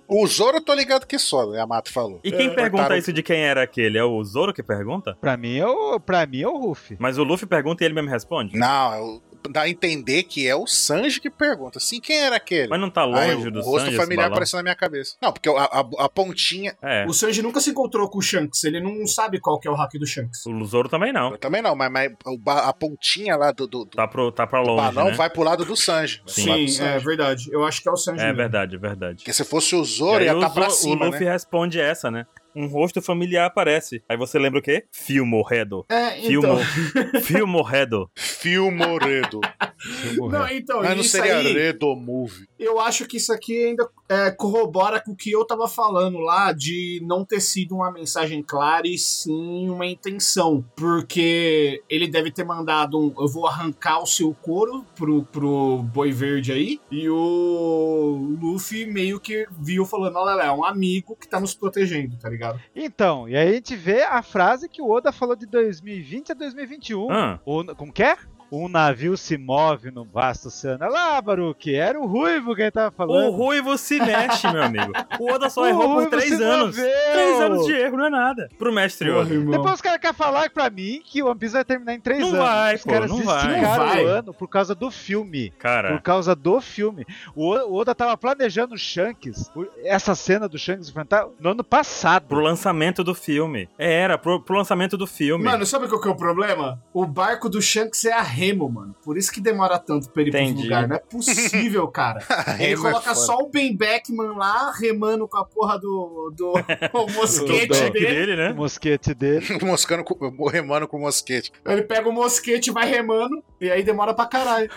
O Zoro eu tô ligado que sola, o Yamato falou.
E quem
É,
pergunta
cortaram-
isso de quem era aquele? É o Zoro que pergunta?
Pra mim é o, pra mim é o Ruffy.
Mas o Luffy pergunta e ele mesmo responde?
Não, é o- dá a entender que é o Sanji que pergunta. Assim, quem era aquele?
Mas não tá
Ah, é
Aí,
longe
o
do
rosto
Sanji esse
familiar
balão?
apareceu na minha cabeça. Não, porque a, a- a pontinha.
É,
O Sanji nunca se encontrou com o Shanks, ele não sabe qual que é o hack do Shanks.
o Zoro também não.
Eu também não, mas, mas o ba- a pontinha lá do, do, do
Tá, pro, tá pra longe,
balão
né?
vai pro lado do Sanji. Vai pro lado do
Sim,
Sanji.
é verdade. Eu acho que é o Sanji.
É
mesmo.
verdade, é verdade.
Porque se fosse o
E
Zoro,
aí
ia
o
estar tá pra
Zo-
cima,
o Luffy
né?
responde essa, né? Um rosto familiar aparece. Aí você lembra o quê? Filmorredo.
É, então.
Filmo. Filmorredo.
é Fio Moredo.
Deixa eu morrer.
Não, então,
Mas não
isso
seria
aí,
Redo Movie.
eu acho que isso aqui ainda é, corrobora com o que eu tava falando lá de não ter sido uma mensagem clara e sim uma intenção. Porque ele deve ter mandado um. Eu vou arrancar o seu couro pro, pro boi verde aí. E o Luffy meio que viu falando: olha lá, é um amigo que tá nos protegendo, tá ligado?
Então, e aí a gente vê a frase que o Oda falou de 2020 a 2021.
Ah,
O- como que é? Um navio se move no vasto oceano. Olha lá, Baruque, era o Ruivo quem tava
o
falando.
Ruivo se mexe, meu amigo. O Oda só
O
errou por
Ruivo
três
se
anos.
moveu.
Três anos de erro não é nada. Pro mestre
Porra,
Oda.
irmão.
Depois os caras querem falar pra mim que o One Piece vai terminar em três
Não
anos.
vai,
os
pô,
caras
não
se
vai. É.
esticaram
Não vai.
o ano por causa do filme.
Cara,
Por causa do filme. O O Oda tava planejando o Shanks, o- essa cena do Shanks enfrentar no ano passado.
pro lançamento do filme. É, era, pro, pro lançamento do filme.
Mano, sabe qual que é o problema? O barco do Shanks é a remo, mano. Por isso que demora tanto pra ele ir pro
Entendi.
lugar. Não é possível, cara. Ele
Remo é
coloca
foda.
só o Ben Beckman lá, remando com a porra do, do, o mosquete
Do- do-
dele.
dele,
O
né?
mosquete dele.
Moscando com, remando com mosquete.
Ele pega o mosquete e vai remando, e aí demora pra caralho.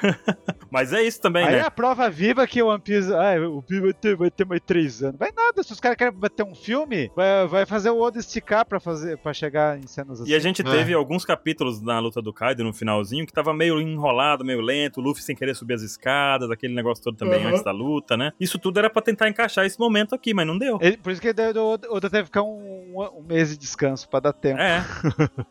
Mas é isso também,
Aí
né?
é a prova viva que o One Piece. Ah, o Piece vai ter, vai ter mais três anos. Vai nada, se os caras querem bater um filme, vai, vai fazer o Oda esticar pra, fazer, pra chegar em cenas assim.
E a gente teve alguns capítulos na luta do Kaido no finalzinho que tava meio enrolado, meio lento, o Luffy sem querer subir as escadas, aquele negócio todo também
Uhum.
antes da luta, né? Isso tudo era pra tentar encaixar esse momento aqui, mas não deu.
Ele- por isso que ele deu- o Oda teve que ficar um, um mês de descanso pra dar tempo.
É,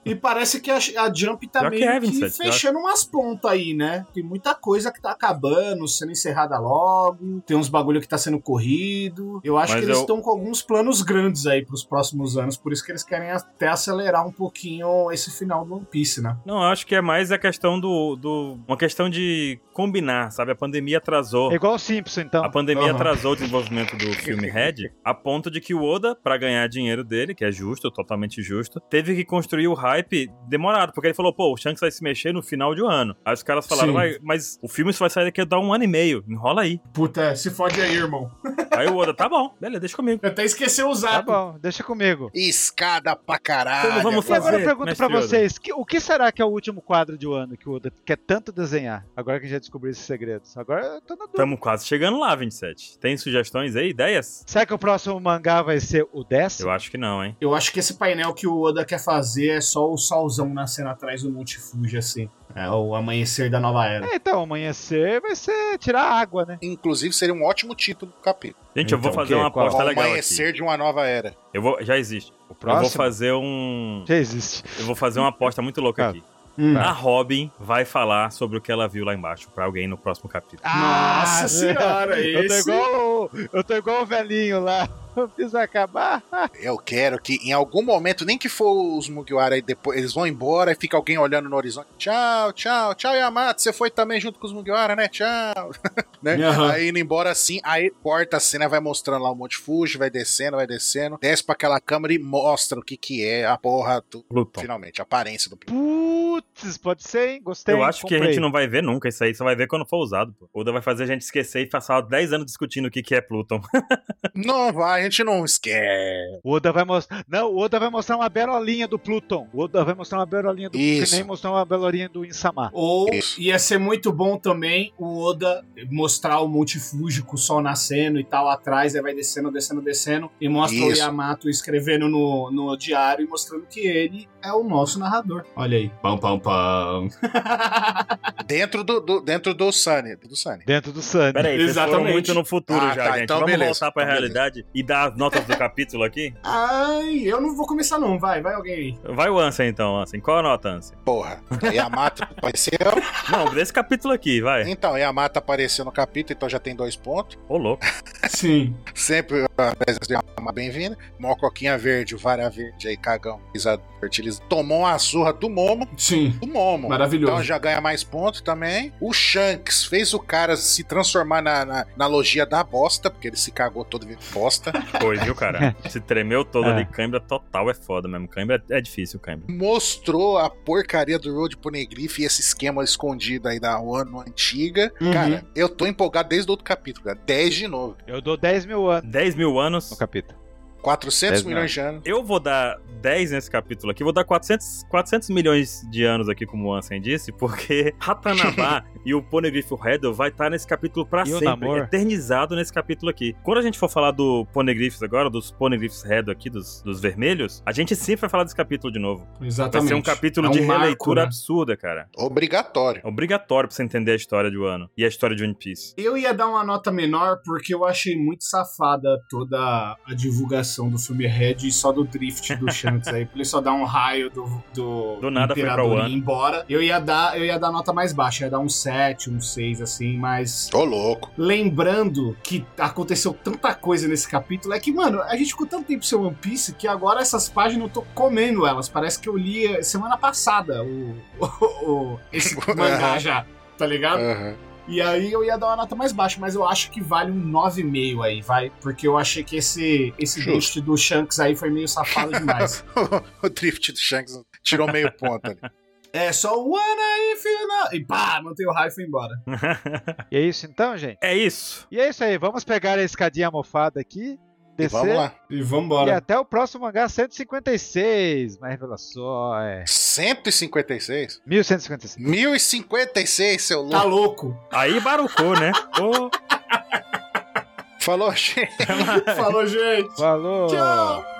E parece que a, a Jump tá
Pior que
meio
é,
que
27, pior.
fechando umas pontas aí, né? Tem muita coisa que tá acabando, sendo encerrada logo, tem uns bagulho que tá sendo corrido. Eu acho
Mas
que eles
eu-
estão com alguns planos grandes aí pros próximos anos, por isso que eles querem até acelerar um pouquinho esse final do One Piece, né?
Não, eu acho que é mais a questão do, do. Uma questão de combinar, sabe? A pandemia atrasou.
É igual o Simpson, então.
A pandemia
Aham.
atrasou o desenvolvimento do filme Red a ponto de que o Oda, pra ganhar dinheiro dele, que é justo, totalmente justo, teve que construir o hype demorado, porque ele falou, pô, o Shanks vai se mexer no final de um ano. Aí os caras falaram,
Sim.
"Ué, mas o filme só vai sair daqui a dar um ano e meio, enrola aí.
Puta, é, se fode aí, irmão.
Aí o Oda, tá bom, beleza, deixa comigo.
Eu até esqueci o
Tá
zap.
bom, deixa comigo.
Escada pra caralho.
Como Então vamos
E agora eu
fazer,
pergunto
mestre
pra
Oda?
vocês, que- o que será que é o último quadro de Wano que o Oda quer tanto desenhar? Agora que a gente já descobriu esses segredos. Agora eu tô na dúvida.
Tamo quase chegando lá, 27. Tem sugestões aí, ideias?
Será que o próximo mangá vai ser o décimo?
Eu acho que não, hein?
Eu acho que esse painel que o Oda quer fazer é só o solzão nascendo atrás do Monte Fuji, assim. É o amanhecer da nova era.
É, então, amanhecer vai ser tirar água, né?
Inclusive, seria um ótimo título do capítulo.
Gente, eu vou
Então,
fazer
o quê?
uma
Qual?
aposta
Ao
tá legal
amanhecer
aqui.
de uma nova era.
Eu vou, já existe.
O
Eu vou
próximo
fazer um...
já existe.
Eu vou fazer uma aposta muito louca
Tá.
aqui.
Hum.
A Robin vai falar sobre o que ela viu lá embaixo pra alguém no próximo capítulo.
Nossa
Ah,
senhora,
Eu tô,
esse...
igual, o- eu tô igual o velhinho lá. Eu fiz acabar.
Eu quero que em algum momento, nem que for os Mugiwara aí depois, eles vão embora e fica alguém olhando no horizonte. Tchau, tchau, tchau, Yamato. Você foi também junto com os Mugiwara, né? Tchau. né?
Aham.
Aí indo embora assim, aí corta a cena, vai mostrando lá o Monte Fuji, vai descendo, vai descendo, desce pra aquela câmera e mostra o que que é a porra do.
Pluton.
Finalmente, a aparência do.
Putz, pode ser, hein? Gostei.
Eu acho que a
comprei.
gente não vai ver nunca isso aí, só vai ver quando for usado. Pô. Oda vai fazer a gente esquecer e passar 10 anos discutindo o que, que é Pluton.
Não vai, a gente não esquece.
O Oda vai mostrar. Não, o Oda vai mostrar uma berolinha do Pluton. O Oda vai mostrar uma berolinha do
Isso.
Que nem mostrou uma berolinha do Insama.
Ou
Isso.
ia ser muito bom também o Oda mostrar o Monte Fuji com o sol nascendo e tal atrás, aí vai descendo, descendo, descendo, e mostra o
Isso.
Yamato escrevendo no, no diário e mostrando que ele é o nosso narrador. Olha aí. Pam, pam, pam.
Dentro do, do- dentro do Sunny. Do Sunny.
Dentro do Sunny.
Pera aí, vocês foram
Exatamente.
muito no futuro
Ah,
já,
tá,
gente.
então
Vamos
beleza,
voltar pra
então beleza.
realidade e dar as notas do capítulo aqui?
Ai, eu não vou começar não, vai, vai alguém aí.
Vai o Ansem então, Ansem. Qual a nota, Ansem?
Porra. Yamato apareceu.
Não, desse capítulo aqui, vai.
Então, Yamato apareceu no capítulo, então já tem dois pontos.
Ô, louco.
Sim.
Sempre a presença de uma bem-vinda. Mó coquinha verde, vara verde aí, cagão. pisado, fertilizado. Tomou uma surra do Momo.
Sim.
Do Momo.
Maravilhoso.
Então já ganha mais pontos também. O Shanks fez o cara se transformar na, na, na logia da bosta, porque ele se cagou todo de bosta.
Foi, viu, cara? Se tremeu todo
É.
ali, cãibra total é foda mesmo. Cãibra é difícil, cãibra.
Mostrou a porcaria do Road Poneglyph e esse esquema escondido aí da Wano antiga.
Uhum.
Cara, eu tô empolgado desde o outro capítulo, cara. 10 de novo.
Eu dou 10 mil anos
10 mil anos.
no capítulo.
400
Dez
milhões de anos.
Eu vou dar 10 nesse capítulo aqui, vou dar 400, 400 milhões de anos aqui, como o Ansem disse, porque Ratanabá e o Poneglyph Heddle vai estar nesse capítulo pra
E o
sempre,
Namor?
eternizado nesse capítulo aqui. Quando a gente for falar do Poneglyphs agora, dos Poneglyphs Heddle aqui, dos, dos vermelhos, a gente sempre vai falar desse capítulo de novo. Vai
Exatamente.
ser um capítulo
É um
de
marco,
releitura
né?
absurda, cara.
Obrigatório.
É obrigatório pra você entender a história de Wano e a história de One Piece.
Eu ia dar uma nota menor porque eu achei muito safada toda a divulgação do filme Red e só do drift do Shanks aí. pra Ele só dá um raio do, do,
Do nada foi pra
imperador
Wano.
ir embora. Eu ia dar, eu ia dar nota mais baixa, eu ia dar um 7, um 6 assim, mas
Ô, louco.
lembrando que aconteceu tanta coisa nesse capítulo, é que, mano, a gente ficou tanto tempo sem One Piece que agora essas páginas eu tô comendo elas. Parece que eu li eh, semana passada o, o- o- esse mangá já, tá ligado?
Aham.
E aí eu ia dar uma nota mais baixa, mas eu acho que vale um 9,5 aí, vai. Porque eu achei que esse, esse
Justo.
drift do Shanks aí foi meio safado demais.
o drift do Shanks tirou meio ponto ali.
é, só o Ana e final. E pá, mantém o raio e foi embora.
E é isso então, gente?
É isso.
E é isso aí, vamos pegar a escadinha mofada aqui,
E
descer
vamos lá.
E
e
vambora.
até o próximo mangá 156. Mas revelações.
156?
1156.
1056, seu
Tá
louco.
louco.
Aí barucou, né? Ô,
Falou, gente.
Falou, gente.
Falou!
Tchau.